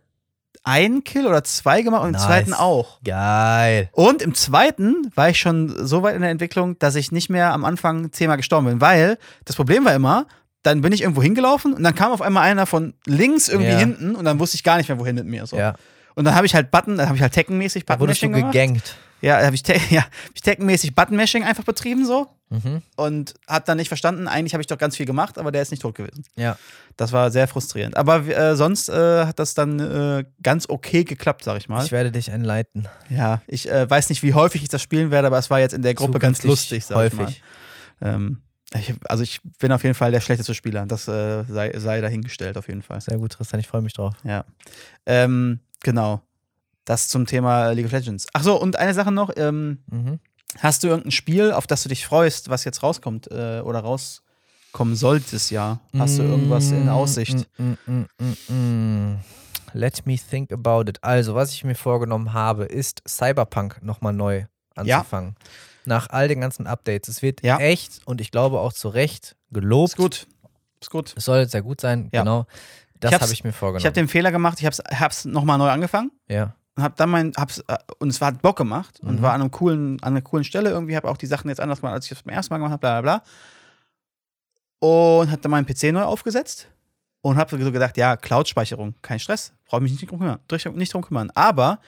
[SPEAKER 2] einen Kill oder zwei gemacht und im
[SPEAKER 1] Nice.
[SPEAKER 2] zweiten auch.
[SPEAKER 1] Geil.
[SPEAKER 2] Und im zweiten war ich schon so weit in der Entwicklung, dass ich nicht mehr am Anfang zehnmal gestorben bin, weil das Problem war immer, dann bin ich irgendwo hingelaufen und dann kam auf einmal einer von links irgendwie
[SPEAKER 1] Ja.
[SPEAKER 2] hinten und dann wusste ich gar nicht mehr, wohin mit mir. So.
[SPEAKER 1] Ja.
[SPEAKER 2] Und dann habe ich halt Button, dann habe ich halt Tekken-mäßig
[SPEAKER 1] Da wurdest du
[SPEAKER 2] Button-Mashing gemacht.
[SPEAKER 1] gegankt.
[SPEAKER 2] Ja, habe ich, te ja, hab ich Tekken-mäßig Button-Mashing einfach betrieben so
[SPEAKER 1] Mhm.
[SPEAKER 2] und habe dann nicht verstanden, eigentlich habe ich doch ganz viel gemacht, aber der ist nicht tot gewesen.
[SPEAKER 1] Ja.
[SPEAKER 2] Das war sehr frustrierend. Aber äh, sonst äh, hat das dann äh, ganz okay geklappt, sag ich mal.
[SPEAKER 1] Ich werde dich einleiten.
[SPEAKER 2] ja, ich äh, weiß nicht, wie häufig ich das spielen werde, aber es war jetzt in der Gruppe ganz
[SPEAKER 1] Zukünftig
[SPEAKER 2] lustig, sag ich mal.
[SPEAKER 1] häufig.
[SPEAKER 2] Ähm, ich, also ich bin auf jeden Fall der schlechteste Spieler. Das äh, sei, sei dahingestellt auf jeden Fall.
[SPEAKER 1] Sehr gut, Tristan. Ich freue mich drauf.
[SPEAKER 2] Ja. Ähm, genau. Das zum Thema League of Legends. Ach so, und eine Sache noch. Ähm,
[SPEAKER 1] Mhm.
[SPEAKER 2] hast du irgendein Spiel, auf das du dich freust, was jetzt rauskommt äh, oder rauskommen sollte das Jahr? Hast du irgendwas in Aussicht?
[SPEAKER 1] Mm, mm, mm, mm, mm. Let me think about it. Also, was ich mir vorgenommen habe, ist Cyberpunk nochmal neu
[SPEAKER 2] Ja.
[SPEAKER 1] anzufangen. Nach all den ganzen Updates. Es wird
[SPEAKER 2] Ja.
[SPEAKER 1] echt und ich glaube auch zu Recht gelobt.
[SPEAKER 2] Ist gut. Ist gut.
[SPEAKER 1] Es soll sehr gut sein,
[SPEAKER 2] Ja.
[SPEAKER 1] genau. Das
[SPEAKER 2] Ich hab's-
[SPEAKER 1] habe ich mir vorgenommen.
[SPEAKER 2] Ich habe den Fehler gemacht, ich hab's, hab's nochmal neu angefangen
[SPEAKER 1] ja.
[SPEAKER 2] und hab dann mein, hab's, äh, und es hat Bock gemacht und
[SPEAKER 1] Mhm.
[SPEAKER 2] war an, einem coolen, an einer coolen Stelle irgendwie, habe auch die Sachen jetzt anders gemacht, als ich das beim ersten Mal gemacht habe, bla bla bla. Und hab dann meinen PC neu aufgesetzt und hab so gedacht, ja, Cloud-Speicherung, kein Stress, brauche mich nicht drum kümmern, durch, nicht drum kümmern. Aber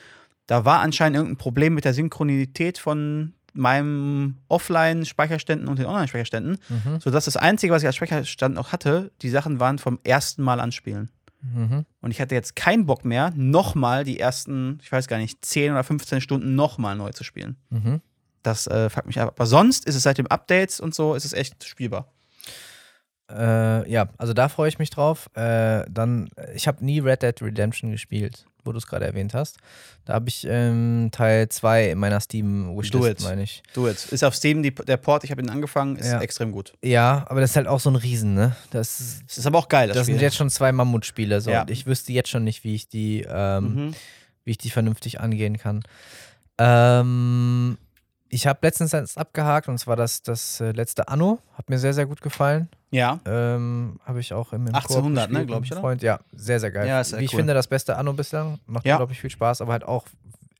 [SPEAKER 2] da war anscheinend irgendein Problem mit der Synchronität von meinem Offline-Speicherständen und den Online-Speicherständen,
[SPEAKER 1] Mhm.
[SPEAKER 2] sodass das Einzige, was ich als Speicherstand noch hatte, die Sachen waren vom ersten Mal anspielen.
[SPEAKER 1] Mhm.
[SPEAKER 2] Und ich hatte jetzt keinen Bock mehr, nochmal die ersten, ich weiß gar nicht, 10 oder 15 Stunden nochmal neu zu spielen.
[SPEAKER 1] Mhm.
[SPEAKER 2] Das äh, fuckt mich ab. Aber sonst ist es seit dem Updates und so, ist es echt spielbar.
[SPEAKER 1] Äh, ja, also da freue ich mich drauf. Äh, dann, ich habe nie Red Dead Redemption gespielt, wo du es gerade erwähnt hast. Da habe ich ähm, Teil 2 in meiner Steam
[SPEAKER 2] Do it.
[SPEAKER 1] Wishlist, meine ich.
[SPEAKER 2] Du jetzt. Ist auf Steam die, der Port, ich habe ihn angefangen, ist
[SPEAKER 1] Ja.
[SPEAKER 2] extrem gut.
[SPEAKER 1] Ja, aber das ist halt auch so ein Riesen, ne? Das, ist-
[SPEAKER 2] Es ist aber auch geil, das,
[SPEAKER 1] das
[SPEAKER 2] Spiel.
[SPEAKER 1] sind jetzt schon zwei Mammutspiele. So.
[SPEAKER 2] Ja.
[SPEAKER 1] Und ich wüsste jetzt schon nicht, wie ich die, ähm,
[SPEAKER 2] mhm.
[SPEAKER 1] wie ich die vernünftig angehen kann. Ähm, ich habe letztens eins abgehakt und zwar das, das äh, letzte Anno. Hat mir sehr, sehr gut gefallen.
[SPEAKER 2] Ja.
[SPEAKER 1] Ähm, habe ich auch im, im
[SPEAKER 2] 1800,
[SPEAKER 1] Koop gespielt
[SPEAKER 2] ne, glaub ich,
[SPEAKER 1] mit einem
[SPEAKER 2] oder?
[SPEAKER 1] Freund. Ja, sehr, sehr geil.
[SPEAKER 2] Ja, ist sehr
[SPEAKER 1] Wie ich
[SPEAKER 2] cool.
[SPEAKER 1] finde, das beste Anno bislang. Macht
[SPEAKER 2] Ja.
[SPEAKER 1] unglaublich viel Spaß, aber halt auch,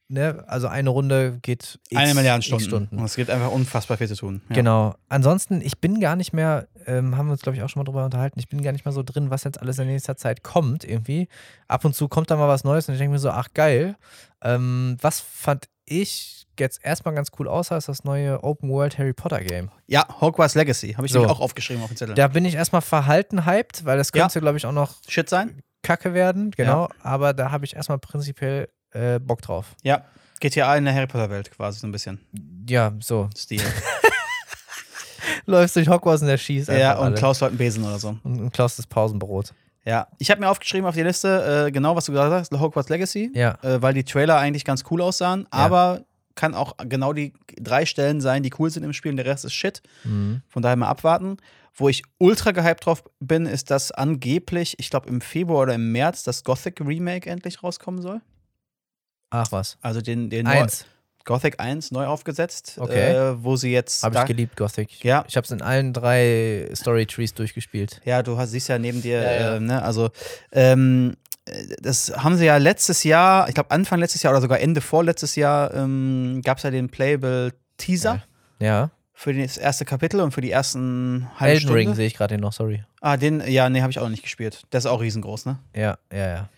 [SPEAKER 1] ne, also eine Runde geht x-
[SPEAKER 2] Eine Milliarde
[SPEAKER 1] x
[SPEAKER 2] Stunden. Und es gibt einfach unfassbar viel zu tun. Ja.
[SPEAKER 1] Genau. Ansonsten, ich bin gar nicht mehr, ähm, haben wir uns, glaube ich, auch schon mal drüber unterhalten, ich bin gar nicht mehr so drin, was jetzt alles in nächster Zeit kommt irgendwie. Ab und zu kommt da mal was Neues und ich denke mir so, ach geil. Ähm, was fand ich jetzt erstmal ganz cool aussah, ist das neue Open World Harry Potter Game.
[SPEAKER 2] Ja, Hogwarts Legacy. Habe ich
[SPEAKER 1] So.
[SPEAKER 2] nämlich auch aufgeschrieben auf den Zettel.
[SPEAKER 1] Da bin ich erstmal verhalten hyped, weil das
[SPEAKER 2] Ja.
[SPEAKER 1] könnte, glaube ich, auch noch
[SPEAKER 2] Shit sein?
[SPEAKER 1] kacke werden, genau. Aber da habe ich erstmal prinzipiell äh, Bock drauf.
[SPEAKER 2] Ja. GTA in der Harry Potter-Welt quasi so ein bisschen.
[SPEAKER 1] Ja, so.
[SPEAKER 2] Stil.
[SPEAKER 1] Läufst durch Hogwarts und erschießt einfach
[SPEAKER 2] ja, und
[SPEAKER 1] alle.
[SPEAKER 2] Klaus hat einen Besen oder so.
[SPEAKER 1] und, und klaust das Pausenbrot.
[SPEAKER 2] Ja, ich habe mir aufgeschrieben auf die Liste, äh, genau was du gesagt hast, Hogwarts Legacy,
[SPEAKER 1] Ja.
[SPEAKER 2] äh, weil die Trailer eigentlich ganz cool aussahen, aber kann auch genau die drei Stellen sein, die cool sind im Spiel und der Rest ist Shit.
[SPEAKER 1] Mhm.
[SPEAKER 2] Von daher mal abwarten. Wo ich ultra gehypt drauf bin, ist, dass angeblich, ich glaube im Februar oder im März, das Gothic Remake endlich rauskommen soll.
[SPEAKER 1] Ach was.
[SPEAKER 2] Also den, den neu-
[SPEAKER 1] Eins.
[SPEAKER 2] Gothic 1 neu aufgesetzt,
[SPEAKER 1] Okay.
[SPEAKER 2] äh, wo sie jetzt.
[SPEAKER 1] Habe
[SPEAKER 2] da-
[SPEAKER 1] ich geliebt, Gothic.
[SPEAKER 2] Ja.
[SPEAKER 1] Ich habe es in allen drei Story Trees durchgespielt.
[SPEAKER 2] Ja, du hast, siehst ja neben dir,
[SPEAKER 1] Ja, ja.
[SPEAKER 2] Äh, ne, also ähm, das haben sie ja letztes Jahr, ich glaube Anfang letztes Jahr oder sogar Ende vorletztes Jahr, ähm, gab es ja den Playable Teaser
[SPEAKER 1] Ja.
[SPEAKER 2] für das erste Kapitel und für die ersten halbe
[SPEAKER 1] Elden
[SPEAKER 2] Stunde.
[SPEAKER 1] Ring sehe ich gerade den noch, sorry.
[SPEAKER 2] Ah, den, ja, nee, habe ich auch noch nicht gespielt. Der ist auch riesengroß, ne?
[SPEAKER 1] Ja, ja, ja.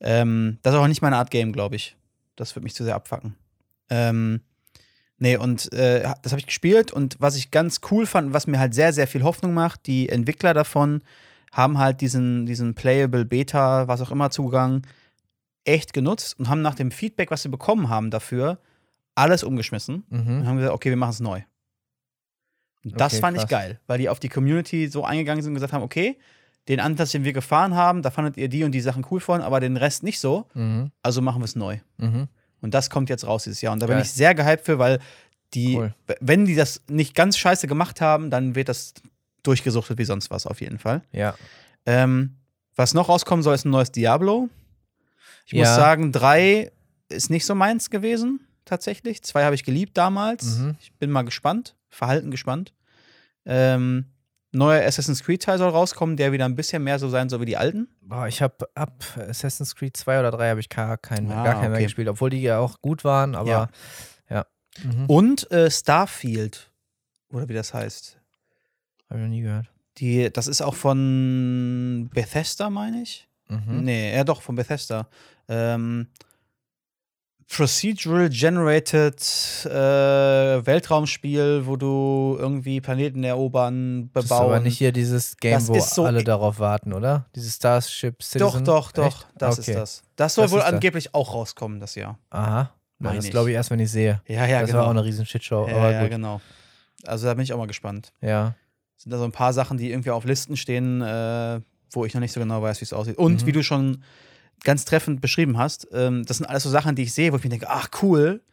[SPEAKER 2] Ähm, das ist auch nicht meine Art Game, glaube ich. Das wird mich zu sehr abfacken. Ähm, nee, und äh, das habe ich gespielt und was ich ganz cool fand, was mir halt sehr, sehr viel Hoffnung macht, die Entwickler davon haben halt diesen, diesen Playable Beta, was auch immer Zugang, echt genutzt und haben nach dem Feedback, was sie bekommen haben dafür, alles umgeschmissen und
[SPEAKER 1] Mhm.
[SPEAKER 2] haben gesagt, okay, wir machen es neu. Und das
[SPEAKER 1] Okay,
[SPEAKER 2] fand ich
[SPEAKER 1] krass.
[SPEAKER 2] geil, weil die auf die Community so eingegangen sind und gesagt haben, okay, den Ansatz, den wir gefahren haben, da fandet ihr die und die Sachen cool von, aber den Rest nicht so,
[SPEAKER 1] Mhm.
[SPEAKER 2] also machen wir es neu.
[SPEAKER 1] Mhm.
[SPEAKER 2] Und das kommt jetzt raus dieses Jahr. Und da bin
[SPEAKER 1] Geil.
[SPEAKER 2] ich sehr gehypt für, weil die,
[SPEAKER 1] Cool.
[SPEAKER 2] w- wenn die das nicht ganz scheiße gemacht haben, dann wird das durchgesuchtet wie sonst was auf jeden Fall.
[SPEAKER 1] Ja.
[SPEAKER 2] Ähm, was noch rauskommen soll, ist ein neues Diablo. Ich muss
[SPEAKER 1] Ja.
[SPEAKER 2] sagen, drei ist nicht so meins gewesen, tatsächlich. Zwei habe ich geliebt damals.
[SPEAKER 1] Mhm.
[SPEAKER 2] Ich bin mal gespannt, verhalten gespannt. Ähm, neuer Assassin's Creed Teil soll rauskommen, der wieder ein bisschen mehr so sein soll wie die alten.
[SPEAKER 1] Boah, ich habe ab Assassin's Creed 2 oder 3 habe ich gar keinen,
[SPEAKER 2] Ah,
[SPEAKER 1] gar keinen mehr
[SPEAKER 2] okay.
[SPEAKER 1] gespielt, obwohl die ja auch gut waren, aber ja.
[SPEAKER 2] Ja.
[SPEAKER 1] Mhm.
[SPEAKER 2] Und äh, Starfield, oder wie das heißt.
[SPEAKER 1] Habe ich noch nie gehört.
[SPEAKER 2] Die, das ist auch von Bethesda, meine ich.
[SPEAKER 1] Mhm.
[SPEAKER 2] Nee, ja doch, von Bethesda. Ähm, Procedural Generated äh, Weltraumspiel, wo du irgendwie Planeten erobern, bebauen.
[SPEAKER 1] Das ist aber nicht hier dieses Game,
[SPEAKER 2] Das
[SPEAKER 1] wo
[SPEAKER 2] ist so- e-
[SPEAKER 1] alle darauf warten, oder? Dieses Starship
[SPEAKER 2] doch,
[SPEAKER 1] Citizen.
[SPEAKER 2] doch, doch,
[SPEAKER 1] Echt?
[SPEAKER 2] das
[SPEAKER 1] Okay.
[SPEAKER 2] ist das. Das soll
[SPEAKER 1] Das
[SPEAKER 2] wohl
[SPEAKER 1] ist das.
[SPEAKER 2] angeblich auch rauskommen das Jahr.
[SPEAKER 1] Aha. Na,
[SPEAKER 2] Meine
[SPEAKER 1] das
[SPEAKER 2] ich.
[SPEAKER 1] glaube ich erst, wenn ich sehe.
[SPEAKER 2] Ja, ja,
[SPEAKER 1] das
[SPEAKER 2] genau.
[SPEAKER 1] war auch eine riesen Shitshow,
[SPEAKER 2] ja,
[SPEAKER 1] aber
[SPEAKER 2] ja,
[SPEAKER 1] gut.
[SPEAKER 2] genau. Also da bin ich auch mal gespannt.
[SPEAKER 1] Ja.
[SPEAKER 2] Sind da so ein paar Sachen, die irgendwie auf Listen stehen, äh, wo ich noch nicht so genau weiß, wie es aussieht. Und
[SPEAKER 1] Mhm.
[SPEAKER 2] wie du schon ganz treffend beschrieben hast, ähm, das sind alles so Sachen, die ich sehe, wo ich mir denke, ach cool.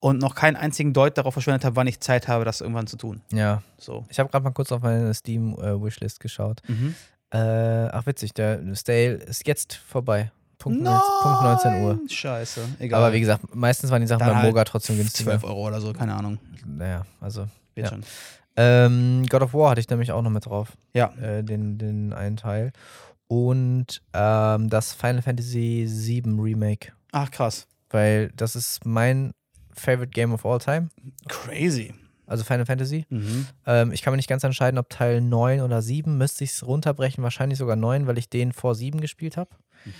[SPEAKER 2] Und noch keinen einzigen Deut darauf verschwendet habe, wann ich Zeit habe, das irgendwann zu tun.
[SPEAKER 1] Ja.
[SPEAKER 2] So.
[SPEAKER 1] Ich habe gerade mal kurz auf meine Steam-Wishlist geschaut. Äh, ach, witzig, der Stale ist jetzt vorbei. Punkt, 19, Punkt 19 Uhr.
[SPEAKER 2] Nein, Scheiße. Egal.
[SPEAKER 1] Aber wie gesagt, meistens waren die Sachen
[SPEAKER 2] Dann
[SPEAKER 1] beim
[SPEAKER 2] halt
[SPEAKER 1] Moga trotzdem günstiger.
[SPEAKER 2] 12 Euro oder so, keine Ahnung.
[SPEAKER 1] Naja, also.
[SPEAKER 2] Wird
[SPEAKER 1] Ja.
[SPEAKER 2] schon.
[SPEAKER 1] Ähm, God of War hatte ich nämlich auch noch mit drauf.
[SPEAKER 2] Ja.
[SPEAKER 1] Äh, den, den einen Teil. Und ähm, das Final Fantasy VII Remake.
[SPEAKER 2] Ach, krass.
[SPEAKER 1] Weil das ist mein favorite Game of all time.
[SPEAKER 2] Crazy.
[SPEAKER 1] Also Final Fantasy.
[SPEAKER 2] Mhm.
[SPEAKER 1] Ähm, ich kann mir nicht ganz entscheiden, ob Teil 9 oder 7. Müsste ich es runterbrechen, wahrscheinlich sogar 9, weil ich den vor 7 gespielt habe.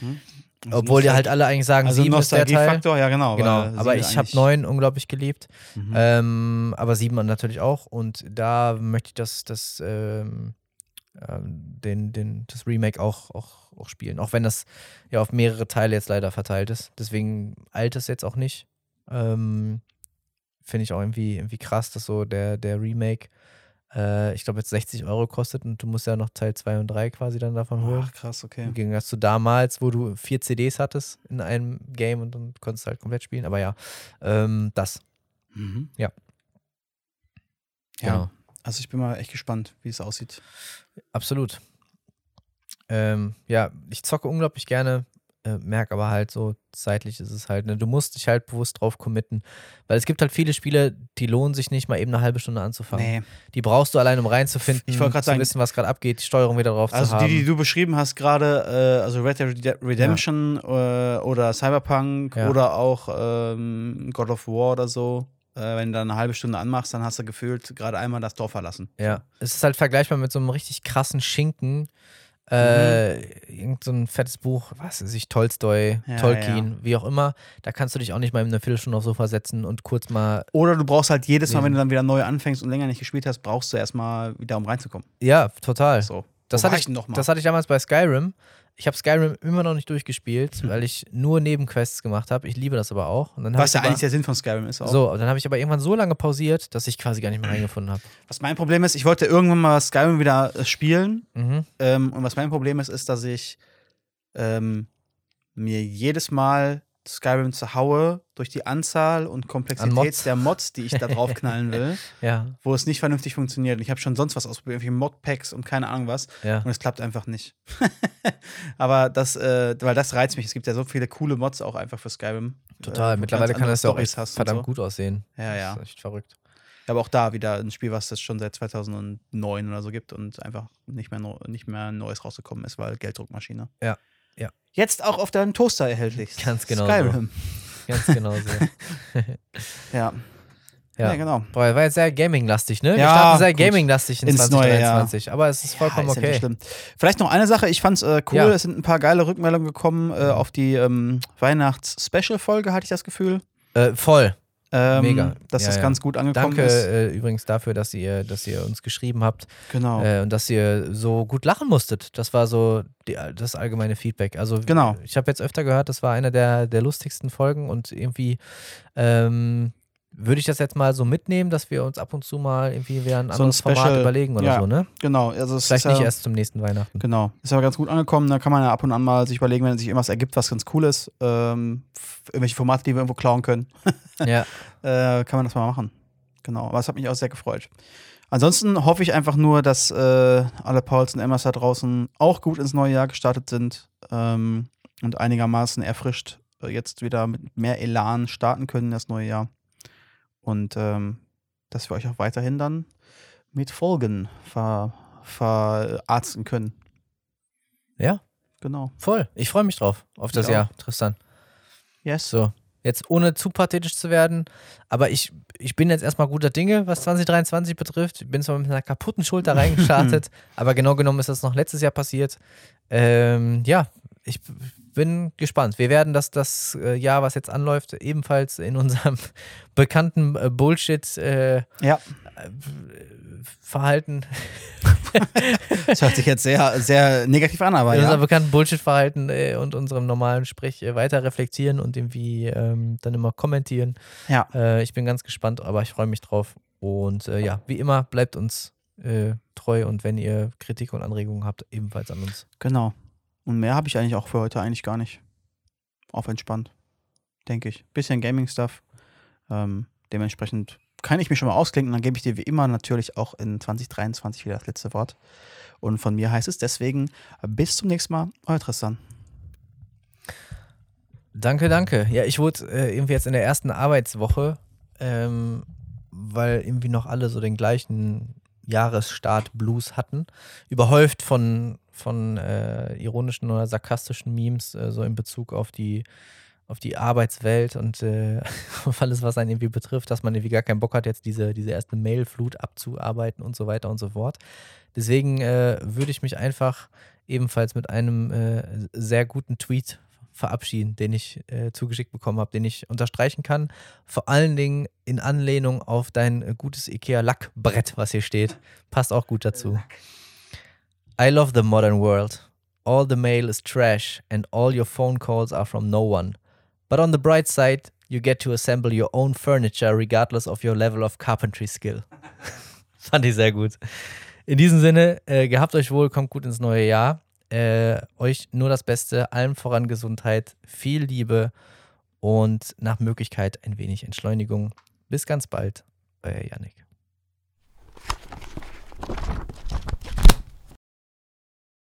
[SPEAKER 2] Mhm. Also
[SPEAKER 1] Obwohl die halt alle eigentlich sagen,
[SPEAKER 2] Also
[SPEAKER 1] 7 ist der Teil.
[SPEAKER 2] Nostalgiefaktor, ja genau.
[SPEAKER 1] Genau,
[SPEAKER 2] weil sie
[SPEAKER 1] aber
[SPEAKER 2] sind
[SPEAKER 1] ich habe
[SPEAKER 2] eigentlich-
[SPEAKER 1] 9 unglaublich geliebt.
[SPEAKER 2] Mhm.
[SPEAKER 1] Ähm, aber sieht man natürlich auch. Und da möchte ich das, das, ähm, ähm, den, den, das Remake auch, auch, auch spielen. Auch wenn das ja auf mehrere Teile jetzt leider verteilt ist. Deswegen alt es jetzt auch nicht. Ähm, Finde ich auch irgendwie, irgendwie krass, dass so der, der Remake, äh, ich glaube, jetzt 60 Euro kostet und du musst ja noch Teil 2 und 3 quasi dann davon holen.
[SPEAKER 2] Ach, krass, okay.
[SPEAKER 1] Im Gegensatz zu damals, wo du vier CDs hattest in einem Game und dann konntest du halt komplett spielen. Aber ja, ähm, das.
[SPEAKER 2] Mhm.
[SPEAKER 1] Ja. Genau.
[SPEAKER 2] Ja, also ich bin mal echt gespannt, wie es aussieht.
[SPEAKER 1] Absolut. Ähm, ja, ich zocke unglaublich gerne, äh, merke aber halt so, zeitlich ist es halt, ne, du musst dich halt bewusst drauf committen. Weil es gibt halt viele Spiele, die lohnen sich nicht mal eben eine halbe Stunde anzufangen.
[SPEAKER 2] Nee.
[SPEAKER 1] Die brauchst du allein, um reinzufinden,
[SPEAKER 2] Ich wollte gerade
[SPEAKER 1] zu
[SPEAKER 2] sagen-
[SPEAKER 1] wissen, was gerade abgeht, die Steuerung wieder drauf zu
[SPEAKER 2] Also
[SPEAKER 1] haben.
[SPEAKER 2] die, die du beschrieben hast gerade, äh, also Red Dead Rede- Redemption äh, oder Cyberpunk
[SPEAKER 1] Ja.
[SPEAKER 2] oder auch ähm, God of War oder so, äh, wenn du dann eine halbe Stunde anmachst, dann hast du gefühlt gerade einmal das Dorf verlassen.
[SPEAKER 1] ja, es ist halt vergleichbar mit so einem richtig krassen Schinken. Äh, Irgend so ein fettes Buch, was weiß ich, Tolstoi,
[SPEAKER 2] Mhm. Ja,
[SPEAKER 1] Tolkien, wie auch immer. Da kannst du dich auch nicht mal in eine Viertelstunde aufs Sofa setzen und kurz mal
[SPEAKER 2] Oder du brauchst halt jedes Mal,
[SPEAKER 1] Lesen.
[SPEAKER 2] wenn du dann wieder neu anfängst und länger nicht gespielt hast, brauchst du erstmal wieder, um reinzukommen.
[SPEAKER 1] Ja, total.
[SPEAKER 2] So.
[SPEAKER 1] Das
[SPEAKER 2] Wo
[SPEAKER 1] hatte
[SPEAKER 2] war
[SPEAKER 1] ich,
[SPEAKER 2] denn noch mal?
[SPEAKER 1] das hatte ich damals bei Skyrim. Ich habe Skyrim immer noch nicht durchgespielt,
[SPEAKER 2] Hm.
[SPEAKER 1] weil ich nur Nebenquests gemacht habe. Ich liebe das aber auch. Und dann hab
[SPEAKER 2] was
[SPEAKER 1] ich
[SPEAKER 2] ja
[SPEAKER 1] aber,
[SPEAKER 2] eigentlich der Sinn von Skyrim ist auch.
[SPEAKER 1] so, und dann habe ich aber irgendwann so lange pausiert, dass ich quasi gar nicht mehr reingefunden habe.
[SPEAKER 2] Was mein Problem ist, ich wollte irgendwann mal Skyrim wieder äh, spielen,
[SPEAKER 1] Mhm.
[SPEAKER 2] Ähm, und was mein Problem ist, ist, dass ich ähm, mir jedes Mal Skyrim zerhaue durch die Anzahl und Komplexität
[SPEAKER 1] An Mods.
[SPEAKER 2] der Mods, die ich da drauf knallen will,
[SPEAKER 1] Ja,
[SPEAKER 2] wo es nicht vernünftig funktioniert. Und ich habe schon sonst was ausprobiert, irgendwie Modpacks und keine Ahnung was.
[SPEAKER 1] ja.
[SPEAKER 2] Und äh, es klappt einfach nicht. Aber das, äh, weil das reizt mich. Es gibt ja so viele coole Mods auch einfach für Skyrim.
[SPEAKER 1] Total.
[SPEAKER 2] äh, wo
[SPEAKER 1] Mittlerweile
[SPEAKER 2] ganz
[SPEAKER 1] kann
[SPEAKER 2] andere
[SPEAKER 1] das ja auch
[SPEAKER 2] Storys
[SPEAKER 1] echt
[SPEAKER 2] hast und
[SPEAKER 1] verdammt
[SPEAKER 2] so.
[SPEAKER 1] gut aussehen.
[SPEAKER 2] Ja, ja.
[SPEAKER 1] Das ist echt verrückt.
[SPEAKER 2] Aber auch da wieder ein Spiel, was es schon seit 2009 oder so gibt und einfach nicht mehr, neu- nicht mehr Neues rausgekommen ist, weil Gelddruckmaschine.
[SPEAKER 1] Ja, ja.
[SPEAKER 2] Jetzt auch auf deinem Toaster erhältlich.
[SPEAKER 1] Ganz genau
[SPEAKER 2] Skyrim.
[SPEAKER 1] Ganz genau so. Ja.
[SPEAKER 2] Ja. Ja, genau.
[SPEAKER 1] Boah, war jetzt sehr gaming-lastig, ne? Wir
[SPEAKER 2] Ja,
[SPEAKER 1] starten sehr
[SPEAKER 2] gut.
[SPEAKER 1] gaming-lastig in
[SPEAKER 2] Ins neue Jahr.
[SPEAKER 1] 2023. Aber es ist vollkommen
[SPEAKER 2] ja, ist ja
[SPEAKER 1] okay.
[SPEAKER 2] nicht schlimm. Vielleicht noch eine Sache, ich fand's äh, cool,
[SPEAKER 1] Ja. Mhm.
[SPEAKER 2] es sind ein paar geile Rückmeldungen gekommen äh, auf die ähm, Weihnachts-Special-Folge, hatte ich das Gefühl.
[SPEAKER 1] äh, voll.
[SPEAKER 2] Ähm,
[SPEAKER 1] Mega.
[SPEAKER 2] Dass
[SPEAKER 1] Ja,
[SPEAKER 2] das
[SPEAKER 1] ja.
[SPEAKER 2] ganz gut angekommen
[SPEAKER 1] Danke
[SPEAKER 2] ist.
[SPEAKER 1] äh, übrigens dafür, dass ihr, dass ihr uns geschrieben habt
[SPEAKER 2] Genau.
[SPEAKER 1] äh, und dass ihr so gut lachen musstet. Das war so die, äh, das allgemeine Feedback. Also
[SPEAKER 2] Genau.
[SPEAKER 1] ich habe jetzt öfter gehört, das war eine der, der lustigsten Folgen und irgendwie ähm, würde ich das jetzt mal so mitnehmen, dass wir uns ab und zu mal irgendwie wieder ein
[SPEAKER 2] So ein
[SPEAKER 1] anderes Format
[SPEAKER 2] Special-
[SPEAKER 1] überlegen oder
[SPEAKER 2] ja.
[SPEAKER 1] so, ne?
[SPEAKER 2] Genau. Also es
[SPEAKER 1] Vielleicht
[SPEAKER 2] ist
[SPEAKER 1] nicht
[SPEAKER 2] ja,
[SPEAKER 1] erst zum nächsten Weihnachten.
[SPEAKER 2] Genau. Ist aber ganz gut angekommen. Da kann man ja ab und an mal sich überlegen, wenn sich irgendwas ergibt, was ganz cool ist. Ähm, f- irgendwelche Formate, die wir irgendwo klauen können,
[SPEAKER 1] ja.
[SPEAKER 2] äh, kann man das mal machen. Genau. Aber es hat mich auch sehr gefreut. Ansonsten hoffe ich einfach nur, dass äh, alle Pauls und Emmas da draußen auch gut ins neue Jahr gestartet sind ähm, und einigermaßen erfrischt äh, jetzt wieder mit mehr Elan starten können in das neue Jahr. Und ähm, dass wir euch auch weiterhin dann mit Folgen ver verarzten können.
[SPEAKER 1] Ja.
[SPEAKER 2] Genau.
[SPEAKER 1] Voll. Ich freue mich drauf, auf das
[SPEAKER 2] Ich auch.
[SPEAKER 1] Jahr, Tristan.
[SPEAKER 2] Yes.
[SPEAKER 1] So, jetzt ohne zu pathetisch zu werden, aber ich, ich bin jetzt erstmal guter Dinge, was 2023 betrifft. Ich bin zwar mit einer kaputten Schulter reingestartet, aber genau genommen ist das noch letztes Jahr passiert. Ähm, ja, ich b- bin gespannt. Wir werden das, das äh, Jahr, was jetzt anläuft, ebenfalls in unserem bekannten äh, Bullshit äh,
[SPEAKER 2] Ja,
[SPEAKER 1] Verhalten,
[SPEAKER 2] das hört sich jetzt sehr, sehr negativ an, aber
[SPEAKER 1] in unserem
[SPEAKER 2] ja.
[SPEAKER 1] bekannten Bullshit-Verhalten äh, und unserem normalen Sprech äh, weiter reflektieren und irgendwie ähm, dann immer kommentieren.
[SPEAKER 2] ja.
[SPEAKER 1] Äh, ich bin ganz gespannt, aber ich freue mich drauf. Und äh, ja, wie immer, bleibt uns äh, treu und wenn ihr Kritik und Anregungen habt, ebenfalls an uns.
[SPEAKER 2] Genau. Und mehr habe ich eigentlich auch für heute eigentlich gar nicht. Auf entspannt, denke ich. Bisschen Gaming-Stuff. Ähm, dementsprechend kann ich mich schon mal ausklinken. Dann gebe ich dir wie immer natürlich auch in 2023 wieder das letzte Wort. Und von mir heißt es deswegen bis zum nächsten Mal. Euer Tristan.
[SPEAKER 1] Danke, danke. Ja, ich wurde äh, irgendwie jetzt in der ersten Arbeitswoche, ähm, weil irgendwie noch alle so den gleichen Jahresstart-Blues hatten, überhäuft von, von äh, ironischen oder sarkastischen Memes, äh, so in Bezug auf die, auf die Arbeitswelt und äh, auf alles, was einen irgendwie betrifft, dass man irgendwie gar keinen Bock hat, jetzt diese, diese erste Mailflut abzuarbeiten und so weiter und so fort. Deswegen äh, würde ich mich einfach ebenfalls mit einem äh, sehr guten Tweet verabschieden, den ich äh, zugeschickt bekommen habe, den ich unterstreichen kann. Vor allen Dingen in Anlehnung auf dein äh, gutes IKEA-Lackbrett, was hier steht. Passt auch gut dazu. I love the modern world. All the mail is trash and all your phone calls are from no one. But on the bright side, you get to assemble your own furniture regardless of your level of carpentry skill. Fand ich sehr gut. In diesem Sinne, äh, gehabt euch wohl, kommt gut ins neue Jahr. Äh, euch nur das Beste, allen voran Gesundheit, viel Liebe und nach Möglichkeit ein wenig Entschleunigung. Bis ganz bald, euer Yannick.